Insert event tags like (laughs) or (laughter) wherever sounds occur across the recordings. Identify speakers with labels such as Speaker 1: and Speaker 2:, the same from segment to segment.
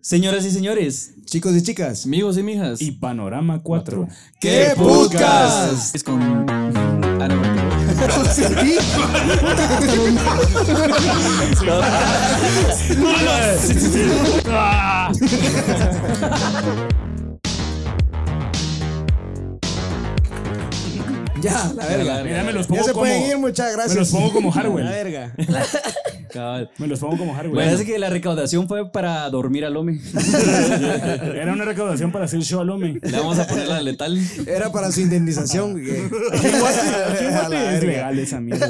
Speaker 1: Señoras y señores,
Speaker 2: Chicos y chicas.
Speaker 3: Amigos y mijas.
Speaker 1: y Panorama 4.
Speaker 2: ¡Qué podcast!
Speaker 3: Es con. Ah, no, mentira.
Speaker 2: ¿Sentí?
Speaker 1: Ah,
Speaker 2: (laughs) Ya, la verga.
Speaker 1: Mira, me los pongo
Speaker 2: Ya se
Speaker 1: como,
Speaker 2: pueden ir, muchas gracias.
Speaker 1: Me los pongo como
Speaker 2: (laughs) La
Speaker 1: Harwell.
Speaker 2: verga.
Speaker 3: Cabal.
Speaker 1: Me los pongo como
Speaker 3: Bueno,
Speaker 1: Harwell.
Speaker 3: parece que la recaudación fue para dormir al hombre.
Speaker 1: Era una recaudación para hacer show
Speaker 2: (laughs)
Speaker 1: al hombre.
Speaker 3: (laughs) Le vamos a poner la letal.
Speaker 2: Era para su indemnización. (laughs) güey. A la
Speaker 1: Es
Speaker 2: verga.
Speaker 1: legal
Speaker 2: (laughs)
Speaker 1: esa mierda.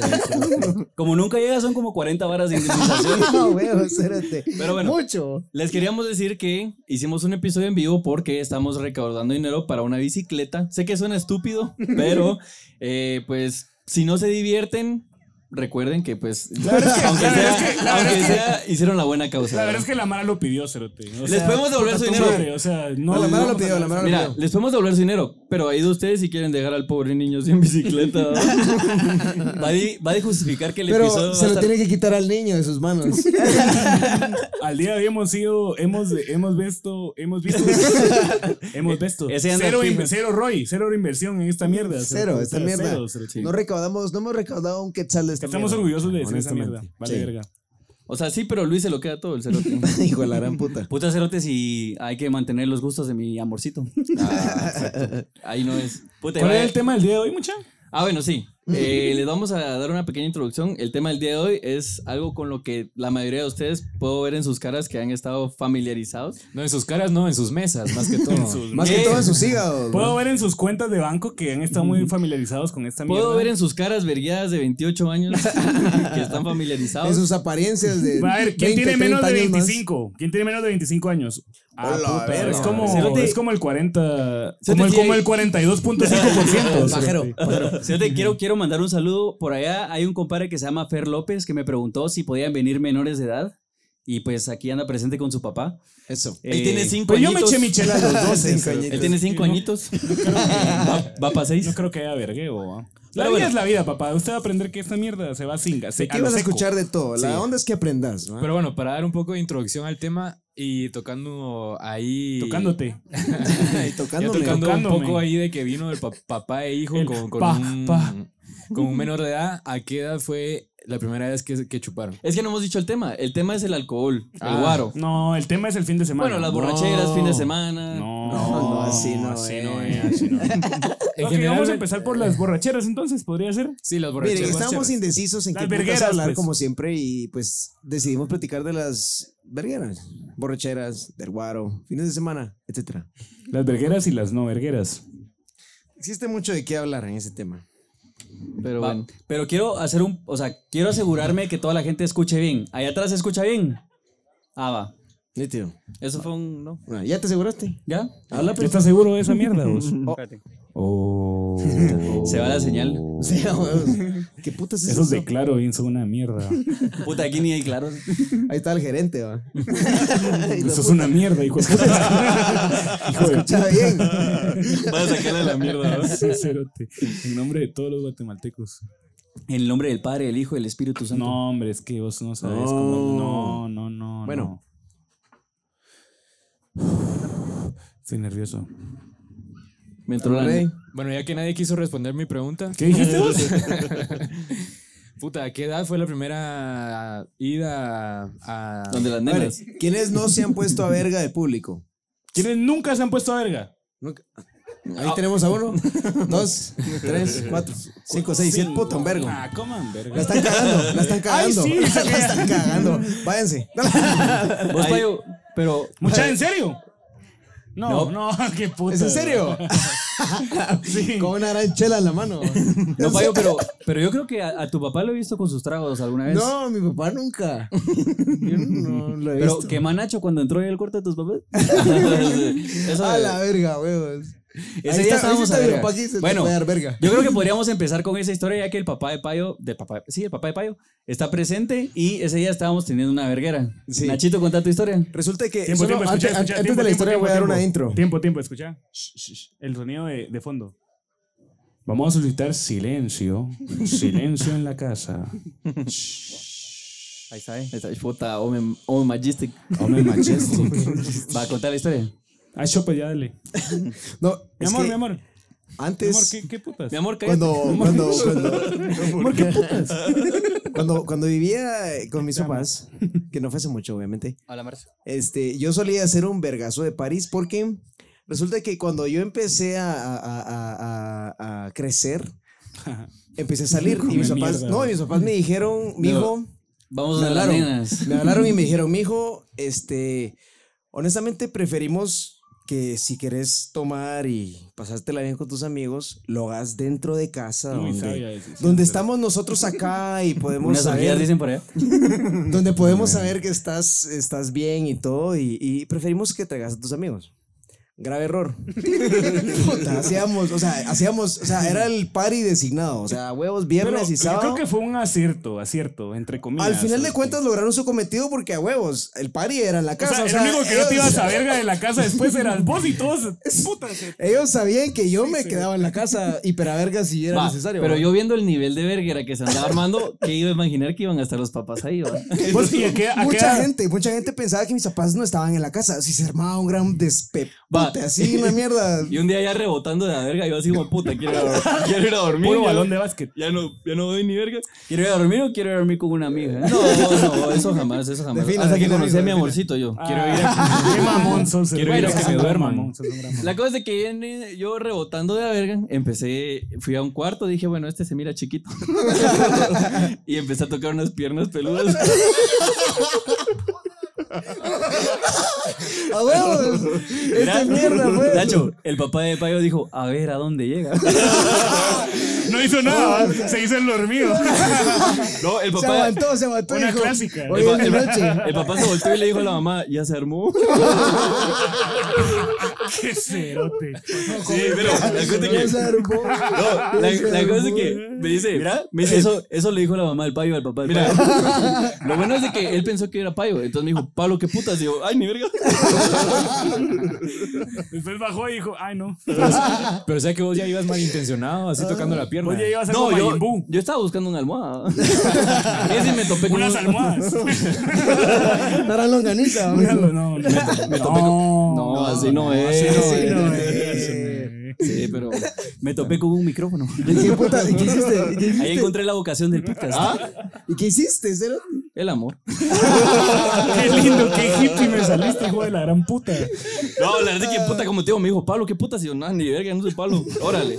Speaker 3: Como nunca llega, son como 40 varas de indemnización.
Speaker 2: (laughs) No, huevo, espérate.
Speaker 3: Pero bueno.
Speaker 2: Mucho.
Speaker 3: Les queríamos decir que hicimos un episodio en vivo porque estamos recaudando dinero para una bicicleta. Sé que suena
Speaker 1: (laughs)
Speaker 3: estúpido, pero eh, pues si no se divierten, recuerden que pues aunque
Speaker 1: la
Speaker 3: sea,
Speaker 1: verdad es que- la
Speaker 3: aunque
Speaker 1: verdad es que-
Speaker 3: sea, hicieron la buena causa.
Speaker 1: La verdad es que la Mara lo pidió, Cerote. O
Speaker 3: Les
Speaker 1: sea,
Speaker 3: podemos devolver su
Speaker 1: puta tu
Speaker 3: dinero.
Speaker 1: madre, O sea, no.
Speaker 2: la mano
Speaker 1: no
Speaker 2: lo
Speaker 1: vamos a
Speaker 2: pidió, la
Speaker 1: hablar.
Speaker 2: mano lo
Speaker 3: Mira,
Speaker 2: pidió.
Speaker 3: les podemos devolver su dinero, pero ahí de ustedes si quieren dejar al pobre niño sin
Speaker 2: (laughs)
Speaker 3: bicicleta. va, a, di- va a justificar que el episodio
Speaker 2: Pero
Speaker 3: va
Speaker 2: se
Speaker 3: a
Speaker 2: lo
Speaker 3: estar-
Speaker 2: tiene que quitar al niño de sus manos.
Speaker 1: Al día de hoy hemos sido, hemos, hemos visto,
Speaker 2: (laughs)
Speaker 1: hemos visto, hemos visto.
Speaker 2: E,
Speaker 3: Ese anda
Speaker 1: Cero,
Speaker 3: fijo.
Speaker 1: in- cero Roy, cero inversión en esta mierda.
Speaker 2: Cero,
Speaker 1: Cerote.
Speaker 2: esta
Speaker 1: O sea,
Speaker 2: mierda.
Speaker 1: cero, Cerote.
Speaker 2: No recaudamos, no hemos recaudado un quetzal de esta
Speaker 1: Estamos
Speaker 2: mierda.
Speaker 1: orgullosos de decir esa mierda.
Speaker 2: Honestamente,
Speaker 1: Vale,
Speaker 2: sí.
Speaker 1: verga.
Speaker 3: O sea, sí, pero Luis se lo queda todo el cerote.
Speaker 2: (laughs) Hijo de la gran puta.
Speaker 3: Puta cerote si hay que mantener los gustos de mi amorcito.
Speaker 2: Ah,
Speaker 3: Ahí no es. Puta,
Speaker 1: ¿Cuál
Speaker 3: vaya-
Speaker 1: era el tema del día de hoy, mucha?
Speaker 3: Ah, bueno, sí.
Speaker 2: Mm.
Speaker 3: Eh, les vamos a dar una pequeña introducción. El tema del día de hoy es algo con lo que la mayoría de ustedes puedo ver en sus caras que han estado familiarizados.
Speaker 4: No, en sus caras no, en sus mesas, más
Speaker 1: (laughs)
Speaker 4: que todo.
Speaker 2: Más
Speaker 3: ¿Qué?
Speaker 2: que todo en sus hígados.
Speaker 1: Puedo ver en sus cuentas de banco que han estado muy familiarizados con esta mierda.
Speaker 3: Puedo ver en sus caras vergueadas de 28 años que (laughs) están familiarizados.
Speaker 2: En sus apariencias de.
Speaker 1: Va a ver, ¿quién
Speaker 2: 20,
Speaker 1: tiene menos de
Speaker 2: 30 años más.
Speaker 1: 25? ¿Quién tiene menos de 25 años? Ah,
Speaker 2: Hola,
Speaker 1: puta,
Speaker 2: verga.
Speaker 1: es, como,
Speaker 3: Cerote.
Speaker 1: es como el 40.
Speaker 3: Cerote
Speaker 1: Como
Speaker 3: tiene-
Speaker 1: el, como el 42.5%.
Speaker 2: Pajero.
Speaker 1: cerote.
Speaker 3: O sea, te quiero, quiero mandar un saludo. Por allá hay un compadre que se llama Fer López que me preguntó si podían venir menores de edad. Y pues aquí anda presente con su papá.
Speaker 2: Eso.
Speaker 3: Él
Speaker 1: Eh,
Speaker 3: tiene cinco
Speaker 1: pues yo me
Speaker 3: añitos.
Speaker 1: eché mi
Speaker 3: (laughs)
Speaker 1: chela a los
Speaker 2: Cinco
Speaker 1: 12. cerote.
Speaker 3: Él
Speaker 2: añitos.
Speaker 3: tiene cinco (laughs)
Speaker 1: No-
Speaker 3: añitos.
Speaker 1: Va-
Speaker 3: Va, para seis.
Speaker 1: No creo que haya vergueo. ¿ah? La
Speaker 3: Pero
Speaker 1: vida
Speaker 3: bueno.
Speaker 1: es la vida, papá. Usted va a aprender que esta mierda se va a singa. Se,
Speaker 2: Aquí
Speaker 1: lo
Speaker 2: vas a
Speaker 1: seco.
Speaker 2: escuchar de todo. La onda es que aprendas. ¿va?
Speaker 4: Pero bueno, para dar un poco de introducción al tema y tocando ahí.
Speaker 2: (laughs)
Speaker 1: Tocándote.
Speaker 2: y
Speaker 4: ya
Speaker 2: tocándome.
Speaker 4: tocando un
Speaker 1: Tocándome.
Speaker 4: poco ahí de que vino el pa- papá e hijo
Speaker 1: El
Speaker 4: con, con
Speaker 1: pa-
Speaker 4: un,
Speaker 1: pa.
Speaker 4: con un menor de edad. ¿A qué edad fue la primera vez que, que chuparon?
Speaker 3: Es que no hemos dicho el tema. El tema es el alcohol,
Speaker 4: Ah.
Speaker 3: el guaro.
Speaker 1: No, el tema es el fin de semana.
Speaker 3: Bueno, las
Speaker 1: No.
Speaker 3: borracheras, fin de semana.
Speaker 1: No,
Speaker 2: No, así no
Speaker 1: Así
Speaker 2: es.
Speaker 1: no es. Así
Speaker 3: (laughs)
Speaker 1: no es. Ok, vamos a empezar por
Speaker 3: eh.
Speaker 1: las borracheras entonces, podría ser.
Speaker 4: Sí, las borracheras.
Speaker 2: Miren, estábamos
Speaker 4: borracheras.
Speaker 2: indecisos en
Speaker 1: Las
Speaker 2: qué putas
Speaker 1: vergueras,
Speaker 2: hablar,
Speaker 1: pues.
Speaker 2: como siempre, y pues decidimos platicar de las vergueras, borracheras, del guaro, fines de semana, etcétera.
Speaker 1: Las vergueras y las no vergueras.
Speaker 2: Existe mucho de qué hablar en ese tema.
Speaker 3: Pero
Speaker 4: Va.
Speaker 3: bueno. Pero quiero hacer un. O sea, quiero asegurarme de que toda la gente escuche bien. Allá atrás se escucha bien. Ah, va.
Speaker 2: Nítido.
Speaker 3: Eso fue un. ¿No?
Speaker 2: Bueno, Ah, ¿Ya te aseguraste? (laughs)
Speaker 3: ¿Ya?
Speaker 2: Habla,
Speaker 1: ¿Tú
Speaker 2: pero
Speaker 1: estás seguro de esa
Speaker 2: (laughs)
Speaker 1: mierda, vos?
Speaker 3: Espérate.
Speaker 1: Oh.
Speaker 3: Se va la señal.
Speaker 2: Sí, huevos. ¿Qué putas es
Speaker 1: Eso es
Speaker 2: eso?
Speaker 1: de claro, bien, son una
Speaker 2: (laughs)
Speaker 1: mierda.
Speaker 3: Puta, aquí ni hay claros.
Speaker 2: Ahí está el gerente,
Speaker 1: (laughs)
Speaker 2: va.
Speaker 1: Eso Pues es una mierda,
Speaker 2: (laughs)
Speaker 1: hijo de puta. Hijo de
Speaker 2: Escucha
Speaker 1: (laughs)
Speaker 2: bien.
Speaker 3: Voy a sacarle la mierda.
Speaker 1: puta, cerote. En nombre de todos los guatemaltecos.
Speaker 3: En el nombre del Padre, del Hijo y del Espíritu Santo.
Speaker 1: No, hombre, es que vos no sabes
Speaker 2: No.
Speaker 1: cómo. No, no, no.
Speaker 2: Bueno.
Speaker 1: no. Estoy nervioso.
Speaker 3: Me entró la-
Speaker 2: Rey.
Speaker 4: Bueno, ya que nadie quiso responder mi pregunta.
Speaker 1: ¿Qué dijiste
Speaker 4: (laughs)
Speaker 1: vos?
Speaker 4: Puta, ¿a qué edad fue la primera ida a.
Speaker 3: Donde las
Speaker 2: A ver,
Speaker 3: nenas.
Speaker 2: ¿quiénes no se han puesto a verga de público?
Speaker 1: ¿Quiénes nunca se han puesto a verga?
Speaker 2: Nunca.
Speaker 1: Ah.
Speaker 2: Ahí tenemos a
Speaker 1: (laughs)
Speaker 2: uno, dos, tres, cuatro, cinco, seis, siete. Puta, un vergo.
Speaker 1: Ah, coman
Speaker 2: La
Speaker 1: verga.
Speaker 2: están cagando, la están cagando.
Speaker 1: sí,
Speaker 2: (laughs)
Speaker 1: esa
Speaker 2: la están cagando. Váyanse. ¿Es
Speaker 3: Vos, Payo, pero.
Speaker 1: ¿Mucha en serio? No, no, (laughs) qué puta.
Speaker 2: en serio?
Speaker 1: Sí.
Speaker 2: Con una gran chela en la mano.
Speaker 3: No, Payo, pero, pero yo creo que a, a tu papá lo he visto con sus tragos alguna vez.
Speaker 2: No, mi papá nunca. Yo no lo he
Speaker 3: Pero
Speaker 2: visto.
Speaker 3: qué manacho cuando entró el corte de tus papás. Eso
Speaker 2: A
Speaker 3: de-
Speaker 2: la verga, huevos.
Speaker 3: ese
Speaker 2: Ahí
Speaker 3: día
Speaker 2: está- ahí
Speaker 3: estábamos
Speaker 2: está
Speaker 3: a
Speaker 2: mi
Speaker 3: verga.
Speaker 2: papá aquí, se te
Speaker 3: Bueno,
Speaker 2: puede dar verga.
Speaker 3: yo creo que podríamos empezar con esa historia ya que el papá de Payo, de papá, sí, el papá de Payo está presente y ese día estábamos teniendo una verguera.
Speaker 2: Sí.
Speaker 3: Nachito, contá tu historia.
Speaker 2: Resulta que
Speaker 1: Tiempo,
Speaker 2: solo
Speaker 1: tiempo,
Speaker 2: antes,
Speaker 1: escucha, escucha.
Speaker 2: antes
Speaker 1: tiempo,
Speaker 2: de la
Speaker 1: tiempo,
Speaker 2: historia
Speaker 1: tiempo,
Speaker 2: voy a dar
Speaker 1: tiempo.
Speaker 2: una intro.
Speaker 1: Tiempo, tiempo, escucha. El sonido de, de fondo. Vamos a solicitar silencio. Silencio en la casa.
Speaker 4: Ahí está. eh.
Speaker 3: Esa puta, hombre, hombre majestic.
Speaker 2: Hombre majestic.
Speaker 3: Este, Va a contar la historia.
Speaker 1: (laughs) Ah, chopa, ya dale.
Speaker 2: No,
Speaker 1: Mi
Speaker 2: es
Speaker 1: amor,
Speaker 2: que
Speaker 1: mi amor. Mi amor,
Speaker 2: Antes,
Speaker 1: ¿qué, qué putas? (laughs)
Speaker 3: Mi amor, cállate.
Speaker 2: cuando, cuando,
Speaker 1: amor, ¿qué putas?
Speaker 2: cuando, cuando, cuando vivía eh, con mis papás, que no fue hace mucho, obviamente,
Speaker 3: Hola, Marcio.
Speaker 2: este, yo solía hacer un vergazo de París porque resulta que cuando yo empecé a, a- a- a- a- a crecer, empecé
Speaker 1: (laughs)
Speaker 2: a salir y
Speaker 1: Come
Speaker 2: mis papás,
Speaker 1: mierda.
Speaker 2: no, mis papás me dijeron, mijo,
Speaker 3: Vamos
Speaker 2: Me
Speaker 3: a las
Speaker 2: hablaron.
Speaker 3: nenas.
Speaker 2: me hablaron y me dijeron, mijo, este, honestamente preferimos que si querés tomar y pasártela bien con tus amigos, lo hagas dentro de casa,
Speaker 1: Muy
Speaker 2: donde,
Speaker 1: sabia decisión,
Speaker 2: donde
Speaker 1: pero-
Speaker 2: estamos nosotros acá
Speaker 1: (laughs)
Speaker 2: y podemos
Speaker 3: Unas orgías
Speaker 2: saber
Speaker 3: dicen por allá.
Speaker 2: (laughs) donde podemos saber que estás, estás bien y todo, y, y preferimos que traigas a tus amigos. Grave error.
Speaker 1: (laughs)
Speaker 2: Puta, hacíamos, o sea, hacíamos, o sea, era el party designado, o sea, huevos, viernes
Speaker 1: Pero
Speaker 2: y sábado.
Speaker 1: Yo creo que fue un acierto, acierto, entre comillas.
Speaker 2: Al final de
Speaker 1: este.
Speaker 2: cuentas lograron su cometido porque a huevos, el party era en la
Speaker 1: O
Speaker 2: casa.
Speaker 1: sea,
Speaker 2: o
Speaker 1: el
Speaker 2: sea,
Speaker 1: único que no te
Speaker 2: ellos-
Speaker 1: ibas a verga de la casa después eras vos y
Speaker 2: (laughs)
Speaker 1: todos. Putas.
Speaker 2: Ellos sabían que yo
Speaker 1: Sí,
Speaker 2: me
Speaker 1: sí.
Speaker 2: quedaba en la casa y para verga si era
Speaker 3: Va,
Speaker 2: necesario.
Speaker 3: pero
Speaker 2: ¿va?
Speaker 3: yo viendo el nivel de verguera que se andaba armando, que iba a imaginar que iban a estar los papás ahí, va?
Speaker 2: Pues,
Speaker 1: ¿Y a qué- a qué
Speaker 2: mucha
Speaker 1: edad?
Speaker 2: gente, mucha gente pensaba que mis papás no estaban en la casa. Si se armaba un gran despepote
Speaker 3: Va.
Speaker 2: así, una
Speaker 1: (laughs)
Speaker 2: mierda.
Speaker 3: Y un día ya rebotando de la verga, yo así como puta, quiero ir
Speaker 2: (laughs)
Speaker 3: a, quiero ir a dormir.
Speaker 1: Puro
Speaker 3: ya,
Speaker 1: balón de básquet.
Speaker 3: ya no, ya no doy ni verga. ¿Quiero ir a dormir o quiero ir a dormir con una amiga? No, no, eso jamás, eso jamás.
Speaker 2: Defina,
Speaker 3: Hasta que
Speaker 2: defina,
Speaker 3: conocí a mi
Speaker 2: defina.
Speaker 3: amorcito yo. Quiero
Speaker 1: Ah,
Speaker 3: ir a-
Speaker 1: (laughs) Qué mamón sos.
Speaker 4: Quiero
Speaker 1: hermano.
Speaker 4: ir a que me
Speaker 1: Sos un
Speaker 4: duerman.
Speaker 1: mamón, sos un gran mamón.
Speaker 3: La cosa es que viene yo rebotando de la verga, empecé, fui a un cuarto, dije, bueno, este se mira chiquito. (laughs) y empecé a tocar unas piernas peludas.
Speaker 2: A huevos.
Speaker 3: Mira,
Speaker 2: Esta
Speaker 1: (laughs)
Speaker 2: mierda, pues. güey.
Speaker 3: Nacho, el papá de Payo dijo, a ver, ¿a dónde (laughs) llega?
Speaker 1: No hizo nada, (laughs) se hizo el dormido.
Speaker 3: No, el
Speaker 2: Se
Speaker 3: papá...
Speaker 2: aguantó, se aguantó.
Speaker 1: Una
Speaker 2: dijo,
Speaker 1: clásica.
Speaker 2: Hoy es de
Speaker 3: el,
Speaker 1: (laughs)
Speaker 2: noche.
Speaker 3: el papá se volteó y le dijo a la mamá, ya se armó.
Speaker 1: Qué cerote.
Speaker 3: Sí, pero la cosa es que...
Speaker 2: Ya se armó.
Speaker 1: (laughs)
Speaker 3: No, la,
Speaker 2: Ya
Speaker 3: la
Speaker 2: se
Speaker 3: cosa es
Speaker 2: armó.
Speaker 3: que me dice, me dice, eso, eso le dijo la mamá del payo al papá del (laughs)
Speaker 4: Mira.
Speaker 3: payo. Lo bueno es de que él pensó que era payo, entonces me dijo, Pablo, qué putas. Y yo, ay, ni verga.
Speaker 1: Después bajó y dijo, ay no.
Speaker 4: Pero sé que vos ya ibas malintencionado, así tocando
Speaker 3: Ah.
Speaker 4: la pierna.
Speaker 1: Oye, iba a ser
Speaker 3: No,
Speaker 1: como
Speaker 3: yo,
Speaker 1: Majin Buu.
Speaker 3: yo estaba buscando una (laughs) almohada. Y así me topé con
Speaker 1: Unas
Speaker 3: un-
Speaker 1: almohadas. (laughs)
Speaker 2: No era longaniza.
Speaker 1: Unas-
Speaker 2: amigo.
Speaker 1: No, me, me topé con.
Speaker 3: No, así no eh, es.
Speaker 2: así no
Speaker 1: es.
Speaker 3: Sí, pero me topé con un (laughs) micrófono.
Speaker 2: ¿Y qué puta? ¿Y qué hiciste? ¿Y qué
Speaker 3: Ahí
Speaker 2: hiciste?
Speaker 3: encontré la vocación del podcast.
Speaker 2: ¿Y qué hiciste? Cero?
Speaker 3: El amor.
Speaker 1: (laughs) (laughs) Qué lindo, qué hippie me saliste, hijo de la gran puta.
Speaker 3: No, la verdad es que puta, como te digo, me dijo, Pablo, qué putas. Y yo, nah, ni verga, no soy
Speaker 2: (laughs)
Speaker 3: Pablo. Órale.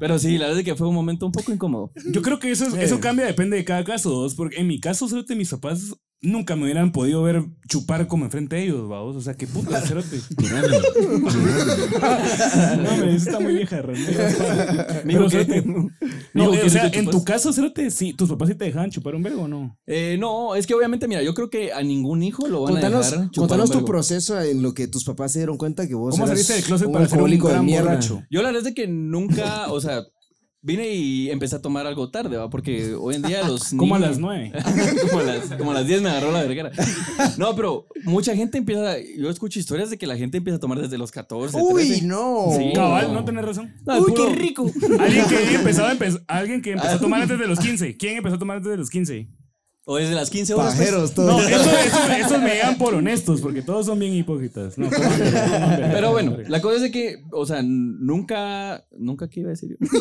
Speaker 3: Pero sí, la verdad es que fue un momento un poco incómodo.
Speaker 1: Yo creo que eso, es- eso cambia, depende de cada caso, dos, porque en mi caso, cerote, mis papás nunca me hubieran podido ver chupar como enfrente de ellos, vamos. O sea, qué puta, cerote. (laughs) No, hombre, eso está muy
Speaker 3: (laughs)
Speaker 1: vieja, René.
Speaker 3: Me dijo
Speaker 1: Pero,
Speaker 3: que-
Speaker 1: cerote,
Speaker 3: Me
Speaker 1: No,
Speaker 3: dijo
Speaker 1: eh,
Speaker 3: que
Speaker 1: o sea,
Speaker 3: rico
Speaker 1: en
Speaker 3: chupas.
Speaker 1: tu caso, cerote, sí, tus papás sí te dejaban chupar un vergo o no.
Speaker 3: Eh, no, es que obviamente, mira, yo creo que a ningún hijo lo van a
Speaker 2: Contanos,
Speaker 3: dejar. chupar
Speaker 2: contanos
Speaker 3: un
Speaker 2: tu
Speaker 3: vergo.
Speaker 2: proceso en lo que tus papás se dieron cuenta que vos
Speaker 1: ¿Cómo
Speaker 2: eras
Speaker 1: saliste del closet
Speaker 2: un
Speaker 1: para ser un
Speaker 2: alcohólico de
Speaker 1: gran
Speaker 2: mierda.
Speaker 1: borracho?
Speaker 3: Yo la verdad es que nunca, o sea, vine y empecé a tomar algo tarde, ¿va? Porque hoy en día
Speaker 2: (laughs)
Speaker 3: los
Speaker 1: Como a
Speaker 3: niños-
Speaker 1: las nueve.
Speaker 3: (laughs) como, a las, como a las 10 me agarró la verguera. No, pero mucha gente empieza. Yo escucho historias de que la gente empieza a tomar desde los 14.
Speaker 2: Uy,
Speaker 3: 13.
Speaker 2: no.
Speaker 3: Sí.
Speaker 1: Cabal, no tenés razón.
Speaker 3: No, el
Speaker 2: Uy,
Speaker 3: puro-
Speaker 2: qué rico.
Speaker 1: Alguien que empezó a, empe- alguien que empezó a tomar antes de los 15. ¿Quién empezó a tomar antes de los 15?
Speaker 3: (laughs) O desde las 15 horas. pues.
Speaker 2: Pajeros todos. (laughs)
Speaker 1: No, eso- eso- esos me llegan por honestos, porque todos son bien hipócritas. No, coman verga, coman verga,
Speaker 3: Pero bueno,
Speaker 1: coman verga.
Speaker 3: la cosa es de que, o sea, nunca, nunca, ¿qué iba a decir yo?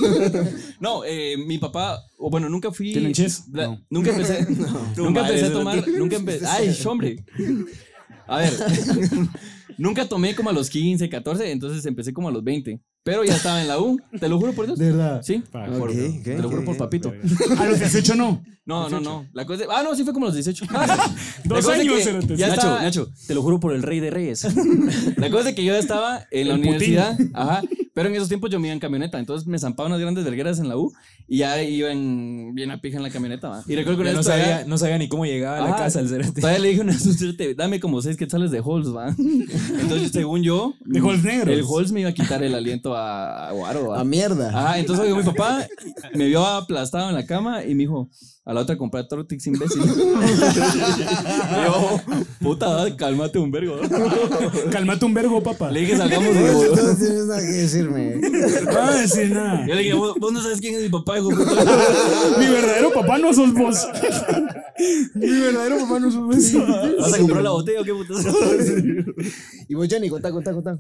Speaker 3: No, eh, mi papá, o bueno, nunca fui.
Speaker 1: ¿Tienen chis?
Speaker 3: la-
Speaker 1: No.
Speaker 3: Nunca empecé, nunca
Speaker 4: madre,
Speaker 3: empecé a
Speaker 4: eso no
Speaker 3: tomar, nunca empecé, ay, hombre. A ver, (laughs) nunca tomé como a los 15, 14, entonces empecé como a los 20. Pero ya estaba en la U, te lo juro por Dios.
Speaker 2: De verdad.
Speaker 3: Sí,
Speaker 1: Pa-
Speaker 3: por-
Speaker 2: Ok, ok,
Speaker 3: te lo juro
Speaker 2: ok.
Speaker 3: por papito.
Speaker 1: A los 18 no.
Speaker 3: No, no, no. La cosa ah, no, sí fue como a los 18. Ah, sí. (laughs)
Speaker 1: Dos
Speaker 3: La cosa es
Speaker 1: años,
Speaker 3: que
Speaker 1: cerotes.
Speaker 3: ya
Speaker 1: Nacho,
Speaker 3: estaba- te lo juro por el rey de reyes. (laughs) la cosa es que yo ya estaba en la
Speaker 1: El putín.
Speaker 3: universidad, ajá, pero en esos tiempos yo me iba en camioneta, entonces me zampaba unas grandes vergueras en la U y ya iba en, bien a pija en la camioneta, va. Y recuerdo que una
Speaker 4: Ya no,
Speaker 3: vez
Speaker 4: sabía,
Speaker 3: todavía,
Speaker 4: no sabía ni cómo llegaba a la
Speaker 1: Ah,
Speaker 3: Ajá.
Speaker 4: casa el cerete.
Speaker 3: todavía le dije una suerte, dame como seis quetzales de Halls, va. Entonces, según yo,
Speaker 1: De Halls negros.
Speaker 3: el Halls me iba a quitar el aliento a, a Guaro, va.
Speaker 2: A mierda.
Speaker 3: Ajá, Ah, entonces oigo, mi papá me vio aplastado en la cama y me dijo, a la otra comprar Tortix imbécil. (laughs) Y yo, puta, cálmate un vergo. (laughs)
Speaker 4: (laughs)
Speaker 1: Calmate un vergo, papá.
Speaker 3: Le dije, salgamos de
Speaker 2: Vos
Speaker 3: boda.
Speaker 2: no tienes nada que decirme.
Speaker 1: No va a decir
Speaker 3: (laughs)
Speaker 1: nada.
Speaker 4: (laughs)
Speaker 3: Yo le dije, vos, vos no sabes quién es mi papá, hijo de puta".
Speaker 1: Mi verdadero papá no sos vos.
Speaker 2: (laughs) Mi verdadero papá no sube eso.
Speaker 3: ¿Vas a comprar la botella o qué putas?
Speaker 2: (laughs) Y vos, Johnny, contá, contá, contá.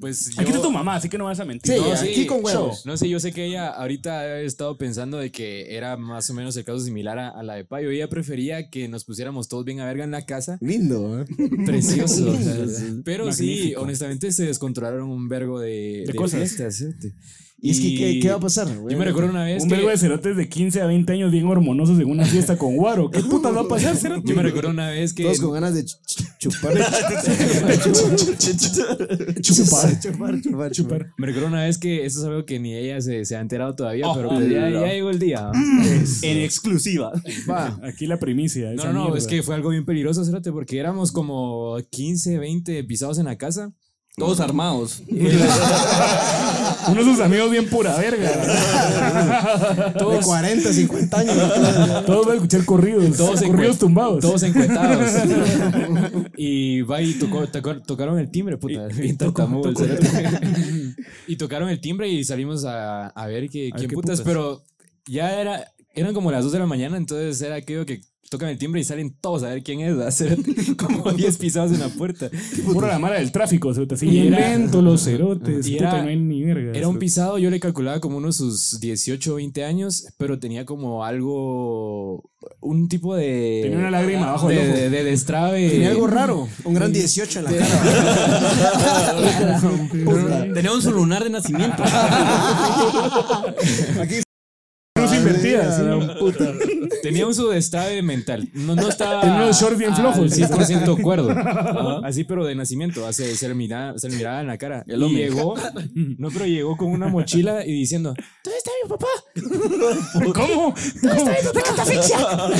Speaker 4: Pues yo,
Speaker 1: Aquí está tu mamá, así que no vas a mentir.
Speaker 2: Sí,
Speaker 1: No,
Speaker 2: aquí
Speaker 4: sí,
Speaker 2: con huevos.
Speaker 4: No sé, yo sé que ella ahorita ha estado pensando de que era más o menos el caso similar a, a la de Payo. Ella prefería que nos pusiéramos todos bien a verga en
Speaker 2: (laughs)
Speaker 4: la casa.
Speaker 2: Lindo, ¿eh?
Speaker 4: Precioso. o sea, pero sí,
Speaker 1: Magnífico.
Speaker 4: honestamente se descontrolaron un vergo de,
Speaker 1: cosas.
Speaker 4: fiestas, ¿cierto?
Speaker 2: Y es que, ¿qué, qué va a pasar?
Speaker 4: Yo me recuerdo una vez
Speaker 1: Un
Speaker 4: que-
Speaker 1: verbo de cerotes de 15 a 20 años bien hormonosos en una fiesta con Guaro. ¿Qué puta va a pasar, cerote?
Speaker 4: Yo me recuerdo una vez que
Speaker 2: Todos con ganas de ch- ch-
Speaker 4: (laughs)
Speaker 2: chupar. chupar. Chupar, chupar, chupar.
Speaker 4: me recuerdo una vez que eso es algo que ni ella se, se ha enterado todavía,
Speaker 1: Oh,
Speaker 4: pero pues ya,
Speaker 1: hola.
Speaker 4: ya llegó
Speaker 2: (laughs)
Speaker 4: el día. (laughs) Eh,
Speaker 3: En exclusiva.
Speaker 2: Va.
Speaker 1: Aquí la primicia.
Speaker 4: No,
Speaker 1: esa
Speaker 4: no, no,
Speaker 1: mierda.
Speaker 4: es que fue algo bien peligroso, Cérate, porque éramos como 15, 20 pisados en la casa.
Speaker 3: Todos armados.
Speaker 1: Uno de sus amigos bien pura
Speaker 4: (laughs)
Speaker 1: verga.
Speaker 2: De 40, 50
Speaker 4: (laughs)
Speaker 2: años.
Speaker 1: Todos van a escuchar corridos.
Speaker 4: Todos en
Speaker 1: corridos
Speaker 4: cue-
Speaker 1: tumbados.
Speaker 4: Todos encuetados. (laughs) y va y tocó, tocó- tocaron el timbre, puta.
Speaker 1: Y- y
Speaker 4: bien
Speaker 1: tocó-
Speaker 4: tartamudo el
Speaker 1: tocó- (laughs)
Speaker 4: cerote. y tocaron el timbre y salimos a, a ver que,
Speaker 1: A ver
Speaker 4: quién
Speaker 1: qué
Speaker 4: putas,
Speaker 1: putas.
Speaker 4: pero ya era, eran como las 2 de la mañana, entonces era aquello que tocan el timbre y salen todos a ver quién es, a (laughs) hacer como
Speaker 1: (laughs)
Speaker 4: 10 pisados en la puerta.
Speaker 1: Pura la mara del tráfico, cerote. Así
Speaker 4: Y era-
Speaker 1: lento los cerotes.
Speaker 4: Y
Speaker 1: puta,
Speaker 4: era-
Speaker 1: no hay ni verga.
Speaker 4: Era un
Speaker 1: cerote.
Speaker 4: pisado, yo le calculaba como unos sus 18 o 20 años, pero tenía como algo, un tipo de...
Speaker 1: Tenía una lágrima abajo del
Speaker 4: de,
Speaker 1: ojo.
Speaker 4: de, de destrabe.
Speaker 2: Tenía algo raro. Un gran 18 en la cara.
Speaker 4: (laughs)
Speaker 3: Tenemos un lunar de nacimiento.
Speaker 2: Aquí.
Speaker 1: Cruz invertida, sí, no, (laughs)
Speaker 2: puta.
Speaker 4: Tenía un subestado mental. No, no estaba.
Speaker 1: Tenía unos shorts bien flojos.
Speaker 4: al 100% cuerdo.
Speaker 1: (laughs)
Speaker 4: Así, pero de nacimiento. hace- se, le miraba, se le miraba en la cara.
Speaker 3: El
Speaker 4: y
Speaker 3: hombre.
Speaker 4: llegó. No, pero llegó con una mochila y diciendo: ¿Dónde está mi papá?
Speaker 1: ¿Cómo? ¿Cómo?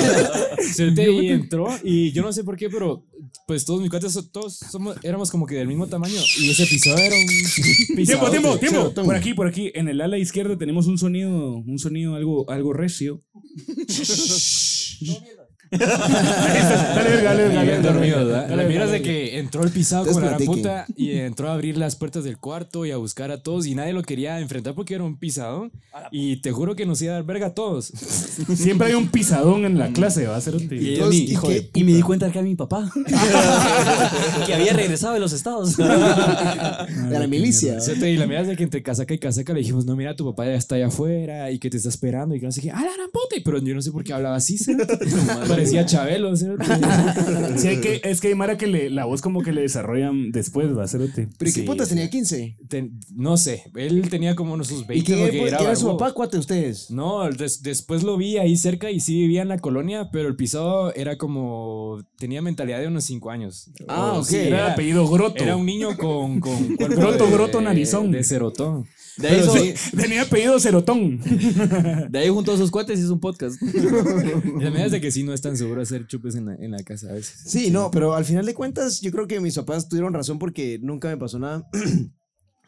Speaker 4: Se te- y entró. Y yo no sé por qué, pero pues todos mis cuates, so- todos somos, éramos como que del mismo tamaño. Y ese pisado era un.
Speaker 1: Tiempo,
Speaker 4: pisadote.
Speaker 1: tiempo, tiempo.
Speaker 2: Cerotón.
Speaker 1: Por aquí, por aquí. En el ala izquierda tenemos un sonido, un sonido algo, algo recio. dale, verga, dale, verga,
Speaker 4: Y
Speaker 1: dale,
Speaker 4: bien dormido,
Speaker 1: verga.
Speaker 4: ¿verdad?
Speaker 1: Dale,
Speaker 4: La miras
Speaker 1: verga.
Speaker 4: de que entró el pisado
Speaker 2: Entonces
Speaker 4: con la gran puta
Speaker 2: platiquen.
Speaker 4: y entró a abrir las puertas del cuarto y a buscar a todos y nadie lo quería enfrentar porque era un pisado y te juro que nos iba a dar verga a todos.
Speaker 1: Siempre hay un pisadón en la clase, va a ser un tío.
Speaker 3: Y,
Speaker 2: Dos,
Speaker 3: ni-
Speaker 2: ¿y
Speaker 3: hijo
Speaker 2: qué?
Speaker 3: de- y me di cuenta que era mi papá. (laughs)
Speaker 4: (laughs)
Speaker 3: que había regresado de los estados.
Speaker 2: De la milicia.
Speaker 4: O sea, te- Y la miras de que entre casaca y casaca le dijimos, no, mira, tu papá ya está allá afuera y que te está esperando y que no sé qué. ¡Ah, la gran puta! Y Pero yo no sé por qué hablaba así, ¿sí? Parecía Chabelo, ¿sí?
Speaker 1: Sí, hay que, es que hay Mara que le, la voz como que le desarrollan después, va a ser un tío.
Speaker 2: Pero ¿y qué
Speaker 4: Sí.
Speaker 2: putas tenía 15?
Speaker 4: Ten- No sé, él tenía como unos sus 20
Speaker 2: ¿Y qué
Speaker 4: porque
Speaker 2: qué era su
Speaker 4: barbudo.
Speaker 2: papá, cuate, ustedes?
Speaker 4: No, des- después lo vi ahí cerca y sí vivía en la colonia, pero el pisado era como. tenía mentalidad de unos 5 años.
Speaker 2: Ah,
Speaker 4: O
Speaker 2: ok.
Speaker 4: sí,
Speaker 1: Era el
Speaker 4: era,
Speaker 1: apellido Groto.
Speaker 4: era un niño con. con cuerpo
Speaker 1: Groto,
Speaker 4: de-
Speaker 1: groto, narizón.
Speaker 4: De cerotón.
Speaker 3: De ahí,
Speaker 4: Pero
Speaker 3: son-
Speaker 4: sí,
Speaker 1: Tenía apellido Cerotón.
Speaker 3: de ahí junto a sus cuates hizo un podcast.
Speaker 4: la verdad es de que sí no es tan seguro hacer chupes en la, en la casa a veces.
Speaker 2: Sí, no, pero al final de cuentas, yo creo que mis papás tuvieron razón porque nunca me pasó nada.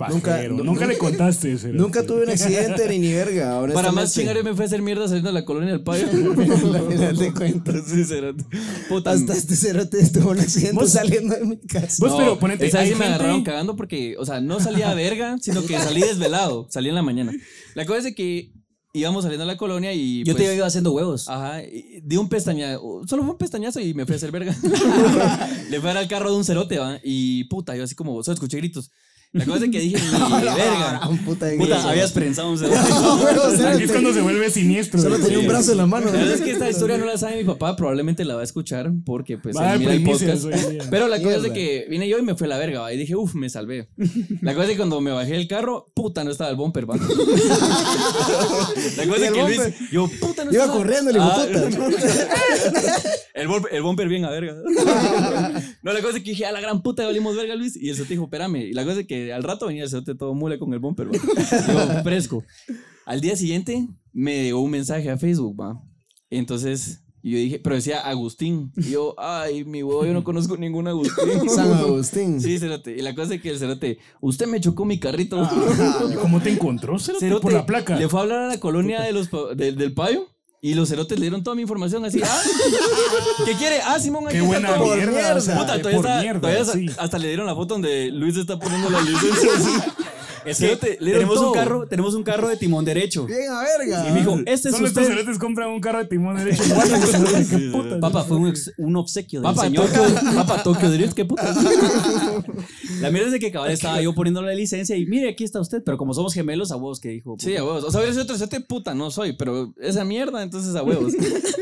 Speaker 2: Nunca-
Speaker 1: Pajero.
Speaker 2: nu-
Speaker 1: Nunca, le contaste. cerote.
Speaker 2: Nunca tuve un accidente ni ni verga.
Speaker 3: Para
Speaker 2: honestamente.
Speaker 3: más chingar, yo me fui a hacer mierda saliendo de la colonia del payo.
Speaker 2: (laughs) Al final
Speaker 3: (laughs)
Speaker 2: de cuentas.
Speaker 3: Sí, cerote. Puta,
Speaker 2: Hasta este cerote tuvo un accidente
Speaker 1: ¿Vos?
Speaker 2: saliendo de mi casa.
Speaker 1: Vos, Pues, pero ponete.
Speaker 3: Esa vez
Speaker 1: hay
Speaker 3: sí me
Speaker 1: gente-
Speaker 3: agarraron cagando porque, o sea, no salía a
Speaker 1: (laughs)
Speaker 3: verga, sino que salí desvelado. Salí en la mañana. La cosa es de que íbamos saliendo a la colonia y.
Speaker 5: Yo
Speaker 3: pues,
Speaker 5: te iba haciendo huevos.
Speaker 3: Ajá, y di un pestañazo, solo fue un pestañazo y me fui a hacer
Speaker 5: (laughs)
Speaker 3: verga. Le fui a dar al carro de un cerote, ¿va? Y puta, yo así como, solo escuché gritos. La cosa es que
Speaker 5: (laughs)
Speaker 3: dije, ni
Speaker 2: (laughs)
Speaker 3: verga.
Speaker 2: Un Ah, puta de
Speaker 3: Puta,
Speaker 2: iglesia.
Speaker 3: habías prensado un cerote.
Speaker 2: (laughs) No,
Speaker 1: (laughs)
Speaker 2: huevo,
Speaker 1: Aquí es
Speaker 2: cerote.
Speaker 1: cuando se vuelve siniestro.
Speaker 2: Solo tenía un
Speaker 1: Sí.
Speaker 2: brazo en la mano.
Speaker 3: La verdad es que esta historia no la sabe mi papá, probablemente la va a escuchar porque pues
Speaker 1: Va a dar
Speaker 3: él mira el
Speaker 1: primicias
Speaker 3: podcast.
Speaker 1: hoy en día.
Speaker 3: Pero la cosa es de
Speaker 2: Mierda.
Speaker 3: que vine yo y me fue a la verga, ¿va? y dije, uff, me salvé. La cosa es que cuando me bajé del carro, puta, no estaba el bumper,
Speaker 2: (laughs)
Speaker 3: va. La
Speaker 2: ¿Y
Speaker 3: cosa es
Speaker 2: el
Speaker 3: que Luis,
Speaker 2: bumper?
Speaker 3: yo, puta, no
Speaker 2: Iba
Speaker 3: estaba.
Speaker 2: corriendo el hijo
Speaker 3: Ah,
Speaker 2: puta.
Speaker 3: el, bumper, el bumper bien a verga. No, la cosa es que dije, a la gran puta, valimos verga, Luis. Y el sote dijo, espérame. Y la cosa es que al rato venía el sote todo mule con el bumper, va. Yo, fresco. Al día siguiente me llegó un mensaje a Facebook, va. Entonces yo dije, pero decía Agustín. Y yo, ay, mi huevo, yo no conozco ningún Agustín.
Speaker 2: (laughs) San Agustín.
Speaker 3: Sí, cerote. Y la cosa es que el cerote, usted me chocó mi carrito. (laughs)
Speaker 1: ¿Y cómo te encontró, cerote?
Speaker 3: Cerote
Speaker 1: Por la placa.
Speaker 3: Le fue a hablar a la colonia de los, pa- de- del payo y los cerotes le dieron toda mi información así. "Ah, ¿Qué quiere? Ah, Simón, aquí
Speaker 1: Qué
Speaker 3: está
Speaker 1: buena
Speaker 3: todo".
Speaker 1: mierda.
Speaker 2: mierda.
Speaker 1: o sea,
Speaker 3: Puta,
Speaker 1: que
Speaker 3: todavía,
Speaker 1: por
Speaker 3: está-
Speaker 1: mierda,
Speaker 3: todavía
Speaker 1: sí.
Speaker 3: hasta le dieron la foto donde Luis está poniendo la licencia. así. Es
Speaker 5: que
Speaker 3: que tenemos
Speaker 5: todo.
Speaker 3: un, carro, tenemos un carro de timón derecho.
Speaker 2: Bien a verga.
Speaker 3: Y me dijo, este es
Speaker 1: Solo estos
Speaker 3: usted.
Speaker 1: cerotes compran un carro de
Speaker 3: (laughs)
Speaker 1: timón derecho. Guarda, qué puta.
Speaker 5: Papá, fue un, ex- un obsequio del
Speaker 3: Papá,
Speaker 5: señor.
Speaker 3: Tokio, papá, Tokio Drift, qué puta.
Speaker 5: La mierda es de que cabal estaba yo poniéndole la licencia y mire, aquí está usted. Pero como somos gemelos, a huevos que dijo.
Speaker 3: Sí, a huevos. O sea, hubiera sido otro cerote puta, no soy, pero esa mierda, entonces a huevos.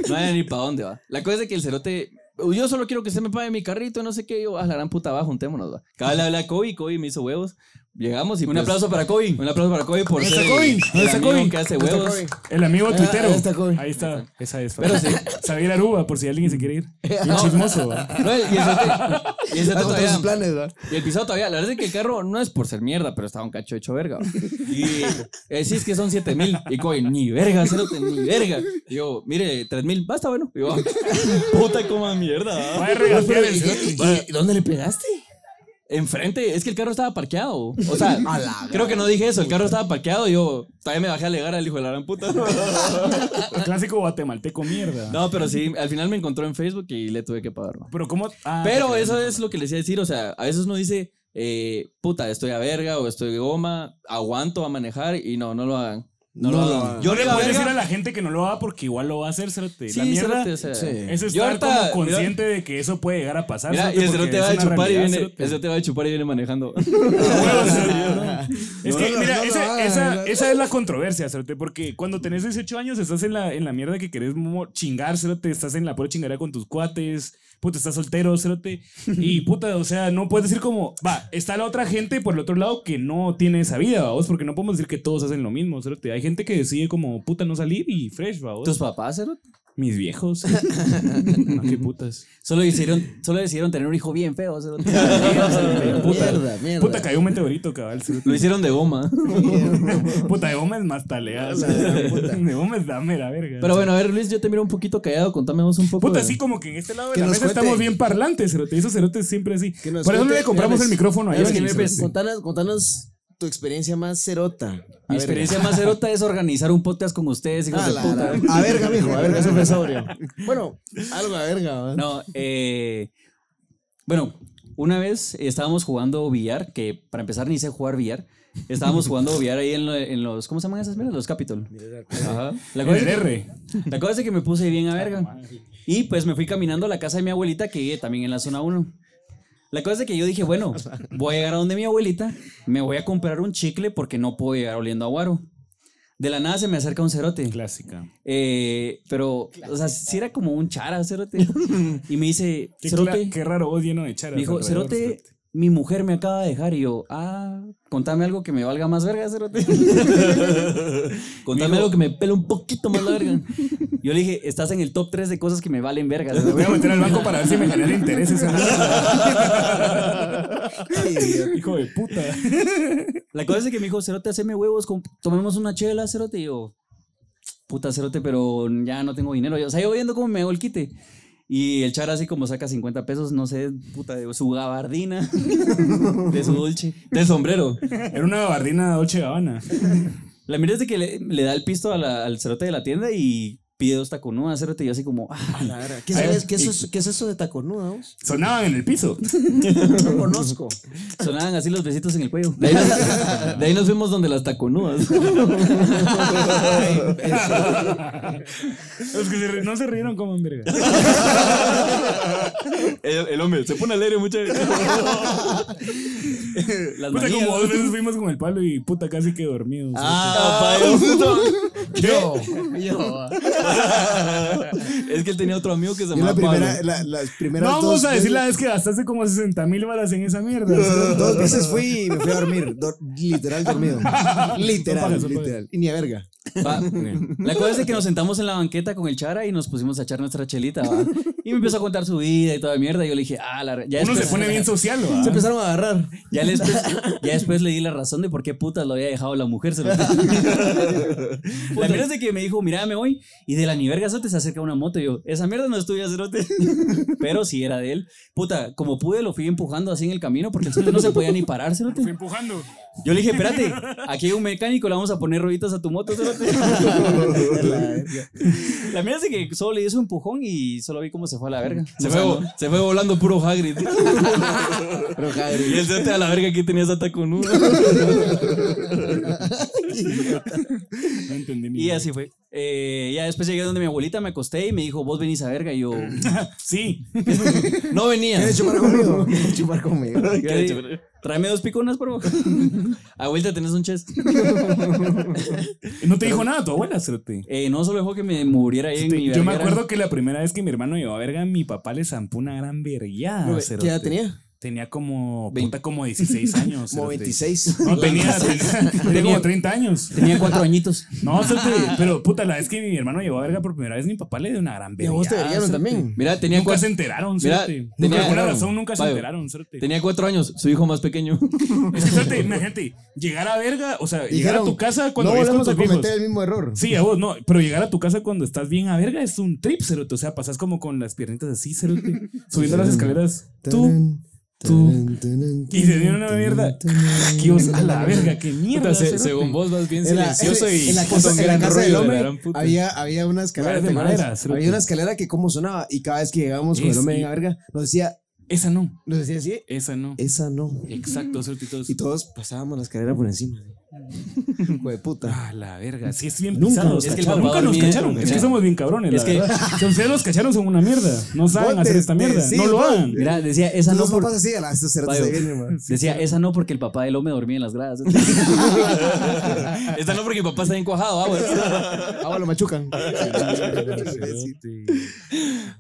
Speaker 3: No hay ni para dónde va. La cosa es de que el cerote. Yo solo quiero que usted me pague mi carrito, no sé qué. Yo, ah, la gran puta, va, juntémonos, va. Cada le hablé a Kobe, Kobe me hizo huevos. Llegamos y. pues,
Speaker 5: Un aplauso para Kobe.
Speaker 3: Un aplauso para Kobe por
Speaker 1: ¿Dónde
Speaker 3: ser
Speaker 1: está Kobe?
Speaker 3: el,
Speaker 1: ¿Dónde
Speaker 3: el
Speaker 1: está
Speaker 3: amigo
Speaker 1: Kobe?
Speaker 3: que hace
Speaker 2: ¿Dónde está
Speaker 3: huevos.
Speaker 2: Kobe?
Speaker 1: El amigo
Speaker 3: Ah,
Speaker 1: tuitero.
Speaker 2: ahí está, Kobe.
Speaker 1: Ahí está. Esa es.
Speaker 3: Pero sí.
Speaker 1: Xavier Aruba, por si alguien se
Speaker 3: (laughs)
Speaker 1: quiere ir. Bien chismoso. va.
Speaker 3: No, y el cerote- y el cerote
Speaker 2: Ah, contra
Speaker 3: todavía-
Speaker 2: sus planes, ¿verdad?
Speaker 3: Y el pisado todavía, la verdad es que el carro no es por ser mierda, pero estaba un cacho hecho verga. ¿va? Y eh, sí, es que son 7 mil. Y coño, ni verga, cerote, ni verga. Y yo, mire, 3 mil, basta, bueno. Y yo, puta coma mierda. ¿va?
Speaker 1: Va a
Speaker 3: (laughs)
Speaker 1: regatear el cerote.
Speaker 5: dónde le pegaste?
Speaker 3: Enfrente, es que el carro estaba parqueado. O sea,
Speaker 2: A la
Speaker 3: creo que no dije eso, el carro estaba parqueado. Y yo, todavía me bajé a alegar al hijo de la gran puta. (laughs)
Speaker 1: El clásico guatemalteco mierda.
Speaker 3: No, pero sí, al final me encontró en Facebook y le tuve que pagar. ¿va?
Speaker 1: Pero cómo. Ah,
Speaker 3: Pero
Speaker 1: ok.
Speaker 3: eso es lo que les iba a decir, o sea, a veces uno dice, eh, puta, estoy a verga o estoy goma, aguanto a manejar y no, no lo hagan. No,
Speaker 2: No
Speaker 3: lo
Speaker 2: lo
Speaker 3: hagan.
Speaker 2: hagan.
Speaker 1: No
Speaker 3: Yo
Speaker 1: le
Speaker 3: le
Speaker 1: puedes
Speaker 3: verga,
Speaker 1: decir a la gente que no lo haga porque igual lo va a hacer, cerote.
Speaker 3: Sí,
Speaker 1: la mierda.
Speaker 3: cerote, o sea,
Speaker 1: Es
Speaker 3: Yo
Speaker 1: estar
Speaker 3: ahorita-
Speaker 1: como consciente de que eso puede llegar a pasar.
Speaker 3: Mira, y el
Speaker 1: porque
Speaker 3: cerote va a
Speaker 1: es una
Speaker 3: chupar y
Speaker 1: realidad,
Speaker 3: viene,
Speaker 1: cerote.
Speaker 3: el cerote va a chupar y viene
Speaker 1: (laughs)
Speaker 3: manejando.
Speaker 1: Es que,
Speaker 2: No, no,
Speaker 1: mira,
Speaker 2: no lo
Speaker 1: esa,
Speaker 2: hagan,
Speaker 1: esa-
Speaker 2: no.
Speaker 1: esa es la controversia, cerote, porque cuando tenés 18 años estás en la, en la mierda que querés mo- chingar, cerote, estás en la pura chingadera con tus cuates, puta, estás soltero, cerote,
Speaker 3: (laughs)
Speaker 1: y puta, o sea, no puedes decir como, va, está la otra gente por el otro lado que no tiene esa vida, vos, porque no podemos decir que todos hacen lo mismo, cerote, hay gente que decide como, puta, no salir y fresh, vos.
Speaker 3: ¿Tus papás, cerote?
Speaker 1: Mis
Speaker 2: (laughs)
Speaker 1: viejos. no, qué putas.
Speaker 5: Solo decidieron, solo decidieron tener un hijo bien feo.
Speaker 1: (laughs)
Speaker 5: cerote.
Speaker 2: Mierda, mierda.
Speaker 1: Puta, cayó un meteorito, cabal. cerote.
Speaker 3: Lo hicieron de goma.
Speaker 1: Puta, de Gómez más
Speaker 2: (laughs)
Speaker 1: taleada.
Speaker 2: La gran puta.
Speaker 1: De Gómez dame la verga.
Speaker 3: Pero bueno, a ver, Luis, yo te miro un poquito callado, contame vos un poco.
Speaker 1: Puta,
Speaker 5: pues,
Speaker 3: de-
Speaker 1: así como que en este lado de
Speaker 2: Que
Speaker 1: la
Speaker 2: nos
Speaker 1: mesa
Speaker 2: cuente.
Speaker 1: estamos bien parlantes, cerote. Esos cerotes siempre así.
Speaker 2: (laughs) Que nos
Speaker 1: Por eso no
Speaker 2: cuente,
Speaker 1: le compramos
Speaker 2: Hermes.
Speaker 1: el micrófono a
Speaker 2: Hermes,
Speaker 1: Johnny,
Speaker 2: Hermes,
Speaker 1: cerote.
Speaker 2: Contanos, contanos tu experiencia más cerota.
Speaker 5: Mi experiencia más erota es organizar un podcast con ustedes, hijos
Speaker 1: Ah,
Speaker 2: A,
Speaker 5: de
Speaker 2: Ah, la-
Speaker 5: puta.
Speaker 2: a verga, mijo, a verga, eso fue sobrio. Bueno, algo a verga. ¿verdad?
Speaker 5: No, eh, bueno, una vez estábamos jugando billar, que para empezar ni sé jugar billar. Estábamos
Speaker 1: (laughs)
Speaker 5: jugando billar ahí en, lo- en los, ¿cómo se llaman esas mierdas? Los Capitol. Ajá. La cosa,
Speaker 1: El
Speaker 5: es que,
Speaker 1: R.
Speaker 5: la cosa es que me puse bien a verga. Y pues me fui caminando a la casa de mi abuelita, que vive también en la zona 1. La cosa es que yo dije, bueno, voy a llegar a donde mi abuelita, me voy a comprar un chicle porque no puedo llegar oliendo a guaro. De la nada se me acerca un cerote.
Speaker 1: Clásica.
Speaker 5: Eh, pero, o sea, si era como un chara, cerote. Y me dice,
Speaker 1: (laughs) Qué,
Speaker 5: cerote,
Speaker 1: cla- qué raro vos lleno de charas.
Speaker 5: me dijo,
Speaker 1: alrededor,
Speaker 5: cerote, mi mujer me acaba de dejar. Y yo, ah, contame algo que me valga más verga,
Speaker 1: (laughs)
Speaker 5: cerote. (laughs) contame algo que me pele un poquito más la verga. Yo le dije, estás en el top 3 de cosas que me valen verga.
Speaker 1: Me (laughs) voy a
Speaker 5: cerote".
Speaker 1: meter al
Speaker 5: (laughs)
Speaker 1: banco para ver si me genera intereses. Hijo de puta.
Speaker 5: La cosa es que me dijo, cerote, haceme huevos, com- tomemos una chela, cerote. Y yo, puta, cerote, pero ya no tengo dinero. Yo, o sea, yo viendo cómo me hago el quite. Y el chara así como saca 50 pesos, no sé, puta, de su gabardina, (laughs) de su dulce.
Speaker 3: Del sombrero.
Speaker 1: Era una gabardina Dolce Gabbana.
Speaker 5: La mira es de que le, le da el pisto a la- al cerote de la tienda y pide dos taconudas, cerote. Y yo así como, ah,
Speaker 2: La verga. ¿Qué,
Speaker 1: A ver,
Speaker 2: sabes- qué es
Speaker 1: y-
Speaker 2: eso, qué es eso de taconuda?
Speaker 1: (laughs)
Speaker 2: vos?
Speaker 1: Sonaban en el piso.
Speaker 2: No conozco.
Speaker 5: sonaban así los besitos en el cuello.
Speaker 3: De ahí, nos, de ahí nos vemos donde las taconudas.
Speaker 1: Los que se ri- no se rieron como en verga.
Speaker 3: El, hombre se pone alegre mucha
Speaker 5: (laughs) Las
Speaker 1: Puta,
Speaker 5: manías.
Speaker 1: como dos veces fuimos con el palo y puta, casi que dormidos.
Speaker 3: Ah,
Speaker 2: Yo.
Speaker 3: (laughs) Es que él tenía otro amigo que se
Speaker 2: Yo la
Speaker 3: llamaba Pablo.
Speaker 2: primera, la, las primeras
Speaker 1: No
Speaker 2: dos
Speaker 1: vamos a decir
Speaker 2: veces-
Speaker 1: la vez que gastaste como 60 mil balas en esa mierda.
Speaker 2: dos, dos veces fui y me fui a dormir. do- literal
Speaker 1: (laughs)
Speaker 2: dormido.
Speaker 1: Son
Speaker 2: Literal,
Speaker 1: pajas, son
Speaker 2: literal. Y ni a verga. (laughs)
Speaker 5: Va. La cosa es de que nos sentamos en la banqueta con el Chara y nos pusimos a echar nuestra chelita. va. Y me empezó a contar su vida y toda mierda. Y yo le dije, ah, la, ya
Speaker 1: Uno se
Speaker 5: después-
Speaker 1: pone bien social, (laughs)
Speaker 2: Se
Speaker 1: ¿va?
Speaker 2: empezaron a agarrar.
Speaker 5: Ya
Speaker 3: (laughs)
Speaker 5: después, ya después le di la razón de por qué putas lo había dejado la mujer. se
Speaker 3: (laughs)
Speaker 5: lo- la mierda es de que me dijo, mira, me voy. Y de la ni verga cerote, se acerca una moto. Y yo, esa mierda no es tuya,
Speaker 3: (laughs)
Speaker 5: cerote. Pero si era de él. Puta, como pude, lo fui empujando así en el camino porque el cerote no se podía ni parar, cerote.
Speaker 1: empujando.
Speaker 5: Yo le dije, espérate, aquí hay un mecánico, le vamos a poner rueditas a tu moto.
Speaker 3: (laughs)
Speaker 5: cerote". La mía es de que solo le hizo un empujón y solo vi cómo se fue a la verga.
Speaker 3: Se fue, vo- se fue volando puro
Speaker 5: (laughs)
Speaker 3: Hagrid. Y el cerote a la verga aquí tenía esa con
Speaker 5: (laughs)
Speaker 3: uno.
Speaker 1: No entendí ni
Speaker 5: Y
Speaker 1: nada.
Speaker 5: así fue. Eh, ya después llegué donde mi abuelita, me acosté y me dijo, vos venís a verga.
Speaker 1: (laughs)
Speaker 5: Y yo,
Speaker 1: Sí.
Speaker 3: No venía.
Speaker 5: (laughs)
Speaker 2: ¿Quieres chupar
Speaker 1: (laughs)
Speaker 2: conmigo? ¿Quieres chupar conmigo?
Speaker 5: yo le dije, tráeme dos piconas, por favor. (laughs) abuelita, ¿tenés un chest?
Speaker 1: No te dijo nada tu abuela, cerote.
Speaker 5: Eh, no, solo dejó que me muriera ahí en
Speaker 1: Este,
Speaker 5: mi
Speaker 1: yo me
Speaker 5: verguera.
Speaker 1: acuerdo que la primera vez que mi hermano llevó a verga, mi papá le zampó una gran vergueada.
Speaker 2: ¿Qué
Speaker 1: cerote.
Speaker 2: edad tenía?
Speaker 1: Tenía como,
Speaker 5: Vein-
Speaker 1: puta, como 16 años.
Speaker 2: (laughs) Como
Speaker 1: cerote.
Speaker 2: 26.
Speaker 1: No, tenía, tenía, tenía como 30 años. (laughs)
Speaker 5: Tenía cuatro añitos.
Speaker 4: (laughs)
Speaker 1: No, cerote, pero puta, la vez que mi hermano llevó a verga por primera vez, mi papá le dio una gran
Speaker 2: Y
Speaker 1: verga.
Speaker 2: a vos te verían también.
Speaker 3: Mira, tenía
Speaker 1: Nunca
Speaker 3: cua-
Speaker 1: se enteraron,
Speaker 3: Mira,
Speaker 1: cerote. Por
Speaker 3: tenía-
Speaker 1: alguna razón nunca se
Speaker 3: Vaya.
Speaker 1: enteraron, cerote.
Speaker 3: Tenía cuatro años, su hijo más
Speaker 1: (laughs)
Speaker 3: pequeño.
Speaker 4: (laughs)
Speaker 1: Es que suerte, imagínate, llegar a verga, o sea, llegar a tu casa cuando
Speaker 2: no
Speaker 1: vives con
Speaker 2: volvemos a
Speaker 1: tus viejos.
Speaker 2: cometer el mismo error.
Speaker 1: Sí, a vos no, pero llegar a tu casa cuando estás bien a verga es un trip, cerote. O sea, pasas como con las piernitas
Speaker 2: (laughs)
Speaker 1: así, cerote, subiendo las escaleras. Tú, tú. Y se dio una mierda. Que os- a la verga, qué mierda.
Speaker 4: Puta, se-
Speaker 1: cerote.
Speaker 4: según vos vas bien
Speaker 2: En la,
Speaker 4: silencioso
Speaker 2: en-
Speaker 4: y
Speaker 2: en la
Speaker 4: puta,
Speaker 2: casa,
Speaker 4: un
Speaker 2: en la
Speaker 4: gran
Speaker 2: casa del
Speaker 4: rollo de la
Speaker 2: hombre
Speaker 4: gran puta.
Speaker 2: había, había una escalera.
Speaker 1: Era de
Speaker 2: ¿te acuerdas?
Speaker 1: madera, cerote.
Speaker 2: había una escalera que cómo sonaba y cada vez que llegábamos con el
Speaker 1: Es-
Speaker 2: hombre en la verga nos decía,
Speaker 1: Esa no,
Speaker 2: nos decía así,
Speaker 1: esa no.
Speaker 2: esa no.
Speaker 1: Exacto, cerote. y todos,
Speaker 2: Y todos pasábamos la escalera por encima. Hijo de puta.
Speaker 1: A la verga, sí es bien
Speaker 2: Nunca
Speaker 1: pisado.
Speaker 2: nos
Speaker 1: Es que el
Speaker 2: cacharon.
Speaker 1: papá Nunca nos
Speaker 5: dormía,
Speaker 1: cacharon. Es que
Speaker 5: mira.
Speaker 1: somos bien cabrones.
Speaker 5: Es
Speaker 1: la
Speaker 5: que-
Speaker 1: verdad. Si ustedes los cacharon, son una mierda. No saben
Speaker 2: Botes
Speaker 1: hacer esta
Speaker 2: de
Speaker 1: mierda. No lo
Speaker 2: silba.
Speaker 1: hagan.
Speaker 5: Mira, decía, esa no,
Speaker 2: Los
Speaker 5: por-
Speaker 2: papás así, a las cerdas
Speaker 5: Vaya.
Speaker 2: se vienen, man.
Speaker 5: (laughs) decía, esa no porque el papá del hombre dormía en
Speaker 1: (laughs)
Speaker 5: las gradas. (laughs)
Speaker 3: Esta no porque mi papá está bien cuajado, ah,
Speaker 1: (laughs)
Speaker 3: bueno.
Speaker 2: Ahora lo machucan.
Speaker 3: A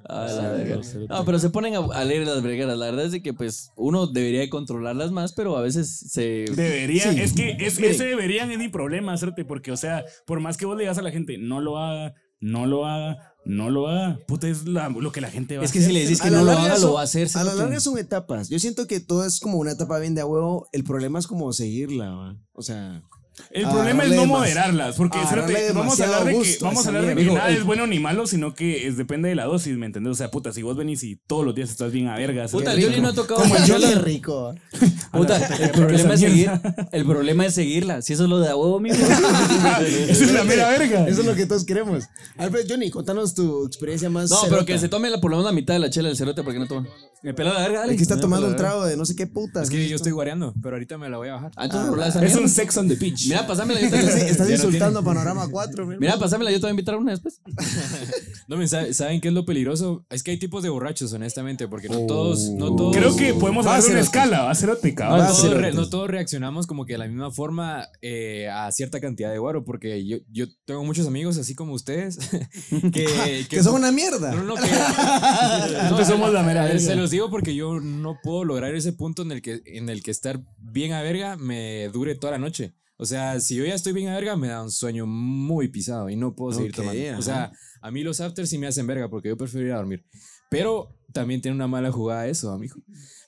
Speaker 3: Ah, la verga. No, pero se ponen a, a leer las bregueras. La verdad es de que pues uno debería de controlarlas más, pero a veces se...
Speaker 1: Deberían, es que es, ese deberían es mi problema, hacerte, porque, o sea, por más que vos le digas a la gente, no lo haga, no lo haga, no lo haga, puta, es la- lo que la gente va
Speaker 5: Es
Speaker 1: a
Speaker 5: que
Speaker 1: hacer.
Speaker 5: si le decís
Speaker 2: A
Speaker 5: que
Speaker 2: la
Speaker 5: no lo
Speaker 2: larga
Speaker 5: haga,
Speaker 2: son-
Speaker 5: lo va a hacer.
Speaker 2: A la
Speaker 5: cerote.
Speaker 2: larga son etapas. Yo siento que todo es como una etapa bien de a huevo. El problema es como seguirla, va. O sea,
Speaker 1: El
Speaker 2: Ah,
Speaker 1: problema es no
Speaker 2: agarrarle demas-
Speaker 1: moderarlas, porque
Speaker 2: agarrarle
Speaker 1: espérate, vamos a
Speaker 2: demasiado
Speaker 1: hablar de que,
Speaker 2: gusto a
Speaker 1: vamos a
Speaker 2: esa
Speaker 1: hablar de que
Speaker 2: mierda.
Speaker 1: nada es bueno ni malo, sino que es, depende de la dosis, ¿me entendés? O sea, puta, si vos venís y todos los días estás bien a vergas.
Speaker 3: Puta,
Speaker 1: ¿sí?
Speaker 3: el Johnny no ha tocado
Speaker 2: como yo
Speaker 3: mucho
Speaker 2: le
Speaker 3: la-
Speaker 2: rico.
Speaker 5: Puta, el problema es
Speaker 1: esa
Speaker 5: seguir. El problema es seguirla. Si eso es lo de a huevo,
Speaker 2: (laughs)
Speaker 5: mijo.
Speaker 1: Esa (laughs) es la mera verga.
Speaker 2: Eso es lo que todos queremos. Alfred, Johnny, contanos tu experiencia más.
Speaker 3: No, pero que
Speaker 2: cerota.
Speaker 3: se tome la- por lo menos la mitad de la chela del cerote porque no toma.
Speaker 5: Me peló la verga, dale.
Speaker 2: El que está tomando un trago de no sé qué puta.
Speaker 4: Es que yo estoy guareando, pero ahorita me la voy a bajar.
Speaker 3: Ah, entonces, rola esa
Speaker 1: Es
Speaker 3: mierda.
Speaker 1: un sex on the beach.
Speaker 3: Mira, pasámela.
Speaker 2: (laughs)
Speaker 3: Yo (laughs)
Speaker 2: Estás,
Speaker 3: te-
Speaker 2: estás
Speaker 4: Ya no
Speaker 2: insultando a Panorama 4, mira.
Speaker 3: Mira, pasámela. Yo te voy a invitar a una después.
Speaker 4: No, men, ¿sabe- ¿saben qué es lo peligroso? Es que hay tipos de borrachos, honestamente, porque no todos, no todos.
Speaker 1: Creo que podemos
Speaker 2: Va,
Speaker 1: hacer
Speaker 2: cerote.
Speaker 1: una escala, va a ser óptica,
Speaker 4: No
Speaker 1: va.
Speaker 2: Va.
Speaker 4: todos,
Speaker 2: cerotes.
Speaker 4: re- no todos reaccionamos como que de la misma forma eh, a cierta cantidad de guaro, porque yo, yo tengo muchos amigos así como ustedes (laughs)
Speaker 2: (laughs)
Speaker 4: que,
Speaker 2: Que son una mierda.
Speaker 4: No, no, que,
Speaker 1: Nosotros somos la mera
Speaker 4: a ver,
Speaker 1: verga.
Speaker 4: Se los digo porque yo no puedo lograr ese punto en el que, en el que estar bien a verga me dure toda la noche. O sea, si yo ya estoy bien a verga, me da un sueño muy pisado y no puedo seguir
Speaker 2: Ok,
Speaker 4: tomando. O sea, a mí los afters sí me hacen verga porque yo prefiero ir a dormir. Pero también tiene una mala jugada eso, amigo.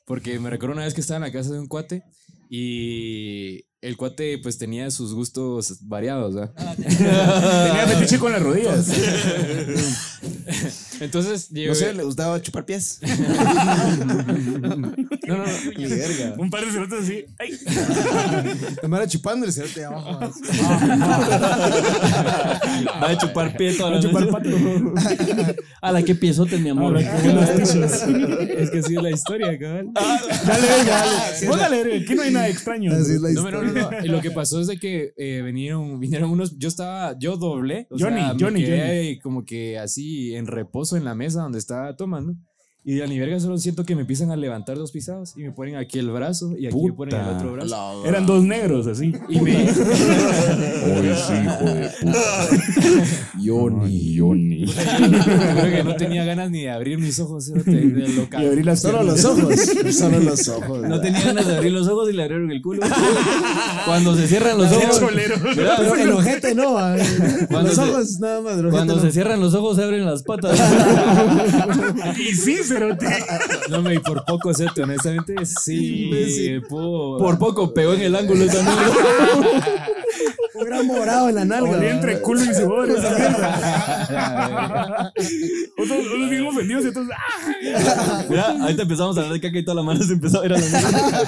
Speaker 4: Porque me recuerdo una vez que estaba en la casa de un cuate y el cuate pues tenía sus gustos variados, ¿verdad?
Speaker 1: Tenía fetiche con las rodillas.
Speaker 4: Entonces,
Speaker 2: No
Speaker 4: llevé-
Speaker 2: sé, le gustaba chupar pies.
Speaker 4: no, no, no.
Speaker 2: Ni
Speaker 1: (laughs)
Speaker 2: verga.
Speaker 1: Un par de cerotes así. Ay.
Speaker 2: Me era chupando el cerote de abajo.
Speaker 5: Va a chupar pie toda
Speaker 1: Va a
Speaker 5: la
Speaker 1: chupar
Speaker 5: noche.
Speaker 3: (laughs)
Speaker 5: A la que piezotes, mi
Speaker 2: Ah,
Speaker 5: amor.
Speaker 1: Ahora,
Speaker 4: (laughs)
Speaker 1: qué buenas tichas.
Speaker 4: Es que así es la historia, cabrón.
Speaker 2: Dale, verga, dale. Así es la-
Speaker 1: Póngale, verga, aquí no hay nada extraño.
Speaker 2: así es la
Speaker 4: No, no, no,
Speaker 2: historia.
Speaker 4: no. Y lo que pasó es de que eh, vinieron, vinieron unos. Yo estaba, yo doblé. o
Speaker 1: Johnny,
Speaker 4: sea, me
Speaker 1: Johnny,
Speaker 4: quedé Como que así en reposo en la mesa donde estaba tomando. Y a ni verga solo siento que me empiezan a levantar dos pisados y me ponen aquí el brazo y aquí me ponen el
Speaker 1: Puta.
Speaker 4: otro brazo. (laughs)
Speaker 1: Eran dos negros así.
Speaker 4: Y me,
Speaker 6: Hoy sí, hijo de puta. Johnny, Johnny.
Speaker 4: creo que no tenía ganas ni de abrir mis ojos. cerote, de lo
Speaker 1: Y
Speaker 4: ca-
Speaker 1: abrí las
Speaker 2: Solo
Speaker 1: piernas.
Speaker 2: los ojos. Solo los ojos.
Speaker 5: No tenía ganas de abrir los ojos y le abrieron el
Speaker 2: (laughs)
Speaker 5: culo. Cuando se cierran los
Speaker 1: Qué
Speaker 5: ojos.
Speaker 1: cholero.
Speaker 5: Mira,
Speaker 2: Pero el ojete no, ah.
Speaker 5: Cuando
Speaker 2: los
Speaker 5: se-
Speaker 2: ojos nada más. el ojete
Speaker 5: Cuando
Speaker 2: no.
Speaker 5: se cierran los ojos, se abren las patas.
Speaker 1: Y sí, cerote.
Speaker 4: No me, y por poco, cerote, honestamente, sí.
Speaker 2: Imbécil.
Speaker 3: (laughs)
Speaker 4: puedo-
Speaker 3: Por poco pegó en el ángulo esa mierda.
Speaker 2: Un gran morado en la nalga.
Speaker 1: Olía
Speaker 2: ¿verdad?
Speaker 1: entre culo y sudor esa mierda. Otros otros bien ofendidos y otros. ¡ah!
Speaker 5: Mira, ahorita empezamos a hablar de caca y toda la mano se empezó a ver a la mierda.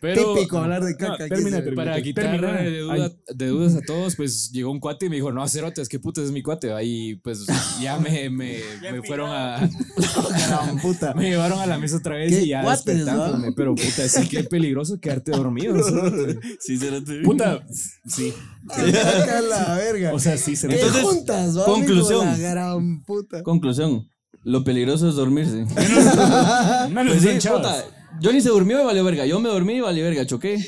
Speaker 4: Pero, ah,
Speaker 2: Típico hablar de caca.
Speaker 1: No,
Speaker 2: aquí,
Speaker 1: termina,
Speaker 2: sí.
Speaker 1: termina.
Speaker 4: Para quitar
Speaker 1: Termina.
Speaker 4: de, duda- de dudas a todos, pues llegó un cuate y me dijo, no, cerote, es que puta es mi cuate. Ahí pues ya me, me, me fueron a... (laughs)
Speaker 2: Gran (laughs) puta.
Speaker 4: Me llevaron a la mesa otra vez
Speaker 2: ¿Qué
Speaker 4: y ya
Speaker 2: cuates,
Speaker 4: despertándome. Pero puta, sí que es peligroso
Speaker 2: (laughs)
Speaker 4: quedarte dormido. cerote.
Speaker 3: Sí, cerote.
Speaker 1: Puta, sí.
Speaker 2: Caca la verga.
Speaker 1: O sea, sí, se
Speaker 2: ¿Qué
Speaker 3: entonces,
Speaker 2: Eh, juntas, va,
Speaker 3: conclusión.
Speaker 2: amigo? La gran puta.
Speaker 3: Conclusión. Lo peligroso es dormirse.
Speaker 1: Manos
Speaker 3: Pues sí,
Speaker 1: manchadas.
Speaker 3: puta, Johnny se durmió y valió verga. Yo me dormí y valió verga. Choqué.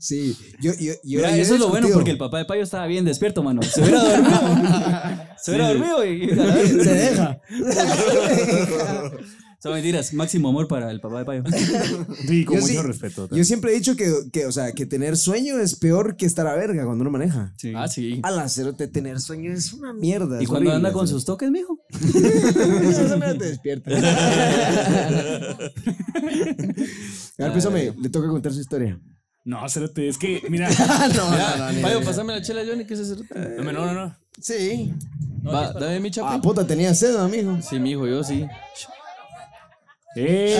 Speaker 2: Sí, yo, yo, yo
Speaker 3: Mira,
Speaker 2: yo he
Speaker 3: eso es lo bueno
Speaker 2: discutido.
Speaker 3: porque el papá de Payo estaba bien despierto, mano. Se hubiera (laughs) dormido. se hubiera dormido y.
Speaker 2: se
Speaker 3: (laughs)
Speaker 2: deja.
Speaker 3: Son mentiras. Máximo amor para el papá de Payo.
Speaker 1: Sí, con
Speaker 2: Yo
Speaker 1: mucho
Speaker 2: sí-
Speaker 1: respeto.
Speaker 2: Yo siempre he dicho que, que, o sea, que tener sueño es peor que estar a verga cuando uno maneja.
Speaker 3: Ah, sí.
Speaker 2: Al acerote tener sueño es una mierda.
Speaker 3: Y
Speaker 2: es
Speaker 3: cuando
Speaker 2: horrible,
Speaker 3: anda con
Speaker 2: (laughs) cerote.
Speaker 3: sus toques, mijo. (laughs)
Speaker 2: Esa mera te despierta. A ver, pésame, le toca contar su historia.
Speaker 1: No, cérate, es que, mira,
Speaker 3: Payo, pásame la chela, Johnny, que es ese cerote?
Speaker 4: No, no, no.
Speaker 2: Sí.
Speaker 3: Va, dame mi chapa.
Speaker 2: Ah, puta, tenía sed, amigo.
Speaker 3: Sí, mijo, yo sí.
Speaker 1: eh,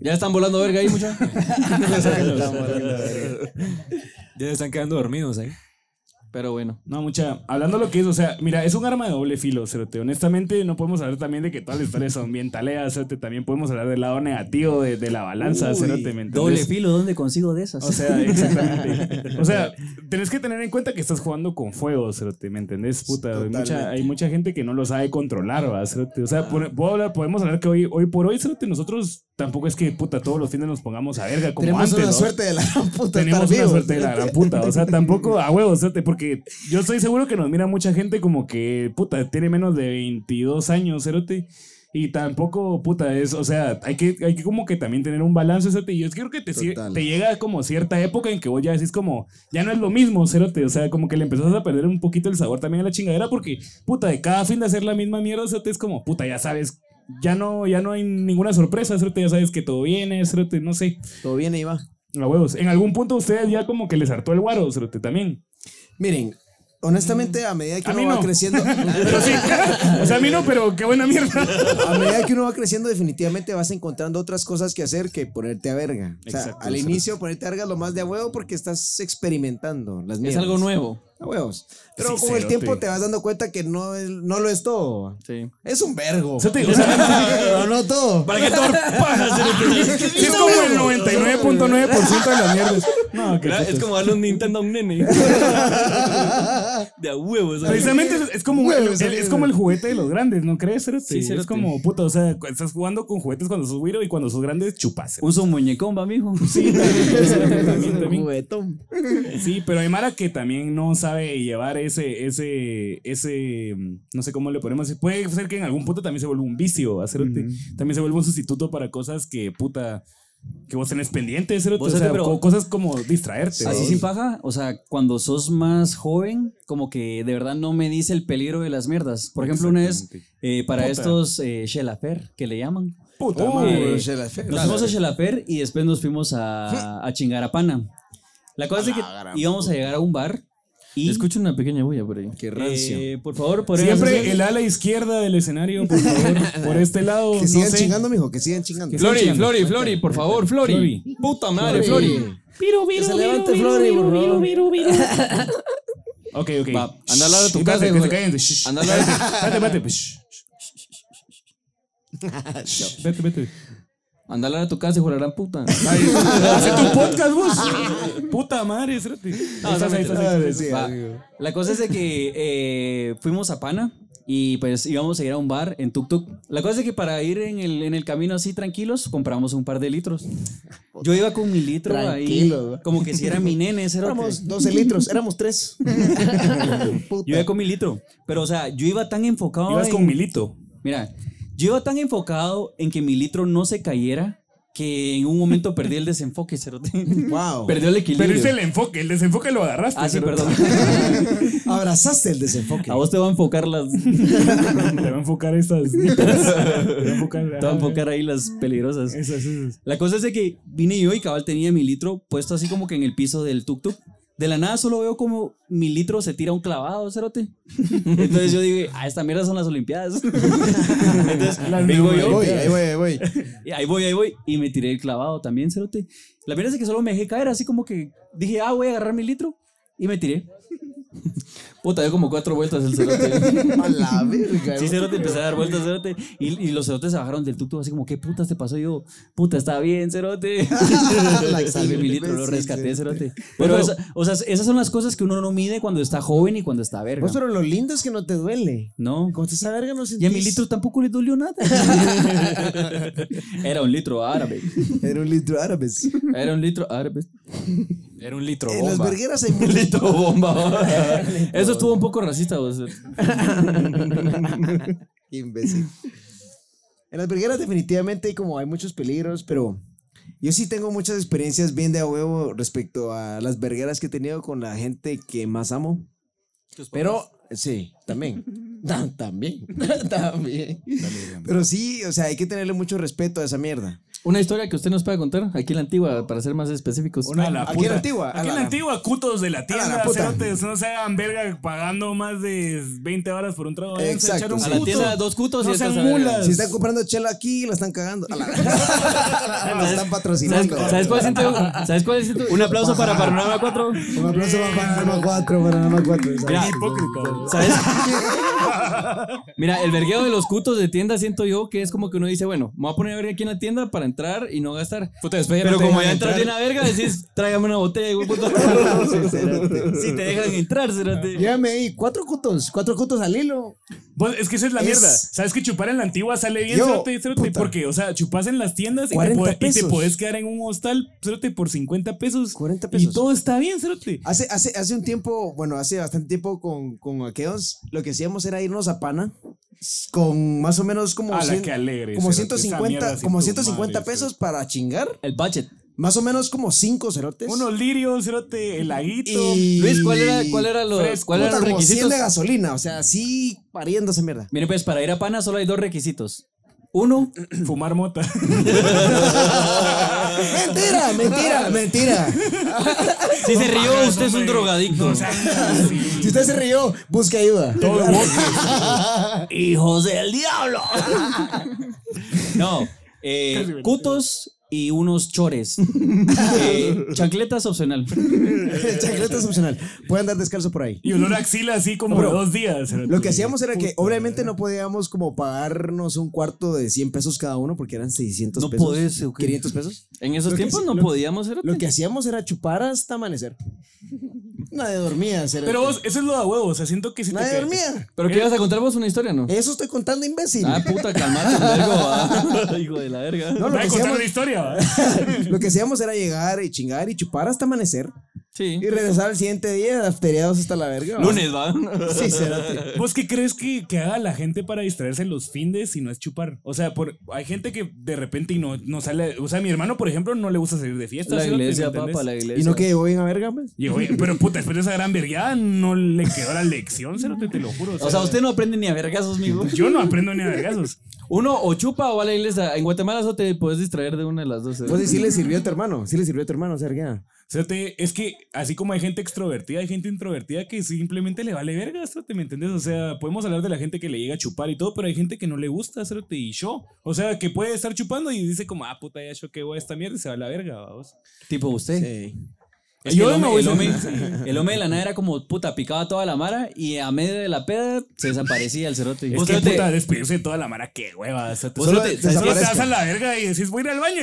Speaker 3: Ya están volando verga ahí, (laughs) muchachos.
Speaker 4: Ya se están quedando dormidos ahí.
Speaker 3: Pero bueno.
Speaker 1: no, mucha, hablando lo que es, o sea, mira, es un arma de doble filo, cérate. Honestamente, no podemos hablar también de que todas las historias son bien taleas, cérate. También podemos hablar del lado negativo de, de la balanza, cérate, ¿me entiendes?
Speaker 3: Doble filo, ¿dónde consigo de esas?
Speaker 1: O
Speaker 2: (laughs)
Speaker 1: sea, exactamente. O sea, tenés que tener en cuenta que estás jugando con fuego, Cerote, ¿me entendés? Puta, hay mucha, hay mucha gente que no lo sabe controlar, ¿va, Cerote? O
Speaker 2: Ah.
Speaker 1: sea, pone- puedo hablar, podemos hablar que hoy, hoy por hoy, Cerote, nosotros tampoco es que, puta, todos los fines nos pongamos a verga como
Speaker 2: Tenemos
Speaker 1: antes,
Speaker 2: una
Speaker 1: ¿va?
Speaker 2: suerte de la gran puta.
Speaker 1: Tenemos
Speaker 2: estar
Speaker 1: una
Speaker 2: vivos.
Speaker 1: suerte de la gran puta. O sea, (laughs) tampoco a huevos, Cerote, porque yo estoy seguro que nos mira mucha gente como que, puta, tiene menos de 22 años, Cerote. Y tampoco, puta, es, o sea, hay que, hay que como que también tener un balance, Cerote. Y yo creo que te, si-
Speaker 2: Total.
Speaker 1: te llega como cierta época en que vos ya decís como, ya no es lo mismo, Cerote. O sea, como que le empezás a perder un poquito el sabor también a la chingadera porque, puta, de cada fin de hacer la misma mierda, Cerote, es como, puta, ya sabes. Ya no, ya no hay ninguna sorpresa, Cerote. Ya sabes que todo viene, Cerote, no sé.
Speaker 2: Todo viene y va.
Speaker 1: A huevos. En algún punto ustedes ya como que les hartó el guaro, Cerote, también.
Speaker 2: Miren, honestamente, a medida que
Speaker 1: A
Speaker 2: uno
Speaker 1: mí
Speaker 2: va
Speaker 1: no.
Speaker 2: creciendo,
Speaker 1: (laughs) Pero sí. O sea, a mí no, pero qué buena mierda.
Speaker 2: a medida que uno va creciendo, definitivamente vas encontrando otras cosas que hacer que ponerte a verga. O sea,
Speaker 1: Exacto,
Speaker 2: al
Speaker 1: exacto.
Speaker 2: inicio ponerte a verga es lo más de a huevo porque estás experimentando las
Speaker 3: es
Speaker 2: mierdas.
Speaker 3: algo nuevo.
Speaker 2: A huevos. Pero
Speaker 1: Sí,
Speaker 2: con el
Speaker 1: cerote.
Speaker 2: tiempo te vas dando cuenta que no, es- no lo es todo.
Speaker 3: Sí.
Speaker 2: Es un vergo.
Speaker 1: Cerote, o sea,
Speaker 2: (laughs) Pero no todo.
Speaker 1: para que todo
Speaker 3: (laughs)
Speaker 1: paja, Cerote. Sí, es como el 99.9% de las mierdas. No, que
Speaker 3: Es como darle un Nintendo a un nene. (laughs)
Speaker 2: (laughs)
Speaker 3: De a huevos.
Speaker 1: Precisamente es- es como,
Speaker 2: Huevos,
Speaker 1: el, el- es
Speaker 2: amigos.
Speaker 1: como el juguete de los grandes, ¿no crees, Cerote?
Speaker 3: eh. Sí, Cerote.
Speaker 1: Es como, puta, o sea, cu- estás jugando con juguetes cuando sos güiro y cuando sos grande chupas.
Speaker 3: Uso un muñecón, va, mijo. Sí. (laughs)
Speaker 1: Cerote, también, también.
Speaker 2: Juguetón.
Speaker 1: Sí, pero hay Mara que también no sabe llevar ese, ese, ese, mm, no sé cómo le ponemos. decir. Puede ser que en algún punto también se vuelva un vicio, ¿va, cerote? También se vuelve un sustituto para cosas que puta, que vos tenés pendiente, cerote.
Speaker 3: Vos
Speaker 1: o sea,
Speaker 3: cerote, pero-
Speaker 1: co- cosas como distraerte.
Speaker 3: Así
Speaker 1: ¿va?
Speaker 3: sin paja, o sea, cuando sos más joven, como que de verdad no me dice el peligro de las mierdas. Por ejemplo, una vez, eh, para
Speaker 1: Puta.
Speaker 3: estos eh, Shellafer, que le llaman,
Speaker 1: Puta
Speaker 3: Oh,
Speaker 1: madre.
Speaker 3: eh,
Speaker 2: Pues, se la fe-
Speaker 3: nos fuimos a Shellafer y después nos fuimos a, (laughs) a Chingarapana. La cosa es que íbamos a llegar a un bar y...
Speaker 7: Escucho una pequeña bulla por ahí.
Speaker 2: Qué rancio.
Speaker 3: eh, por favor, podrías
Speaker 1: Siempre
Speaker 3: hacer-
Speaker 1: el ala izquierda del escenario,
Speaker 7: (laughs)
Speaker 1: por favor, por este lado.
Speaker 2: que
Speaker 1: no
Speaker 2: sigan
Speaker 1: sé.
Speaker 2: chingando, mijo, que sigan chingando.
Speaker 4: (laughs) Flori, Flori, Flori, por favor, Flori. Puta madre, Flori.
Speaker 1: Viru,
Speaker 2: Que se
Speaker 1: viru,
Speaker 2: levante,
Speaker 1: viru,
Speaker 2: Flori,
Speaker 1: viru,
Speaker 2: por
Speaker 1: viru,
Speaker 2: favor.
Speaker 1: viru, viru. Ok, ok.
Speaker 7: Va, anda al lado de tu
Speaker 1: Shh,
Speaker 7: casa,
Speaker 1: espérate,
Speaker 7: hijo
Speaker 1: que
Speaker 7: de-
Speaker 1: se callen. Shh.
Speaker 7: Anda a hablar de-
Speaker 1: Espérate,
Speaker 7: (laughs)
Speaker 1: espérate. pues, shh, shh. Vete, vete.
Speaker 7: Anda a hablar a tu casa y jugarán puta.
Speaker 1: Hace tu podcast, vos. Ah, Puta madre, espérate. Ahí estás, ahí estás, ahí
Speaker 2: Ah,
Speaker 1: estás.
Speaker 2: sí,
Speaker 3: Va.
Speaker 2: amigo.
Speaker 3: La cosa es de que eh, fuimos a Pana y pues íbamos a ir a un bar en Tuk Tuk. La cosa es de que para ir en el, en el camino así tranquilos, compramos un par de litros. Yo iba con mi litro
Speaker 2: Tranquilos,
Speaker 3: ahí,
Speaker 2: ¿va?
Speaker 3: como que si era mi nene, ese era
Speaker 2: Éramos 12 litros, éramos 3.
Speaker 3: Yo iba con mi litro, pero o sea, yo iba tan enfocado
Speaker 1: Ibas
Speaker 3: en-
Speaker 1: con Milito.
Speaker 3: Mira, yo iba tan enfocado en que mi litro no se cayera que en un momento perdí el desenfoque, cerote. (laughs)
Speaker 2: Wow.
Speaker 3: Perdió el
Speaker 1: Pero
Speaker 3: equilibrio.
Speaker 1: es el enfoque, el desenfoque lo agarraste.
Speaker 3: (laughs) Ah, sí,
Speaker 1: pero-
Speaker 3: perdón.
Speaker 2: Abrazaste el desenfoque.
Speaker 3: A vos te va a enfocar las
Speaker 1: (laughs) Te va a enfocar estas. nitas. Te va a enfocar.
Speaker 3: te va a enfocar ahí las peligrosas.
Speaker 1: Esas, esas.
Speaker 3: La cosa es de que vine yo y cabal tenía mi litro puesto así como que en el piso del tuk tuk. De la nada solo veo como mi litro se tira un clavado, (laughs) cerote. Entonces yo dije, ah, esta mierda son las Olimpiadas. (laughs) Entonces vengo
Speaker 2: Ahí
Speaker 3: yo,
Speaker 2: voy, ahí voy, ahí voy.
Speaker 3: y ahí voy, ahí voy. Y me tiré el clavado también, cerote. La mierda es que solo me dejé caer, así como que dije, ah, voy a agarrar mi litro. Y me tiré. (laughs) Puta, dio como cuatro vueltas el cerote.
Speaker 2: A la verga.
Speaker 3: (laughs) Sí, Cerote empezó a dar vueltas, Cerote. Y, y los Cerotes se bajaron del tuk así como, ¿qué putas te pasó? Y yo, puta, está bien, Cerote.
Speaker 2: La
Speaker 3: (laughs) Salve mi litro, lo
Speaker 2: imbécil,
Speaker 3: rescaté, Cerote.
Speaker 2: Bueno,
Speaker 3: Pero, esa- o sea, esas son las cosas que uno no mide cuando está joven y cuando está verga.
Speaker 2: Vos, Pues, pero lo lindo es que no te duele.
Speaker 3: No.
Speaker 2: Cuando estás a verga no sentís.
Speaker 3: Y a mi litro tampoco le dolió nada. Era un litro árabe.
Speaker 2: (laughs) Era un litro árabe.
Speaker 3: Era un litro (laughs) árabe.
Speaker 4: Era un litro
Speaker 2: En las
Speaker 4: bomba.
Speaker 2: vergueras hay
Speaker 3: (laughs) Un
Speaker 2: mucho.
Speaker 3: litro Oh, bomba. (laughs) Eso estuvo un poco racista. (laughs) vos.
Speaker 2: Imbécil. (laughs) En las vergueras definitivamente hay como hay muchos peligros, pero yo sí tengo muchas experiencias bien de a huevo respecto a las vergueras que he tenido con la gente que más amo. Pero sí,
Speaker 3: (laughs)
Speaker 2: también.
Speaker 3: Ah,
Speaker 2: Ta- también. también. Pero sí, o sea, hay que tenerle mucho respeto a esa mierda.
Speaker 3: Una historia que usted nos puede contar, aquí en la antigua, para ser más específicos.
Speaker 1: Una a la
Speaker 2: Aquí en
Speaker 1: puta.
Speaker 2: la antigua, a
Speaker 1: Aquí en
Speaker 2: la-
Speaker 1: la antigua, cutos de la
Speaker 2: la
Speaker 1: tienda.
Speaker 2: puta.
Speaker 1: cerotes, no se hagan verga pagando más de 20 horas por un trago. váyanse
Speaker 2: Exacto,
Speaker 1: echar un
Speaker 2: sí.
Speaker 3: A la
Speaker 1: cuto.
Speaker 3: tienda, dos cutos
Speaker 1: No
Speaker 3: y estas
Speaker 1: sean
Speaker 3: a ver.
Speaker 1: mulas.
Speaker 2: Si están comprando chela aquí, la están cagando. A
Speaker 3: (laughs)
Speaker 2: la- (laughs) la están
Speaker 3: ¿Sabes,
Speaker 2: patrocinando.
Speaker 3: ¿sabes cuál siento? ¿Sabes cuál siento? Un aplauso para Panorama (laughs) 4.
Speaker 2: Un aplauso para Panamá 4, Panamá 4.
Speaker 1: Qué hipócrita. güey.
Speaker 3: ¿Sabes? (laughs) Mira, el vergueo de los cutos de tienda siento yo que es como que uno dice, bueno, me voy a poner a verga aquí en la tienda para entrar y no gastar.
Speaker 4: Puta, después ya
Speaker 3: Pero
Speaker 4: no te
Speaker 3: como ya
Speaker 4: dejan
Speaker 3: entras bien
Speaker 4: entrar.
Speaker 3: a verga, decís, tráigame una botella. hijo de puta". Si te dejan entrar, cerote.
Speaker 2: Ya me di cuatro cutos, cuatro cutos al hilo.
Speaker 1: Vos, es que esa es la
Speaker 2: Es-
Speaker 1: mierda. Sabes que chupar en la antigua sale bien,
Speaker 2: Yo,
Speaker 1: cerote, cerote,
Speaker 2: puta.
Speaker 1: porque, o sea, chupas en las tiendas y te,
Speaker 2: 40
Speaker 1: puede- y te
Speaker 2: pesos.
Speaker 1: puedes quedar en un hostal, cerote, por 50 pesos.
Speaker 2: 40
Speaker 1: Y
Speaker 2: pesos. Ah,
Speaker 1: todo está bien, cerote.
Speaker 2: Hace, hace, hace un tiempo, bueno, hace bastante tiempo con, con aquellos, lo que hacíamos era irnos a Pana con más o menos como,
Speaker 1: A la
Speaker 2: cien-
Speaker 1: que alegre.
Speaker 2: como
Speaker 1: cerote, esa
Speaker 2: 150,
Speaker 1: mierda,
Speaker 2: como
Speaker 1: tu
Speaker 2: 150
Speaker 1: madre,
Speaker 2: pesos para chingar.
Speaker 3: El budget.
Speaker 2: Más o menos como cinco cerotes.
Speaker 1: cerote. Unos lirios, cerote, el laguito.
Speaker 2: pues. Y-
Speaker 3: Luis, ¿cuál era, cuál era los,
Speaker 1: Fresco.
Speaker 3: cuál eran
Speaker 2: puta,
Speaker 3: los
Speaker 2: como 100
Speaker 3: requisitos?
Speaker 2: de gasolina, o sea, sí pariendo esa
Speaker 1: (laughs)
Speaker 2: mierda.
Speaker 3: Miren, pues para ir a Pana solo hay dos requisitos. Uno,
Speaker 1: Fumar mota. (laughs)
Speaker 2: mentira, mentira, mentira.
Speaker 3: si se rió,
Speaker 1: pagas,
Speaker 3: usted es un
Speaker 1: hombre.
Speaker 3: drogadicto.
Speaker 1: O sea, sí.
Speaker 2: Si usted se rió, busque ayuda.
Speaker 1: Todo el bosque.
Speaker 3: ¡Hijos del diablo! (laughs) no, eh,
Speaker 1: Casi me
Speaker 3: cutos y unos
Speaker 2: (laughs)
Speaker 3: chores. Eh, chancletas opcional.
Speaker 2: Chancleta es opcional. Pueden andar descalzo por ahí.
Speaker 1: Y olor a axila así como
Speaker 2: Bro,
Speaker 1: dos días. cerote.
Speaker 2: Lo que hacíamos era que obviamente no podíamos como pagarnos un cuarto de 100 pesos cada uno porque eran 600
Speaker 3: No
Speaker 2: pesos.
Speaker 3: podés, ¿o qué?
Speaker 2: 500 pesos.
Speaker 3: En esos
Speaker 2: Lo que
Speaker 3: tiempos
Speaker 2: sí-
Speaker 3: no
Speaker 2: lo-
Speaker 3: podíamos hacer.
Speaker 2: Lo que hacíamos era chupar hasta amanecer. Nadie dormía. cerote.
Speaker 1: Pero vos, eso es lo de huevo. O sea, siento que si te
Speaker 2: Nadie
Speaker 1: caes-
Speaker 2: dormía.
Speaker 3: ¿Pero qué ibas a contar vos una historia, no?
Speaker 2: Eso estoy contando, imbécil.
Speaker 3: Ah, puta, calmate,
Speaker 2: (laughs)
Speaker 3: vergo, ah. (laughs) Hijo de la verga.
Speaker 2: no, lo
Speaker 1: Voy
Speaker 2: que,
Speaker 1: a contar
Speaker 2: hacíamos,
Speaker 1: una historia. ¿va?
Speaker 2: lo que hacíamos era llegar y chingar y chupar hasta amanecer
Speaker 3: Sí.
Speaker 2: y regresar al siguiente día afteriados hasta la verga. ¿no?
Speaker 3: Lunes, va.
Speaker 2: Sí, cerote.
Speaker 1: ¿Vos qué crees que, que haga la gente para distraerse los findes si no es chupar? O sea, por, hay gente que de repente y no, no sale. O sea, mi hermano, por ejemplo, no le gusta salir de
Speaker 3: (laughs)
Speaker 1: fiesta.
Speaker 3: La
Speaker 1: cerote, ¿me
Speaker 3: iglesia,
Speaker 1: entendés?
Speaker 3: papá, la iglesia.
Speaker 2: Y no que llegó bien a verga, pues.
Speaker 1: Y oye, pero puta, después de esa gran vergada no le quedó la lección, cerote, te lo juro.
Speaker 3: O sea, usted no aprende ni a vergazos, mijo.
Speaker 1: yo no aprendo ni a vergazos.
Speaker 3: Uno o chupa o va a la iglesia. En Guatemala solo te puedes distraer de una de las dos. ¿eh?
Speaker 2: Entonces Pues sí le sirvió a tu hermano, sí le sirvió a tu hermano, Sergio.
Speaker 1: Cerote, es que así como hay gente extrovertida, hay gente introvertida que simplemente le vale verga, cerote, ¿me entiendes? O sea, podemos hablar de la gente que le llega a chupar y todo, pero hay gente que no le gusta, cerote, y yo. O sea, que puede estar chupando y dice como, ah, puta, ya yo qué voy a esta mierda y se va a la verga, vamos.
Speaker 3: Tipo usted. Es
Speaker 1: Yo
Speaker 3: que el
Speaker 1: me
Speaker 3: hombre, el,
Speaker 1: voy
Speaker 3: hombre- el hombre de la nada era como puta, picaba toda la mara y a medio de la peda se desaparecía el cerote.
Speaker 1: Es
Speaker 3: Vos
Speaker 1: que
Speaker 3: cerote,
Speaker 1: puta, despedirse de toda la mara, qué hueva. O sea, te-
Speaker 3: Vos
Speaker 1: solo
Speaker 3: no
Speaker 1: te,
Speaker 3: te-
Speaker 1: solo te
Speaker 2: desaparezca.
Speaker 1: vas a la verga y decís, voy a ir al baño.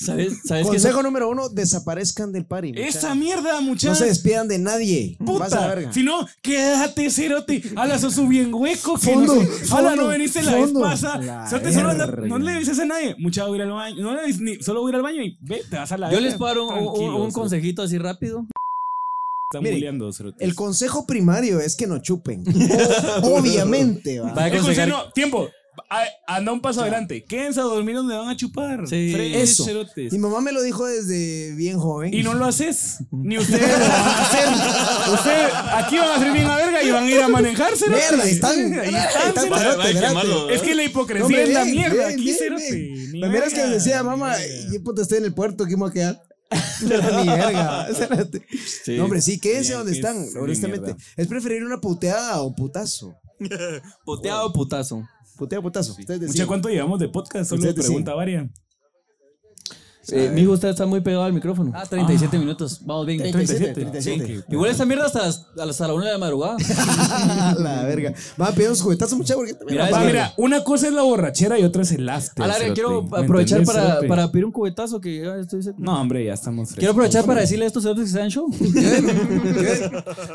Speaker 3: ¿sabes, sabes qué?
Speaker 2: Consejo número uno, desaparezcan del party. mucha.
Speaker 1: Esa mierda,
Speaker 2: No
Speaker 1: muchachos.
Speaker 2: se despidan de nadie. Vas a la
Speaker 1: Puta,
Speaker 2: verga.
Speaker 1: si no, quédate, cerote. Ala, sos un bien hueco. Que
Speaker 2: Fondo,
Speaker 1: no sé. Ala, no
Speaker 2: fondo,
Speaker 1: veniste la vez
Speaker 2: fondo.
Speaker 1: pasada.
Speaker 2: La
Speaker 1: Cerote, solo anda-
Speaker 2: verga.
Speaker 1: no le dices a nadie. Muchacho, voy a ir al baño. No le dices ni, solo voy a ir al baño y ve, te vas a la
Speaker 3: Yo
Speaker 1: verga.
Speaker 3: les paro un, un-
Speaker 1: Tranquilo,
Speaker 3: un consejito así rápido.
Speaker 1: Están
Speaker 2: Mire,
Speaker 1: buleando, cerote.
Speaker 2: El consejo primario es que no chupen.
Speaker 1: (laughs)
Speaker 2: O- Obviamente, va.
Speaker 3: Para
Speaker 1: El
Speaker 3: aconsejar-
Speaker 1: consejo, no, tiempo. A- Anda un paso adelante. Quédense a dormir donde van a chupar.
Speaker 3: Sí.
Speaker 1: Fres-
Speaker 2: Eso.
Speaker 1: cerotes.
Speaker 2: Mi mamá me lo dijo desde bien joven.
Speaker 1: Y no lo haces. Ni ustedes lo van a hacer. Ustedes aquí van a ser bien a verga y van a ir a manejarse. ¿no?
Speaker 2: Mierda, ahí están.
Speaker 1: Ahí
Speaker 2: Ahí
Speaker 1: están,
Speaker 2: están,
Speaker 1: ¿no?
Speaker 2: cerote,
Speaker 8: Ay, qué
Speaker 2: espérate.
Speaker 8: malo.
Speaker 1: Es que la
Speaker 2: No,
Speaker 1: hipocresía
Speaker 2: hombre,
Speaker 1: es la
Speaker 2: ven,
Speaker 1: mierda.
Speaker 2: ven,
Speaker 1: aquí
Speaker 2: ven,
Speaker 1: cerote.
Speaker 2: ven.
Speaker 1: Ni
Speaker 2: La mierda es que
Speaker 1: verga,
Speaker 2: decía,
Speaker 1: ni
Speaker 2: mamá, eh,
Speaker 1: verga.
Speaker 2: ¿qué puta estoy en el puerto? ¿Qué me va a quedar? (laughs) ni verga. Espérate.
Speaker 4: Sí.
Speaker 2: No, hombre, sí, quédense
Speaker 1: Bien,
Speaker 2: donde
Speaker 1: es
Speaker 2: están,
Speaker 1: una
Speaker 2: honestamente.
Speaker 1: mierda.
Speaker 2: Es preferir una puteada o putazo.
Speaker 9: Poteado putazo.
Speaker 2: Putea o putazo. Ustedes
Speaker 1: Mucha,
Speaker 2: deciden.
Speaker 1: ¿cuánto llevamos de podcast? Solo
Speaker 2: Ustedes
Speaker 1: pregunta varia.
Speaker 9: Eh, mijo, usted está muy pegado al micrófono.
Speaker 3: Ah, 37 minutos. Vamos bien.
Speaker 2: 37, 37.
Speaker 3: Igual esta mierda hasta las, a las- a la una de la madrugada.
Speaker 2: (laughs) A la verga. Va, pide unos juguetazos, mucha porque
Speaker 9: Mira,
Speaker 1: Va,
Speaker 9: es que-
Speaker 1: mira, una cosa es la borrachera y otra es el after.
Speaker 9: A la verga,
Speaker 1: cerote.
Speaker 9: quiero
Speaker 1: ¿Me
Speaker 9: aprovechar
Speaker 1: entendés,
Speaker 9: para,
Speaker 1: cerote?
Speaker 9: para pedir un cubetazo que ya estoy seco.
Speaker 1: No, hombre, ya estamos
Speaker 3: ah, Quiero
Speaker 1: frescos.
Speaker 3: aprovechar para decirle a estos cerotes que están en show.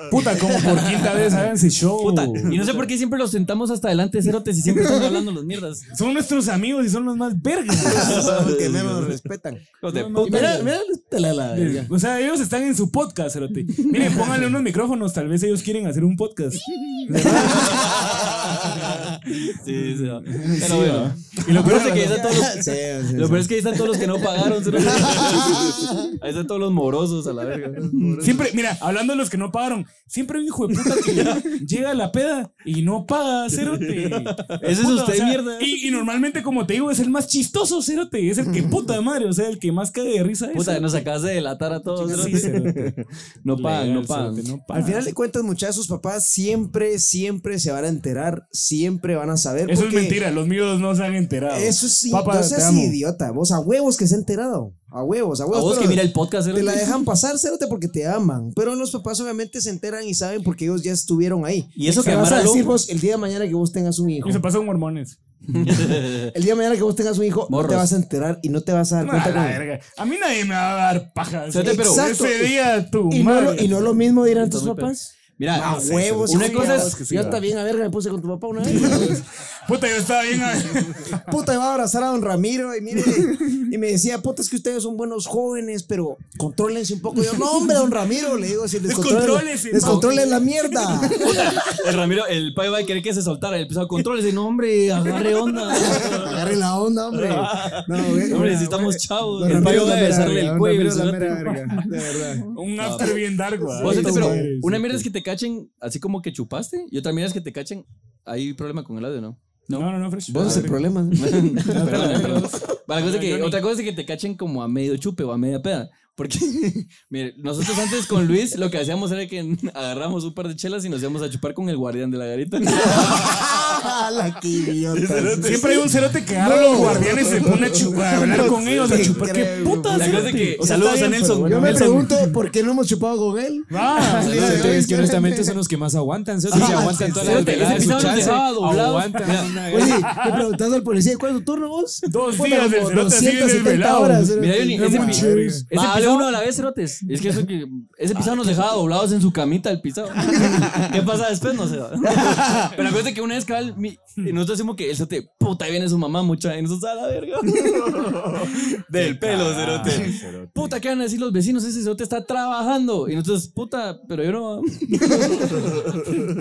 Speaker 1: Puta, como por quinta vez háganse show.
Speaker 3: Puta. Y no sé por qué siempre los sentamos hasta adelante, cerotes, y siempre están hablando los mierdas.
Speaker 1: Son nuestros amigos y son los más
Speaker 9: (laughs)
Speaker 1: vergas.
Speaker 2: que menos nos respetan.
Speaker 3: Mira, mira.
Speaker 1: o sea, ellos están en su podcast, cerote.
Speaker 2: (laughs)
Speaker 1: Miren, pónganle unos micrófonos, tal vez ellos quieren hacer un podcast.
Speaker 3: Sí, sí, va. Pero bueno.
Speaker 1: Y
Speaker 3: Pero
Speaker 1: lo peor
Speaker 3: es de que ahí están todos los- (laughs)
Speaker 2: Sí, sí, sí.
Speaker 3: Lo peor es que ahí están todos los que no pagaron. cerote. Ahí están todos los morosos a la verga.
Speaker 1: Siempre, mira, hablando de los que no pagaron, siempre hay un hijo de puta
Speaker 2: (laughs)
Speaker 1: que llega a la peda y no paga, cerote.
Speaker 3: Ese es
Speaker 1: Puta,
Speaker 3: usted,
Speaker 1: o sea,
Speaker 3: mierda.
Speaker 1: Y, y normalmente, como te digo, es el más chistoso, cerote.
Speaker 2: (laughs)
Speaker 1: Es el que puta madre, o sea, el que más cae de risa es.
Speaker 3: Puta, nos acabas de delatar a todos.
Speaker 1: Sí,
Speaker 3: cerote.
Speaker 1: cerote.
Speaker 3: No pagan,
Speaker 1: Legal,
Speaker 3: no pagan.
Speaker 1: cerote, no pagan.
Speaker 2: Al final de cuentas, muchachos, sus papás siempre, siempre se van a enterar, siempre van a saber.
Speaker 1: Eso es
Speaker 2: porque
Speaker 1: mentira, los míos no se han enterado.
Speaker 2: Eso es sí,
Speaker 1: Papá,
Speaker 2: no
Speaker 1: te
Speaker 2: seas
Speaker 1: amo.
Speaker 2: idiota. Vos a huevos que se ha enterado. A huevos, a
Speaker 3: A
Speaker 2: huevos.
Speaker 3: vos
Speaker 2: pero
Speaker 3: que mira el podcast,
Speaker 2: te la
Speaker 3: cerote. (laughs)
Speaker 2: dejan pasar, cérate, porque te aman. Pero los papás obviamente se enteran y saben porque ellos ya estuvieron ahí.
Speaker 3: Y eso
Speaker 2: ¿Qué
Speaker 3: que
Speaker 2: vas a
Speaker 3: Amara
Speaker 2: decir
Speaker 3: López.
Speaker 2: vos el día de mañana que vos tengas un hijo?
Speaker 1: Y se pasan hormones.
Speaker 2: El día de mañana que vos tengas un hijo, no te
Speaker 3: Morros.
Speaker 2: vas a enterar y no te vas a dar
Speaker 1: A,
Speaker 2: cuenta.
Speaker 1: la
Speaker 2: con-
Speaker 1: verga. a mí nadie me va a dar paja.
Speaker 3: Cerote, pero-
Speaker 2: Exacto.
Speaker 1: ese día tu
Speaker 2: Y no,
Speaker 1: madre.
Speaker 2: lo, y no lo mismo dirán tus
Speaker 3: Está muy perro.
Speaker 2: papás.
Speaker 3: Mira,
Speaker 2: A huevos.
Speaker 3: Una
Speaker 2: Ah, sí,
Speaker 3: cosa
Speaker 2: a
Speaker 3: es-
Speaker 2: vos que sí,
Speaker 3: yo
Speaker 2: va.
Speaker 3: también
Speaker 2: a verga me puse con tu papá una vez.
Speaker 1: Puta, yo estaba bien. a-
Speaker 2: (laughs) puta, iba a abrazar a don Ramiro y mire, y me decía, puta, es que ustedes son buenos jóvenes, pero contrólense un poco. Y yo, no, hombre, don Ramiro, le digo, si descontroles,
Speaker 1: Descontrólense,
Speaker 2: descontrolen la mierda.
Speaker 3: (laughs) el Ramiro, el pai va a querer que se soltara. Él empezó a controles y no, hombre, agarre onda.
Speaker 2: (laughs) Agarre la onda, hombre. No, güey.
Speaker 3: Hombre, si estamos chavos. El pai va a besarle el cuello.
Speaker 2: De
Speaker 3: cerote. (laughs)
Speaker 2: verdad.
Speaker 1: Un after bien dark, güey.
Speaker 3: Vos, cerote, pero
Speaker 1: Sí,
Speaker 3: una mierda es que te cachen así como que chupaste y otra mierda es que te cachen. Hay problema con el audio, ¿no?
Speaker 1: No, no, no, fresh.
Speaker 2: Vos es el problema.
Speaker 3: (laughs)
Speaker 1: (laughs)
Speaker 3: Perdón, perdón. Para la cosa
Speaker 1: No,
Speaker 3: que-
Speaker 1: yo ni-
Speaker 3: otra cosa es que te cachen como a medio chupe o a media peda. Porque, (laughs) mire, nosotros antes con Luis lo que hacíamos era que agarramos un par de chelas y nos íbamos a chupar con el guardián de la garita.
Speaker 2: (laughs)
Speaker 1: (laughs)
Speaker 2: la que idiota.
Speaker 1: Siempre hay un cerote que agarra a los guardianes y se pone a chupar, a hablar con ellos, a
Speaker 2: Sí,
Speaker 1: chupar. ¿Qué
Speaker 2: creo.
Speaker 1: puta
Speaker 3: La cosa es que-
Speaker 1: sea,
Speaker 3: saludos
Speaker 1: está
Speaker 3: a
Speaker 1: bien,
Speaker 3: Nelson.
Speaker 1: pero
Speaker 2: Yo me
Speaker 1: Nelson,
Speaker 2: pregunto por qué no hemos chupado con él.
Speaker 1: va.
Speaker 2: Al día de hoy,
Speaker 4: Es que
Speaker 2: yo-
Speaker 4: honestamente son los que más aguantan,
Speaker 2: Ah,
Speaker 4: ¿cierto? Se aguantan todas las
Speaker 3: Cerote, ese
Speaker 4: veladas, su
Speaker 3: pisado nos
Speaker 4: chance,
Speaker 3: dejaba doblados.
Speaker 4: Aguantan una
Speaker 2: Oye, le preguntas al policía, ¿cuál es tu turno
Speaker 3: (laughs)
Speaker 2: vos?
Speaker 1: Dos
Speaker 2: Puta,
Speaker 1: días,
Speaker 2: como
Speaker 1: el cerote así
Speaker 2: 270
Speaker 1: desvelado.
Speaker 2: horas,
Speaker 3: Mira,
Speaker 2: cerote.
Speaker 3: Johnny,
Speaker 2: No
Speaker 1: eh,
Speaker 3: ese
Speaker 2: manches.
Speaker 1: pinche-
Speaker 3: Ese pisado uno a la vez, Ah, cerotes. Es que, eso que ese pisado nos dejaba doblados en su camita, el (laughs) pisado. ¿Qué pasa después? No sé. (laughs) va. Pero acuérdate que una vez, cabal, mi- y nosotros decimos que el cerote, puta, ahí viene su mamá mucha, y nosotros a la verga.
Speaker 2: (laughs)
Speaker 3: Del pelo, cerote. Puta, ¿qué van a decir los vecinos? Ese cerote está trabajando. Y nosotros, puta, pero yo no.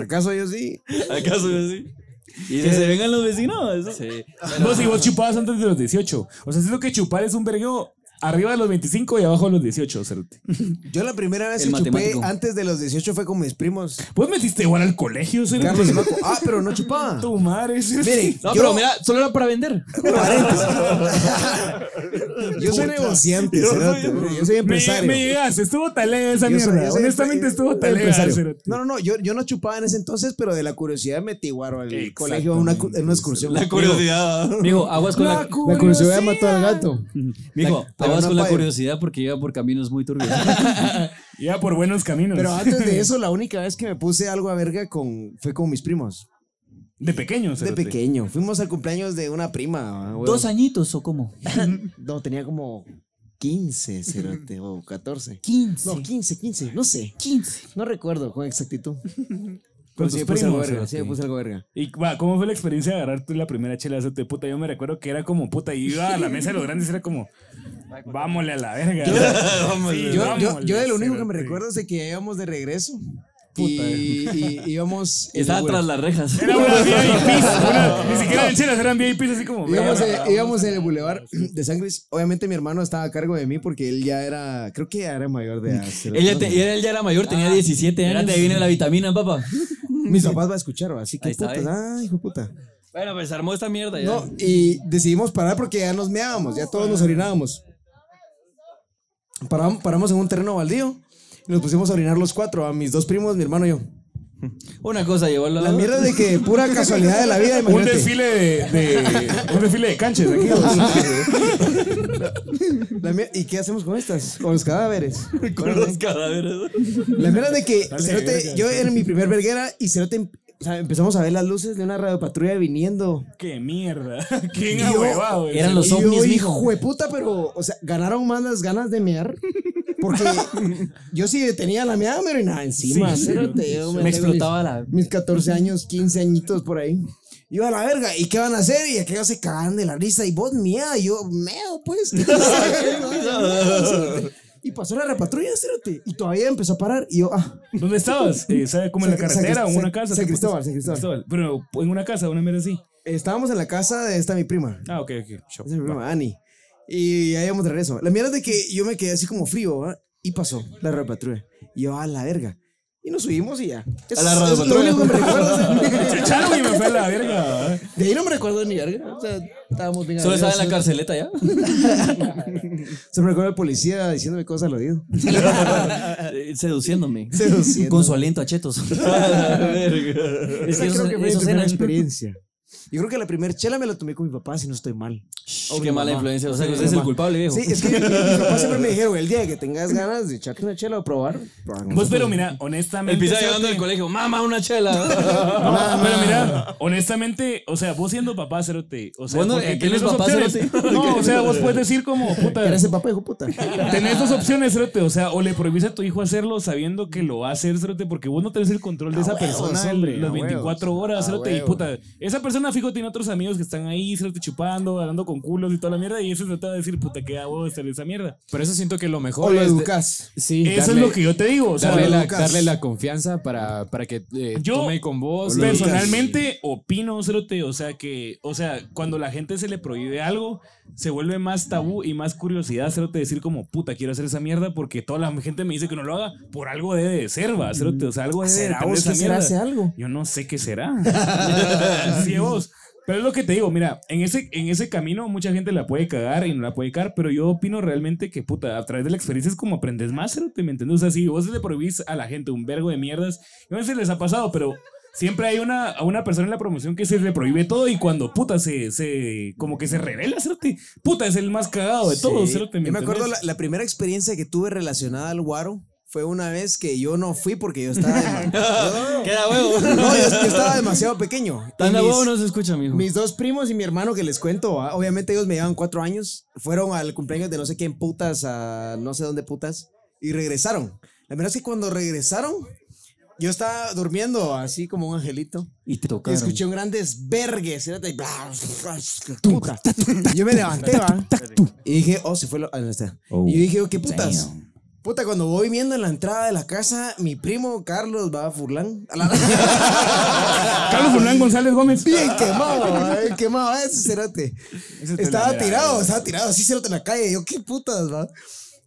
Speaker 2: ¿Acaso yo sí?
Speaker 3: (laughs) ¿Acaso es así? Y que se vengan los vecinos. Sí.
Speaker 1: Vos y vos chupabas antes de los 18. O sea, siento que chupar es un vergueo arriba de los 25 y abajo de los 18, cerote.
Speaker 2: Yo la primera vez
Speaker 3: El
Speaker 2: que chupé
Speaker 3: matemático.
Speaker 2: antes de los 18 fue con mis
Speaker 3: (laughs)
Speaker 2: primos.
Speaker 1: Vos metiste igual al colegio, cerote.
Speaker 2: Carlos y Paco. Ah, pero no chupaba.
Speaker 1: (laughs) Tu madre, cerote.
Speaker 2: Miren,
Speaker 3: No,
Speaker 2: yo,
Speaker 3: pero mira, solo era para
Speaker 2: (laughs)
Speaker 3: vender.
Speaker 2: yo soy negociante, cerote, yo soy
Speaker 1: Me,
Speaker 2: empresario.
Speaker 1: me llegaste, estuvo talega esa
Speaker 2: Yo soy-
Speaker 1: mierda.
Speaker 2: yo soy
Speaker 1: Honestamente,
Speaker 2: empre-
Speaker 1: estuvo talega.
Speaker 2: empresario.
Speaker 1: cerote.
Speaker 2: No, no, no, yo, yo no chupaba en ese entonces, pero de la curiosidad me tiguaron al colegio a una, cu- en una excursión.
Speaker 3: curiosidad. Mijo, aguas con la.
Speaker 2: La curiosidad mató al (laughs) gato.
Speaker 3: Mijo,
Speaker 2: Pero
Speaker 3: aguas
Speaker 2: no
Speaker 3: con la
Speaker 2: pague.
Speaker 3: curiosidad porque iba por caminos muy turbios.
Speaker 1: Ya por buenos caminos.
Speaker 2: Pero antes
Speaker 1: (laughs)
Speaker 2: de eso, la única vez que me puse algo a verga con, fue con mis primos.
Speaker 1: de pequeño,
Speaker 2: De
Speaker 1: cerote.
Speaker 2: pequeño. Fuimos al cumpleaños de una prima. ah, huevo.
Speaker 3: ¿Dos añitos o cómo?
Speaker 2: (laughs) No, tenía como 15, cerote, o 14.
Speaker 3: 15.
Speaker 2: No, 15, 15, no sé.
Speaker 3: 15.
Speaker 2: No recuerdo con exactitud.
Speaker 1: Con
Speaker 2: sí
Speaker 1: sus
Speaker 2: me puse algo
Speaker 1: primos.
Speaker 2: verga,
Speaker 1: cerote.
Speaker 2: sí me puse algo verga.
Speaker 1: ¿Y va, cómo fue la experiencia de agarrar tú la primera chela? Cerote? puta, yo me recuerdo que era como puta, iba a la mesa de los grandes y era como, vámosle a la verga. (laughs) Sí,
Speaker 2: Yo, yo,
Speaker 1: vámosle,
Speaker 2: yo de lo único que me
Speaker 1: cerote.
Speaker 2: recuerdo es de que íbamos de regreso. Y, y- íbamos.
Speaker 3: eh. (laughs) Estaba tras las rejas.
Speaker 1: Era
Speaker 2: (laughs)
Speaker 5: (laughs)
Speaker 1: una VIPs, una- ni siquiera eran chelas, eran VIPs así como.
Speaker 2: Íbamos,
Speaker 1: verga,
Speaker 2: en- íbamos en el bulevar de San Luis. Obviamente mi hermano estaba a cargo de mí porque él ya era, creo que ya era mayor de edad. cerote.
Speaker 3: Ella, te- ella- él ya era mayor,
Speaker 2: Ah,
Speaker 3: tenía 17 años. Te viene la vitamina, papá.
Speaker 2: Mis papás van a escuchar, así que
Speaker 3: Ahí está, eh.
Speaker 2: putas, ay, hijo de puta.
Speaker 3: Bueno, pues armó esta mierda ya.
Speaker 2: No, y decidimos parar porque ya nos meábamos, ya todos nos orinábamos. Param- paramos en un terreno baldío y nos pusimos a orinar los cuatro, a mis dos primos, mi hermano y yo.
Speaker 5: Una cosa llevó a la,
Speaker 2: La mierda de que pura casualidad de la vida,
Speaker 1: (laughs) Un
Speaker 2: imagínate.
Speaker 1: desfile de, de- un desfile de canches aquí. (laughs) o-
Speaker 2: La mier- ¿Y qué hacemos con estas? Con los
Speaker 1: (laughs)
Speaker 2: cadáveres. Bueno,
Speaker 5: los cadáveres.
Speaker 2: La mierda de que
Speaker 1: Dale,
Speaker 2: Cerote-
Speaker 1: verga.
Speaker 2: yo era mi primer verguera y Cerote, em- o sea, empezamos a ver las luces de una radiopatrulla viniendo.
Speaker 1: ¡Qué mierda! (laughs) ¿Quién
Speaker 2: Y yo-
Speaker 1: ahuevado? güey?
Speaker 5: Eran
Speaker 2: y
Speaker 5: los
Speaker 2: yo,
Speaker 5: ovnis, mijo.
Speaker 2: hijo de puta, pero, o sea, ganaron más las ganas de mear.
Speaker 5: (laughs)
Speaker 2: Porque yo sí tenía la meada, pero nada encima.
Speaker 1: Sí, sí.
Speaker 2: Cerote, yo
Speaker 5: Me
Speaker 2: tengo
Speaker 5: explotaba
Speaker 2: mis-
Speaker 5: la-
Speaker 2: Mis 14 años, 15 añitos por ahí. Yo a la verga, ¿y qué van a hacer? Y aquellos se cagaban de la risa. Y vos, mía, y yo, meo, pues. ¿qué
Speaker 5: (laughs)
Speaker 2: pasa? y pasó la repatrulla, cerote. Y todavía empezó a parar. Y yo, ah.
Speaker 1: ¿Dónde estabas? Eh, ¿Sabes cómo en la
Speaker 2: San-
Speaker 1: carretera
Speaker 2: San-
Speaker 1: o en una
Speaker 2: San-
Speaker 1: casa?
Speaker 2: San
Speaker 1: ¿Te
Speaker 2: Cristóbal,
Speaker 1: acuerdas?
Speaker 2: San Cristóbal.
Speaker 1: Pero en una casa, una mierda así.
Speaker 2: Estábamos en la casa de esta mi prima.
Speaker 1: Ah, ok, ok. show.
Speaker 2: Esa mi prima, Ani. Y ahí íbamos de regreso. La mierda es de que yo me quedé así como frío, ¿va? Y pasó la repatrulla. Y yo, a la verga. Y nos subimos y ya. Eso
Speaker 5: A la
Speaker 2: es- eso es lo
Speaker 5: radiopatrulla.
Speaker 2: único que me recuerdo.
Speaker 1: Se echaron y me fue a la verga. ¿eh?
Speaker 2: (laughs) De ahí no me recuerdo ni verga. O sea, estábamos bien.
Speaker 5: Solo estaba en la
Speaker 2: amigos. (laughs)
Speaker 5: carceleta ya.
Speaker 2: Se me recuerda el policía diciéndome cosas al oído.
Speaker 5: Eh, Seduciéndome.
Speaker 2: Seduciendo.
Speaker 5: Con su aliento
Speaker 2: (laughs)
Speaker 5: a chetos. es
Speaker 2: Esa
Speaker 5: que
Speaker 2: creo
Speaker 5: esos,
Speaker 2: que fue mi
Speaker 5: esos
Speaker 2: primera
Speaker 5: eran.
Speaker 2: experiencia. Yo creo que la primera chela me la tomé con mi papá, si no estoy mal.
Speaker 5: Shh,
Speaker 2: O mi
Speaker 5: qué mala
Speaker 2: mamá.
Speaker 5: influencia. O sea,
Speaker 2: Sí,
Speaker 5: que usted
Speaker 2: mi
Speaker 5: es el
Speaker 2: mamá.
Speaker 5: culpable, viejo.
Speaker 2: Sí, es que mis papás siempre me dijeron, el día que tengas ganas de echarte una chela o probar, probamos.
Speaker 1: Pues, pero mira, honestamente.
Speaker 5: El pisado
Speaker 1: cerote,
Speaker 5: llegando del colegio. Mamá, una
Speaker 2: (laughs)
Speaker 5: chela.
Speaker 1: no, pero
Speaker 5: Ah.
Speaker 1: mira, honestamente, o sea, vos siendo papá, cerote. O sea,
Speaker 5: Bueno,
Speaker 1: porque
Speaker 5: ¿eh, quién
Speaker 1: tenés
Speaker 5: es
Speaker 1: dos
Speaker 5: papá,
Speaker 1: opciones.
Speaker 5: cerote?
Speaker 1: (laughs) No, o sea, vos puedes decir como, puta,
Speaker 2: Eres el papá, hijo puta.
Speaker 1: Tenés dos opciones, Cerote. O sea, o le prohibís a tu hijo hacerlo sabiendo que lo va a hacer, Cerote, porque vos no tenés el control de
Speaker 2: A
Speaker 1: esa
Speaker 2: huevos,
Speaker 1: persona
Speaker 2: hombre,
Speaker 1: las
Speaker 2: a
Speaker 1: 24
Speaker 2: huevos.
Speaker 1: horas,
Speaker 2: A
Speaker 1: Cerote. Y
Speaker 2: huevos.
Speaker 1: puta, esa persona, fijo, tiene otros amigos que están ahí, Cerote, chupando, hablando con culos y toda la mierda. Y ese se te va a decir, puta, qué hago estar esa mierda.
Speaker 4: Pero eso siento que lo mejor
Speaker 2: O lo
Speaker 4: es de-
Speaker 2: educas.
Speaker 4: sí,
Speaker 1: Eso
Speaker 4: darle-
Speaker 1: es lo que yo te digo. O sea,
Speaker 4: darle, la,
Speaker 2: Lucas.
Speaker 4: darle la confianza para, para que eh,
Speaker 1: Yo,
Speaker 4: tome con vos. y-
Speaker 1: Personalmente opino, Cerote, o sea que, o sea, cuando la gente se le prohíbe algo, se vuelve más tabú y más curiosidad, Cerote, decir como, puta, quiero hacer esa mierda porque toda la gente me dice que no lo haga, por algo debe de ser, va, Cerote, o sea, algo debe de
Speaker 2: ¿Será
Speaker 1: tener
Speaker 2: vos
Speaker 1: esa
Speaker 2: que será?
Speaker 1: mierda.
Speaker 2: ¿Hace algo?
Speaker 1: Yo no sé
Speaker 2: (laughs)
Speaker 1: qué será. Sí, vos. Pero es lo que te digo, mira, en ese, en ese camino mucha gente la puede cagar y no la puede cagar, pero yo opino realmente que, puta, a través de la experiencia es como aprendes más, cerote, ¿me entiendes? O sea, si vos le prohibís a la gente un vergo de mierdas, yo no sé si les ha pasado, pero siempre hay una, a una persona en la promoción que se le prohíbe todo y cuando, puta, se, se como que se revela, cerote, puta, es el más cagado de todos, cerote,
Speaker 2: Yo me acuerdo
Speaker 1: entendés?
Speaker 2: la, la primera experiencia que tuve relacionada al guaro fue una vez que yo no fui porque yo estaba.
Speaker 3: (laughs)
Speaker 2: dema-
Speaker 5: Queda huevo.
Speaker 2: no, yo, yo estaba demasiado pequeño. Y
Speaker 5: Tan de
Speaker 2: mis-
Speaker 5: huevo no se escucha, mijo.
Speaker 2: Mis dos primos y mi hermano que les cuento, ah, obviamente ellos me llevan cuatro años, fueron al cumpleaños de no sé quién putas, a no sé dónde putas, y regresaron. La verdad es que cuando regresaron, yo estaba durmiendo así como un angelito.
Speaker 5: Y te
Speaker 2: Y
Speaker 5: tocaron.
Speaker 2: escuché un gran desvergue. espérate, bla, bla, puta. Yo me levanté, va. Y dije, oh, se fue. lo- ah, no está. Y yo dije, oh, qué putas. Puta, cuando voy viendo en la entrada de la casa, mi primo Carlos va a Furlan. A la-
Speaker 1: (laughs) Carlos
Speaker 2: (laughs)
Speaker 1: Fernán González Gómez.
Speaker 2: Bien quemado, va, bien quemado "Ah, ese cerote.
Speaker 1: te
Speaker 2: Estaba
Speaker 1: lo verás.
Speaker 2: tirado, estaba tirado así cerote en la calle. Yo, qué putas, va.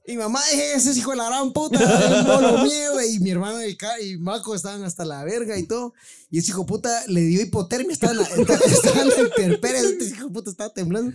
Speaker 2: Y mamá, dije, ese es hijo de la gran
Speaker 5: (laughs)
Speaker 2: puta, un bolo mierda. Y mi hermano y, Ca- y Maco estaban hasta la verga y todo. Y ese hijo de puta le dio hipotermia, estaba en la, estaba- (laughs) estaba en la intemperie, ese hijo de puta estaba temblando.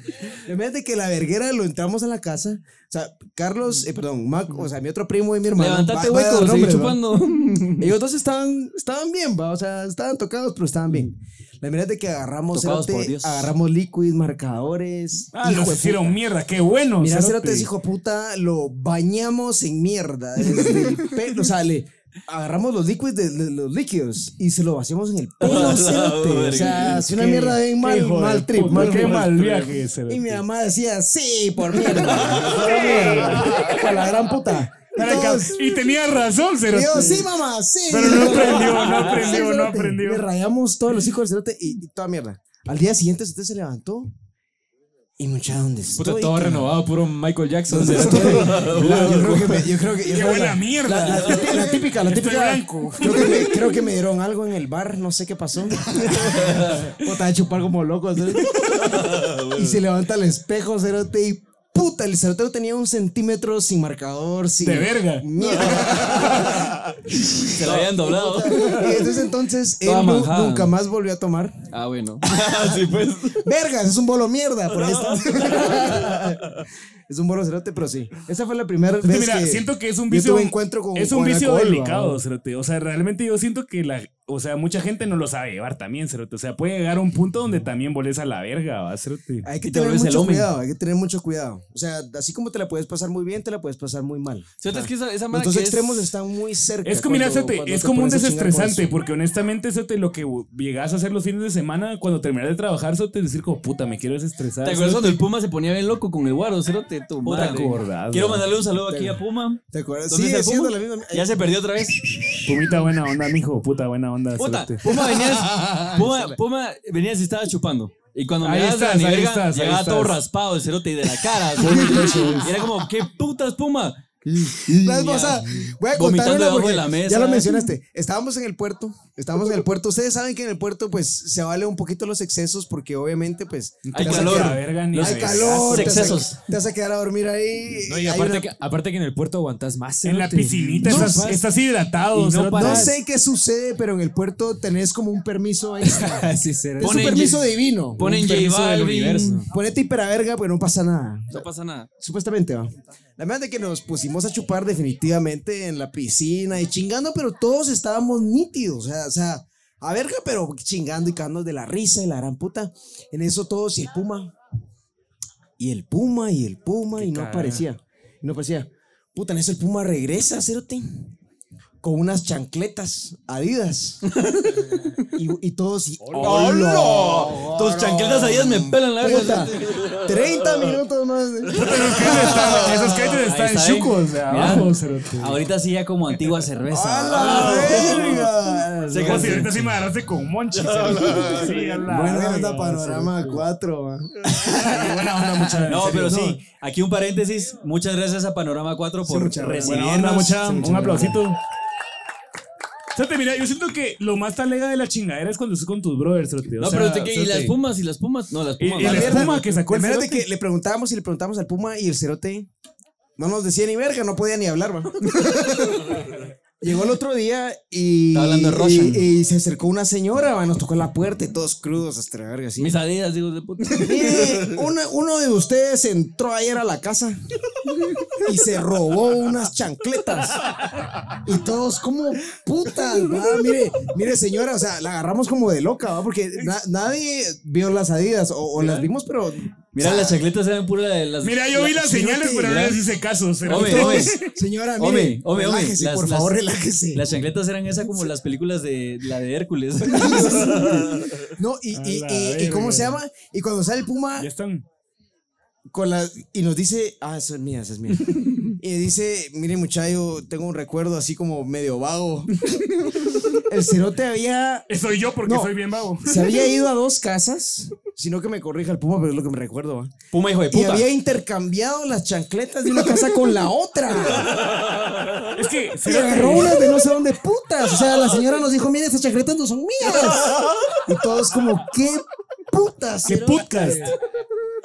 Speaker 2: Imagínate que la verguera lo entramos a la casa. O sea, Carlos, eh, perdón, Maco, o sea, mi otro primo y mi hermano.
Speaker 5: Levantate,
Speaker 2: va- va a dar
Speaker 5: hueco. Seguí
Speaker 2: nombres, va.
Speaker 5: chupando. (laughs)
Speaker 2: Ellos dos estaban, estaban bien, va, o sea, estaban tocados, pero estaban bien. La mierda es de que agarramos,
Speaker 5: Tocados
Speaker 2: cerote,
Speaker 5: por Dios.
Speaker 2: agarramos liquids, marcadores.
Speaker 1: Ah, los
Speaker 2: de
Speaker 1: hicieron
Speaker 2: puta.
Speaker 1: mierda, qué bueno.
Speaker 2: Mira,
Speaker 1: cerote.
Speaker 2: cerote, ese hijo de puta, lo bañamos en mierda. Desde el pelo, o sea, le agarramos los liquids de, de los líquidos y se lo vaciamos
Speaker 5: (laughs)
Speaker 2: en el pelo, cerote. O sea, es una
Speaker 1: Qué-
Speaker 2: mierda bien
Speaker 1: qué
Speaker 2: mal,
Speaker 1: hijo de
Speaker 2: mal trip,
Speaker 1: puta,
Speaker 2: mal
Speaker 1: qué
Speaker 2: trip.
Speaker 1: mal viaje,
Speaker 2: Y
Speaker 1: cerote.
Speaker 2: mi mamá decía, sí, por
Speaker 1: (laughs)
Speaker 2: mierda. por mierda, Por la gran puta.
Speaker 1: Para acá.
Speaker 2: Todos-
Speaker 1: Y tenía razón,
Speaker 2: y
Speaker 1: Cerote.
Speaker 2: yo, sí, mamá, sí.
Speaker 1: Pero
Speaker 2: (laughs)
Speaker 1: no aprendió, no aprendió,
Speaker 2: Sí,
Speaker 1: no
Speaker 2: cerote.
Speaker 1: aprendió.
Speaker 2: Le rayamos todos los hijos del cerote y, y toda mierda. Al día siguiente, usted se levantó y mucha donde
Speaker 4: Puta,
Speaker 2: estoy,
Speaker 4: todo
Speaker 2: cara?
Speaker 4: renovado, puro Michael Jackson.
Speaker 2: ¿Dónde estoy? La-
Speaker 4: (laughs)
Speaker 2: Yo creo que me- yo creo que- yo
Speaker 1: Qué
Speaker 2: creo que
Speaker 1: buena
Speaker 2: la-
Speaker 1: mierda.
Speaker 2: La, la típica, la típica, la
Speaker 1: Estoy
Speaker 2: típica-
Speaker 1: blanco.
Speaker 2: Creo que, me, creo que me dieron algo en el bar, no sé qué pasó. Puta, de chupar como loco. ¿sí? Y se levanta al espejo, cerote, y puta, el cerote tenía un centímetro sin marcador, sin.
Speaker 1: De verga.
Speaker 2: Mierda.
Speaker 3: (laughs) Se la habían doblado.
Speaker 2: Ah, Y
Speaker 3: (laughs)
Speaker 2: entonces, entonces él
Speaker 3: Toda
Speaker 2: nu-
Speaker 3: manjada.
Speaker 2: nunca más volvió a tomar.
Speaker 3: Ah, bueno.
Speaker 2: Vergas, es un bolo mierda.
Speaker 3: (laughs)
Speaker 2: Por ahí está. (laughs) es un bolo cerote, pero sí. Esa fue la primera
Speaker 1: Es que
Speaker 2: vez.
Speaker 1: mira,
Speaker 2: que
Speaker 1: siento que es un
Speaker 2: yo
Speaker 1: vicio.
Speaker 2: tuve encuentro con-
Speaker 1: es un
Speaker 2: con
Speaker 1: vicio
Speaker 2: alcohol,
Speaker 1: delicado,
Speaker 2: ¿va?
Speaker 1: cerote. O sea, realmente yo siento que la. O sea, mucha gente no lo sabe llevar también, cerote. O sea, puede llegar a un punto donde también voles a la verga, va, cerote.
Speaker 2: Hay que
Speaker 3: Y te
Speaker 2: tener
Speaker 3: vuelves el
Speaker 2: mucho
Speaker 3: omen.
Speaker 2: cuidado, hay que tener mucho cuidado. O sea, así como te la puedes pasar muy bien, te la puedes pasar muy mal.
Speaker 3: ¿Cierto? Es que esa, esa
Speaker 2: Los
Speaker 3: mara
Speaker 2: dos
Speaker 3: que es-
Speaker 2: extremos están muy cerca.
Speaker 1: Es como, mira,
Speaker 2: cuando-
Speaker 1: cerote,
Speaker 2: cuando
Speaker 1: es
Speaker 2: te
Speaker 1: como un
Speaker 2: pones a chingar con
Speaker 1: desestresante,
Speaker 2: eso.
Speaker 1: porque honestamente, cerote, lo que llegas a hacer los fines de semana, cuando terminas de trabajar, cerote, decir como, puta, me quiero desestresar.
Speaker 3: ¿Te acuerdas cuando el Puma se ponía bien loco con el guaro? Cerote, tu
Speaker 1: Puta,
Speaker 3: madre.
Speaker 1: acordás,
Speaker 3: Quiero
Speaker 1: ¿no?
Speaker 3: mandarle un saludo aquí a Puma.
Speaker 2: ¿Te acuerdas?
Speaker 3: ¿Dónde está
Speaker 2: Sigue
Speaker 3: el
Speaker 2: siendo
Speaker 3: Puma?
Speaker 2: la misma.
Speaker 3: Ya se perdió otra
Speaker 2: (laughs)
Speaker 3: vez.
Speaker 1: Pumita buena onda, mijo, puta buena onda,
Speaker 3: Puta,
Speaker 1: cerote.
Speaker 3: Puma
Speaker 2: (laughs)
Speaker 3: venías, Puma, Puma venías y estabas chupando. Y cuando
Speaker 1: Ahí
Speaker 3: me das la
Speaker 1: estás, ahí
Speaker 3: verga,
Speaker 1: estás, ahí
Speaker 3: llegaba todo
Speaker 1: estás.
Speaker 3: raspado el cerote y de la cara. así. (laughs) y era como, ¿qué putas, Puma?
Speaker 2: La vez
Speaker 3: Ya.
Speaker 2: pasada, voy a
Speaker 3: Vomitando
Speaker 2: contar una
Speaker 3: debajo
Speaker 2: porque
Speaker 3: de la mesa.
Speaker 2: ya lo mencionaste. Estábamos en el puerto, estábamos en el puerto. Ustedes saben que en el puerto pues se vale un poquito los excesos porque obviamente pues
Speaker 3: Hay
Speaker 2: te vas a
Speaker 3: calor.
Speaker 2: quedar-
Speaker 1: verga, ni
Speaker 3: Los-
Speaker 1: a
Speaker 2: hay
Speaker 1: vergazos.
Speaker 2: calor, te vas,
Speaker 3: Excesos.
Speaker 2: a, te vas a quedar a dormir ahí.
Speaker 4: No, y
Speaker 2: Hay
Speaker 4: aparte
Speaker 2: una-
Speaker 4: que, aparte que en el puerto aguantas más.
Speaker 1: En la
Speaker 4: cerote.
Speaker 1: piscinita
Speaker 4: No,
Speaker 1: estás,
Speaker 4: vas.
Speaker 1: estás hidratado,
Speaker 4: Y no
Speaker 1: cerote.
Speaker 2: no
Speaker 4: paras.
Speaker 2: sé qué sucede, pero en el puerto tenés como
Speaker 3: (laughs)
Speaker 2: un permiso extra.
Speaker 4: Sí, cerote.
Speaker 2: es un
Speaker 3: Ponen-
Speaker 2: permiso divino.
Speaker 3: Ponen
Speaker 4: Un
Speaker 3: J
Speaker 4: permiso del
Speaker 3: Balvin.
Speaker 4: universo.
Speaker 2: Ponete hiperaverga, pues no pasa nada.
Speaker 3: No pasa nada.
Speaker 2: Supuestamente va. La verdad es que nos pusimos a chupar definitivamente en la piscina y chingando, pero todos estábamos nítidos. O sea, o sea a verga, pero chingando y cagándonos de la risa y la gran puta. En eso todos y el puma. Y el puma y el puma y no aparecía. Y no aparecía. Puta, en eso el puma regresa, cerote. Con unas chancletas adidas. y, y todos y. ¡Hola!
Speaker 3: Tus chancletas ahí me pelan la verga.
Speaker 2: Puta, 30 minutos más. ¿eh?
Speaker 1: Esos calles
Speaker 3: Ahí
Speaker 1: están
Speaker 3: está, ¿eh?
Speaker 1: chucos de
Speaker 3: Mira.
Speaker 1: abajo, cerote.
Speaker 5: Ahorita sí ya
Speaker 1: (laughs)
Speaker 5: como antigua cerveza.
Speaker 2: ¡A la verga!
Speaker 3: Se
Speaker 1: Como si
Speaker 3: cansó.
Speaker 1: ahorita sí me agarraste con
Speaker 2: (laughs)
Speaker 1: Monchi. cerote. Sí, a la
Speaker 2: Buena
Speaker 1: verga,
Speaker 2: onda panorama 4,
Speaker 1: cerote. Buena onda, mucha en
Speaker 3: No,
Speaker 1: serio.
Speaker 3: pero sí, aquí un paréntesis. Muchas gracias a Panorama 4 por
Speaker 2: muchas gracias.
Speaker 1: Buena
Speaker 3: recibirnos.
Speaker 1: onda, mucha.
Speaker 2: sí,
Speaker 1: Un
Speaker 2: sí,
Speaker 1: aplausito. Cerote, mira, yo siento que lo más talega de la chingadera es cuando estás con tus brothers, cerote. O
Speaker 3: No,
Speaker 1: sea,
Speaker 3: pero es que- ¿y
Speaker 1: cerote.
Speaker 3: las pumas? ¿Y las pumas? No, las
Speaker 1: Y-
Speaker 3: pumas.
Speaker 1: y
Speaker 3: la
Speaker 1: las-
Speaker 3: verga.
Speaker 1: Puma que sacó el
Speaker 2: Espérate
Speaker 1: cerote.
Speaker 2: que le preguntábamos y le preguntamos al Puma y el cerote no nos decía ni verga, no podía ni hablar,
Speaker 1: (laughs)
Speaker 2: va. Llegó el otro día y,
Speaker 5: Estaba hablando de Russian.
Speaker 2: y, y se acercó una señora, va, nos tocó la puerta y todos crudos hasta la verga, así.
Speaker 3: Mis adidas, digo, de
Speaker 1: (laughs)
Speaker 3: puta.
Speaker 2: Mire, una- uno de ustedes entró ayer a la casa y se robó unas chancletas. Y todos como putas, va, mire, mire señora, o sea, la agarramos como de loca, ¿va? porque na- nadie vio las adidas o, o las vimos, pero
Speaker 3: Mira, las chancletas eran pura de las.
Speaker 1: Mira, yo vi las
Speaker 2: cerote,
Speaker 1: señales, pero no
Speaker 2: ya.
Speaker 1: les hice caso. cerote.
Speaker 3: Hombre, hombre.
Speaker 2: señora, mire,
Speaker 3: Hombre, hombre, hombre,
Speaker 2: relájese,
Speaker 3: las-
Speaker 2: por favor,
Speaker 3: las-
Speaker 2: relájese.
Speaker 3: Las chancletas eran esas como las películas de la de Hércules.
Speaker 1: (laughs)
Speaker 2: no, y, y,
Speaker 1: A la
Speaker 2: y- y cómo
Speaker 1: verga.
Speaker 2: se llama, y cuando sale el puma,
Speaker 1: Ya están.
Speaker 2: con la, y nos dice, ah, eso es mía, eso es mía. Y dice, mire muchacho, tengo un recuerdo así como medio vago. (laughs) El cerote había,
Speaker 1: Soy yo porque
Speaker 2: No.
Speaker 1: soy bien vago.
Speaker 2: se había ido a dos casas, sino que me corrija el puma, pero es lo que me recuerdo. ¿va?
Speaker 3: Puma, hijo de
Speaker 2: Y
Speaker 3: puta.
Speaker 2: había intercambiado las chancletas de una casa con la otra.
Speaker 1: Es que
Speaker 2: Se agarró unas de no sé dónde putas. O sea, la señora nos dijo, mire, estas chancletas no son mías. Y todos como, qué putas.
Speaker 1: ¿Qué
Speaker 2: cerote?"
Speaker 1: podcast?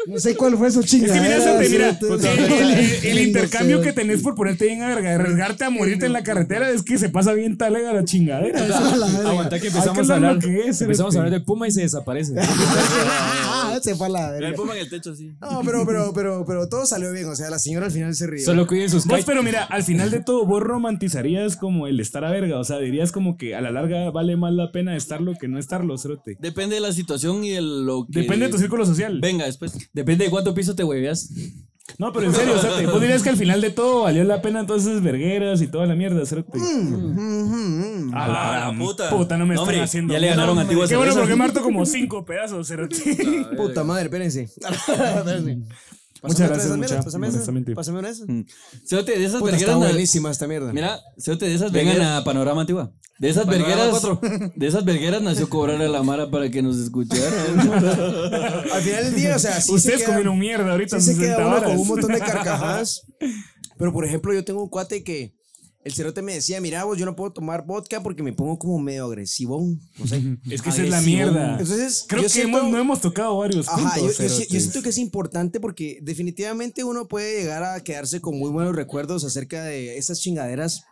Speaker 2: No sé cuál fue su
Speaker 1: Es que
Speaker 2: chingadera.
Speaker 1: mira, Sante, mira,
Speaker 2: cerote.
Speaker 1: el,
Speaker 2: (laughs)
Speaker 1: el- el intercambio que tenés por ponerte bien a verga, arriesgarte a morirte en la carretera, es que se pasa bien talega la chingadera.
Speaker 2: A la verga.
Speaker 4: Aguanta que
Speaker 1: Hay que
Speaker 4: empezamos a
Speaker 1: hablar
Speaker 4: hablar.
Speaker 1: lo que es,
Speaker 4: Empezamos
Speaker 1: cerote.
Speaker 4: a hablar del Puma y se desaparece.
Speaker 2: Ah, Se fue a la verga.
Speaker 3: El Puma en el techo, así.
Speaker 2: No, pero, pero, pero, pero todo salió bien. O sea, la señora al final se rió.
Speaker 4: Solo cuiden sus
Speaker 1: Vos,
Speaker 4: kites.
Speaker 1: pero mira, al final de todo, vos romantizarías como el estar a verga, o sea, dirías como que a la larga vale más la pena estarlo que no estarlo, cerote.
Speaker 3: Depende de la situación y de lo que.
Speaker 1: Depende de tu círculo social.
Speaker 3: Venga, después. Depende de cuánto piso te hueveas.
Speaker 1: No, pero en serio, cerote, vos dirías que al final de todo valió la pena todas esas vergueras y toda la mierda, cerote.
Speaker 2: Mm, mm, mm.
Speaker 1: A
Speaker 3: Ah, la puta.
Speaker 1: Puta, no me
Speaker 3: No,
Speaker 1: están
Speaker 3: hombre,
Speaker 1: haciendo.
Speaker 3: ya le ganaron a Antigua
Speaker 1: Qué bueno,
Speaker 3: Cerveza.
Speaker 1: porque Marto como cinco pedazos, cerote.
Speaker 2: Puta madre, espérense. (laughs) Espérense.
Speaker 1: Muchas
Speaker 2: Pásame otra de esas mierdas,
Speaker 1: gracias, mucha,
Speaker 2: pásame esas,
Speaker 1: honestamente.
Speaker 2: Pásame una de
Speaker 1: Mm.
Speaker 2: esas.
Speaker 3: Cerote, de esas
Speaker 2: Puta, está
Speaker 3: vergueras. na-
Speaker 2: buenísima esta mierda.
Speaker 3: Mira, cerote, de esas
Speaker 5: Vengan
Speaker 3: vergueras.
Speaker 5: a Panorama Antigua.
Speaker 3: De esas
Speaker 5: Panorama
Speaker 3: vergueras. De esas vergueras nació cobrar a la Mara para que nos escuchara.
Speaker 5: (laughs)
Speaker 2: Al final del día, o
Speaker 1: (laughs)
Speaker 2: sea, sí
Speaker 1: Ustedes
Speaker 2: se queda,
Speaker 1: comieron mierda ahorita.
Speaker 2: sí se
Speaker 1: 60 (laughs)
Speaker 2: queda uno con
Speaker 3: (laughs)
Speaker 1: varas.
Speaker 2: un montón de carcajadas. Pero, por ejemplo, yo tengo un cuate que el cerote me decía, mira vos, yo no puedo tomar vodka porque me pongo como medio agresivón. No sé.
Speaker 1: Es que esa es la mierda.
Speaker 2: Entonces,
Speaker 1: Creo
Speaker 2: yo
Speaker 1: que
Speaker 2: siento-
Speaker 1: hemos- no hemos tocado varios
Speaker 2: Ajá, yo,
Speaker 1: puntos.
Speaker 2: yo si- yo
Speaker 1: cerotes.
Speaker 2: siento que es importante porque definitivamente uno puede llegar a quedarse con muy buenos recuerdos acerca de esas chingaderas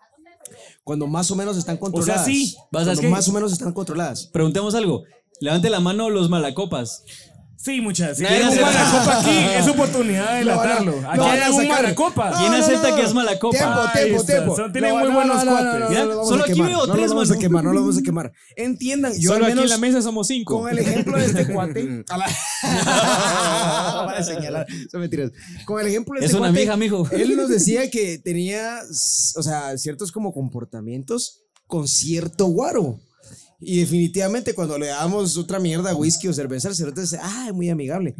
Speaker 2: cuando más o menos están controladas.
Speaker 1: sí,
Speaker 3: vas a-
Speaker 2: cuando
Speaker 3: es que-
Speaker 2: más o menos están controladas.
Speaker 3: Preguntemos algo. Levante la mano los malacopas.
Speaker 1: Sí, muchas. Si
Speaker 3: Nadie
Speaker 1: quieren un
Speaker 3: hace nada.
Speaker 2: (laughs)
Speaker 1: malacopa aquí, es oportunidad de delatarlo.
Speaker 2: no,
Speaker 1: Aquí
Speaker 2: no,
Speaker 1: hay
Speaker 2: no,
Speaker 1: algún
Speaker 2: sacar-
Speaker 1: malacopa.
Speaker 3: ¿Quién
Speaker 2: no,
Speaker 3: acepta
Speaker 2: no.
Speaker 3: que es malacopa?
Speaker 2: Tiempo,
Speaker 1: Ahí
Speaker 2: tiempo,
Speaker 1: está.
Speaker 2: tiempo.
Speaker 1: Son- tienen muy buenos cuates.
Speaker 3: Mira,
Speaker 2: lo vamos
Speaker 3: solo
Speaker 2: a
Speaker 3: aquí
Speaker 2: quemar.
Speaker 3: veo
Speaker 2: No lo
Speaker 3: tres,
Speaker 2: vamos a
Speaker 3: mano.
Speaker 2: quemar, no lo vamos a quemar. Entiendan, yo
Speaker 4: Solo
Speaker 2: al
Speaker 4: aquí en
Speaker 2: menos
Speaker 4: la mesa somos cinco.
Speaker 2: con el ejemplo de este cuate. A la- (laughs) Para señalar, son mentiras. Con el ejemplo de
Speaker 3: Es
Speaker 2: este
Speaker 3: una
Speaker 2: cuate,
Speaker 3: mija, mijo.
Speaker 2: él (laughs) nos decía que tenía, o sea, ciertos como comportamientos con cierto guaro. Y definitivamente cuando le damos otra mierda, whisky o cerveza, el cerote dice, ah, es muy amigable.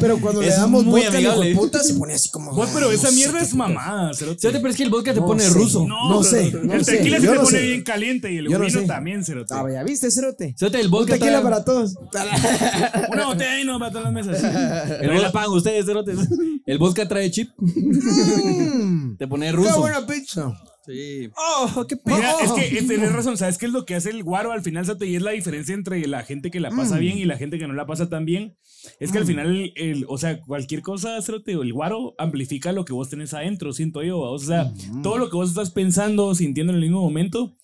Speaker 2: Pero (laughs) cuando le
Speaker 3: Es
Speaker 2: damos
Speaker 3: muy
Speaker 2: vodka, el hijo de
Speaker 3: amigable.
Speaker 2: puta se pone así como...
Speaker 1: Vos, pero
Speaker 2: "Ay,
Speaker 1: esa
Speaker 2: no sé
Speaker 1: mierda
Speaker 2: qué
Speaker 1: es
Speaker 2: putas".
Speaker 1: mamá. cerote.
Speaker 3: Cerote, pero es que el vodka te
Speaker 2: No
Speaker 3: pone
Speaker 2: sé.
Speaker 3: ruso.
Speaker 1: No,
Speaker 2: No
Speaker 1: pero-
Speaker 2: sé, no
Speaker 1: el
Speaker 2: sé,
Speaker 1: tequila se
Speaker 2: yo
Speaker 1: te
Speaker 2: no
Speaker 1: pone
Speaker 2: sé.
Speaker 1: bien caliente y el
Speaker 2: Yo no
Speaker 1: vino
Speaker 2: sé.
Speaker 1: también, cerote.
Speaker 2: Ah, ya viste, cerote.
Speaker 3: Cerote, el
Speaker 2: Un
Speaker 3: vodka
Speaker 2: tequila
Speaker 3: está-
Speaker 2: para todos.
Speaker 1: Una botella y no va a todas las
Speaker 2: (laughs)
Speaker 1: mesas.
Speaker 3: El vodka pagan ustedes, cerotes. El vodka trae chip. te pone
Speaker 2: (laughs)
Speaker 3: ruso.
Speaker 2: pizza.
Speaker 3: Sí.
Speaker 2: Oh, qué
Speaker 1: Mira, es que es- tenés razón, ¿sabes qué es lo que hace el guaro al final, Sato? Y es la diferencia entre la gente que la pasa bien y la gente que no la pasa tan bien. Es que al final, el, o sea, cualquier cosa, Sato, el guaro amplifica lo que vos tenés adentro, siento yo. ¿va? O sea, todo lo que vos estás pensando, sintiendo en el mismo momento.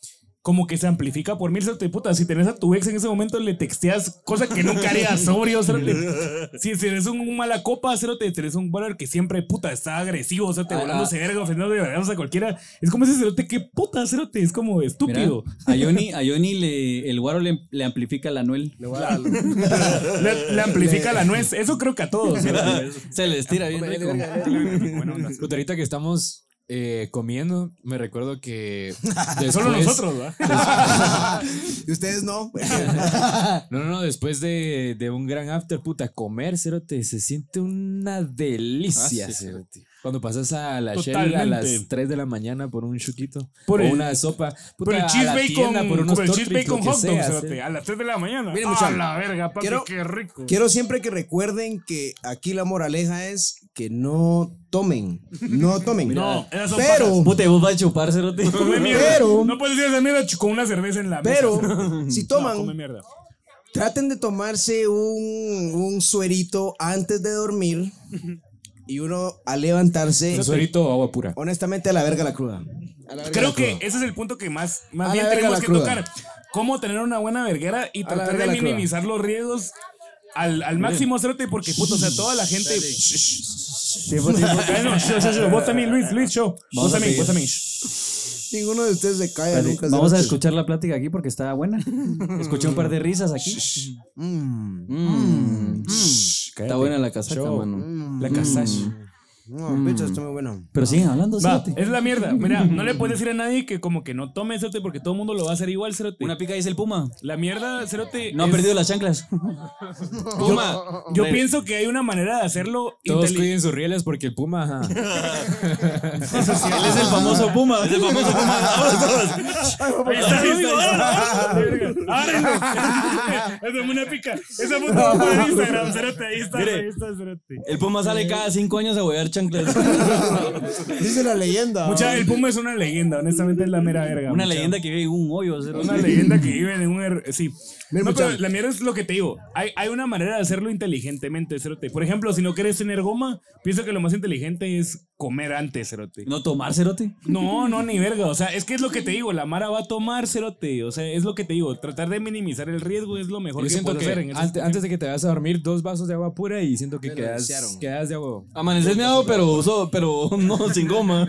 Speaker 1: Como que se amplifica por mil, Sato, y puta. Si tenés a tu ex en ese momento, le texteas cosas que nunca harías sobrio, Sato.
Speaker 4: (laughs)
Speaker 1: Si tenés un mala copa, Sato, tenés un guaro que siempre, puta, está agresivo, Sato,
Speaker 3: Ah,
Speaker 1: volándose verga, ofendiendo de vergas a cualquiera. Es como ese cerote, qué puta cerote, es como
Speaker 3: Mira,
Speaker 1: estúpido.
Speaker 3: a Johnny, a Johnny le, el guaro le, le amplifica la Anuel.
Speaker 1: Le, le amplifica la
Speaker 4: (laughs)
Speaker 1: nuez, eso creo que a todos. cerote.
Speaker 3: Se le
Speaker 2: Ah,
Speaker 3: estira bien rico.
Speaker 1: Bueno, onda,
Speaker 4: Puta, ahorita que estamos eh, comiendo, me
Speaker 2: (laughs)
Speaker 4: recuerdo que. después-
Speaker 1: Solo nosotros, ¿va?
Speaker 2: Y ustedes no. (laughs)
Speaker 4: No, no, no, después de, de un gran after, puta, comer, cerote, se siente una delicia,
Speaker 10: Ah, sí,
Speaker 4: cerote. Cuando pasas a la Shell a las
Speaker 1: Totalmente.
Speaker 4: 3 de la mañana por un chuquito,
Speaker 1: Por
Speaker 4: por
Speaker 1: el-
Speaker 4: una sopa, puta,
Speaker 1: Por el
Speaker 4: a
Speaker 1: cheese
Speaker 4: la
Speaker 1: bacon,
Speaker 4: tienda por unos
Speaker 1: por el
Speaker 4: tortas,
Speaker 1: cheese bacon
Speaker 4: lo
Speaker 1: hot
Speaker 4: que
Speaker 1: dog,
Speaker 4: sea,
Speaker 1: cerote, Ah,
Speaker 4: cerote.
Speaker 1: a las 3 de la mañana.
Speaker 2: Miren,
Speaker 1: a
Speaker 2: muchachos,
Speaker 1: la verga, papi,
Speaker 2: quiero-
Speaker 1: qué rico.
Speaker 2: Quiero siempre que recuerden que aquí la moraleja es que no tomen. No tomen.
Speaker 1: No, esas son
Speaker 2: pero,
Speaker 3: Puta, vos vas a chupar,
Speaker 2: (laughs)
Speaker 3: cerote.
Speaker 1: Come mierda.
Speaker 2: Pero-
Speaker 1: no puedes ir a esa mierda ch- con una cerveza en la mesa.
Speaker 2: pero, si
Speaker 1: (laughs) No, come
Speaker 2: toman,
Speaker 1: mierda.
Speaker 2: traten de tomarse un, un suerito antes de dormir y uno al levantarse,
Speaker 4: Un suerito o agua pura.
Speaker 2: honestamente, a la verga la cruda. A la verga
Speaker 1: Creo
Speaker 2: la
Speaker 1: que
Speaker 2: cruda.
Speaker 1: ese es el punto que más,
Speaker 2: A
Speaker 1: más
Speaker 2: la
Speaker 1: bien
Speaker 2: verga
Speaker 1: tenemos
Speaker 2: la
Speaker 1: que
Speaker 2: cruda.
Speaker 1: tocar. Cómo tener una buena verguera y
Speaker 2: A la
Speaker 1: tratar
Speaker 2: verga
Speaker 1: de
Speaker 2: la cruda.
Speaker 1: minimizar los riesgos al, al máximo, cerote, porque puto, o sea, toda la gente. (laughs) Tiempo, tiempo. Ah, no, yo, yo, yo, Vos también, Luis, Luis, yo. Vos
Speaker 3: Vamos a
Speaker 1: también, vos
Speaker 3: seguir.
Speaker 1: también.
Speaker 2: Ninguno de ustedes se calla
Speaker 3: Espérate,
Speaker 2: nunca.
Speaker 3: Vamos a
Speaker 2: cerote.
Speaker 3: escuchar la plática aquí porque está buena. Escuché un par de risas aquí.
Speaker 2: Mm,
Speaker 3: Mm. Está buena la casaca,
Speaker 4: Show.
Speaker 1: Mm.
Speaker 3: mano.
Speaker 4: La
Speaker 2: Mm.
Speaker 4: casache.
Speaker 2: no, picha, está muy bueno.
Speaker 3: Pero siguen hablando,
Speaker 2: Pues
Speaker 1: Va,
Speaker 3: cerote.
Speaker 1: es la mierda. Mira,
Speaker 2: (laughs)
Speaker 1: no le puedes decir a nadie que como que no tome cerote porque todo el mundo lo va a hacer igual, cerote.
Speaker 3: Una pica dice el puma.
Speaker 1: La mierda, cerote.
Speaker 3: No han
Speaker 1: es-
Speaker 3: perdido las (laughs) chanclas.
Speaker 1: Yo, yo pienso que hay una manera de hacerlo
Speaker 4: Todos
Speaker 1: inteli-
Speaker 4: cuiden sus rieles porque el
Speaker 1: (laughs)
Speaker 4: puma, ajá.
Speaker 3: Él es el famoso puma. Es el famoso (laughs) puma.
Speaker 1: Ahí está, ahí está, ahí está. (laughs) Ábrenlo. Es como una pica. Esa foto va para Instagram, cerote. Ahí está,
Speaker 3: Mire.
Speaker 1: ahí está, cerote.
Speaker 3: El puma sale cada cinco años a huear (laughs) chanclas.
Speaker 2: Dice la leyenda.
Speaker 1: Mucha, el Puma es una leyenda, honestamente es la mera verga.
Speaker 3: Una
Speaker 1: mucha.
Speaker 3: leyenda que vive en un hoyo. cerote.
Speaker 1: Una leyenda que vive en un... er- Sí.
Speaker 2: Mira,
Speaker 1: no, pero
Speaker 2: mucha-
Speaker 1: la mierda es lo que te digo. Hay, hay una manera de hacerlo inteligentemente, cerote. Por ejemplo, si no quieres tener goma, pienso que lo más inteligente es comer antes, cerote.
Speaker 3: No tomar, cerote.
Speaker 1: No, no, ni verga. O sea, es que es lo que te digo. La Mara va a tomar cerote. O sea, es lo que te digo. Tratar de minimizar el riesgo es lo mejor
Speaker 4: Yo
Speaker 1: que
Speaker 4: siento
Speaker 1: puedes
Speaker 4: que
Speaker 1: hacer en
Speaker 4: ante-
Speaker 1: esas
Speaker 4: antes, de que te vayas a dormir, dos vasos de agua pura y siento que
Speaker 2: Me
Speaker 4: quedas,
Speaker 2: denunciaron.
Speaker 4: quedas de agua.
Speaker 3: Amaneces meado, pero, so- pero (laughs) no sin goma.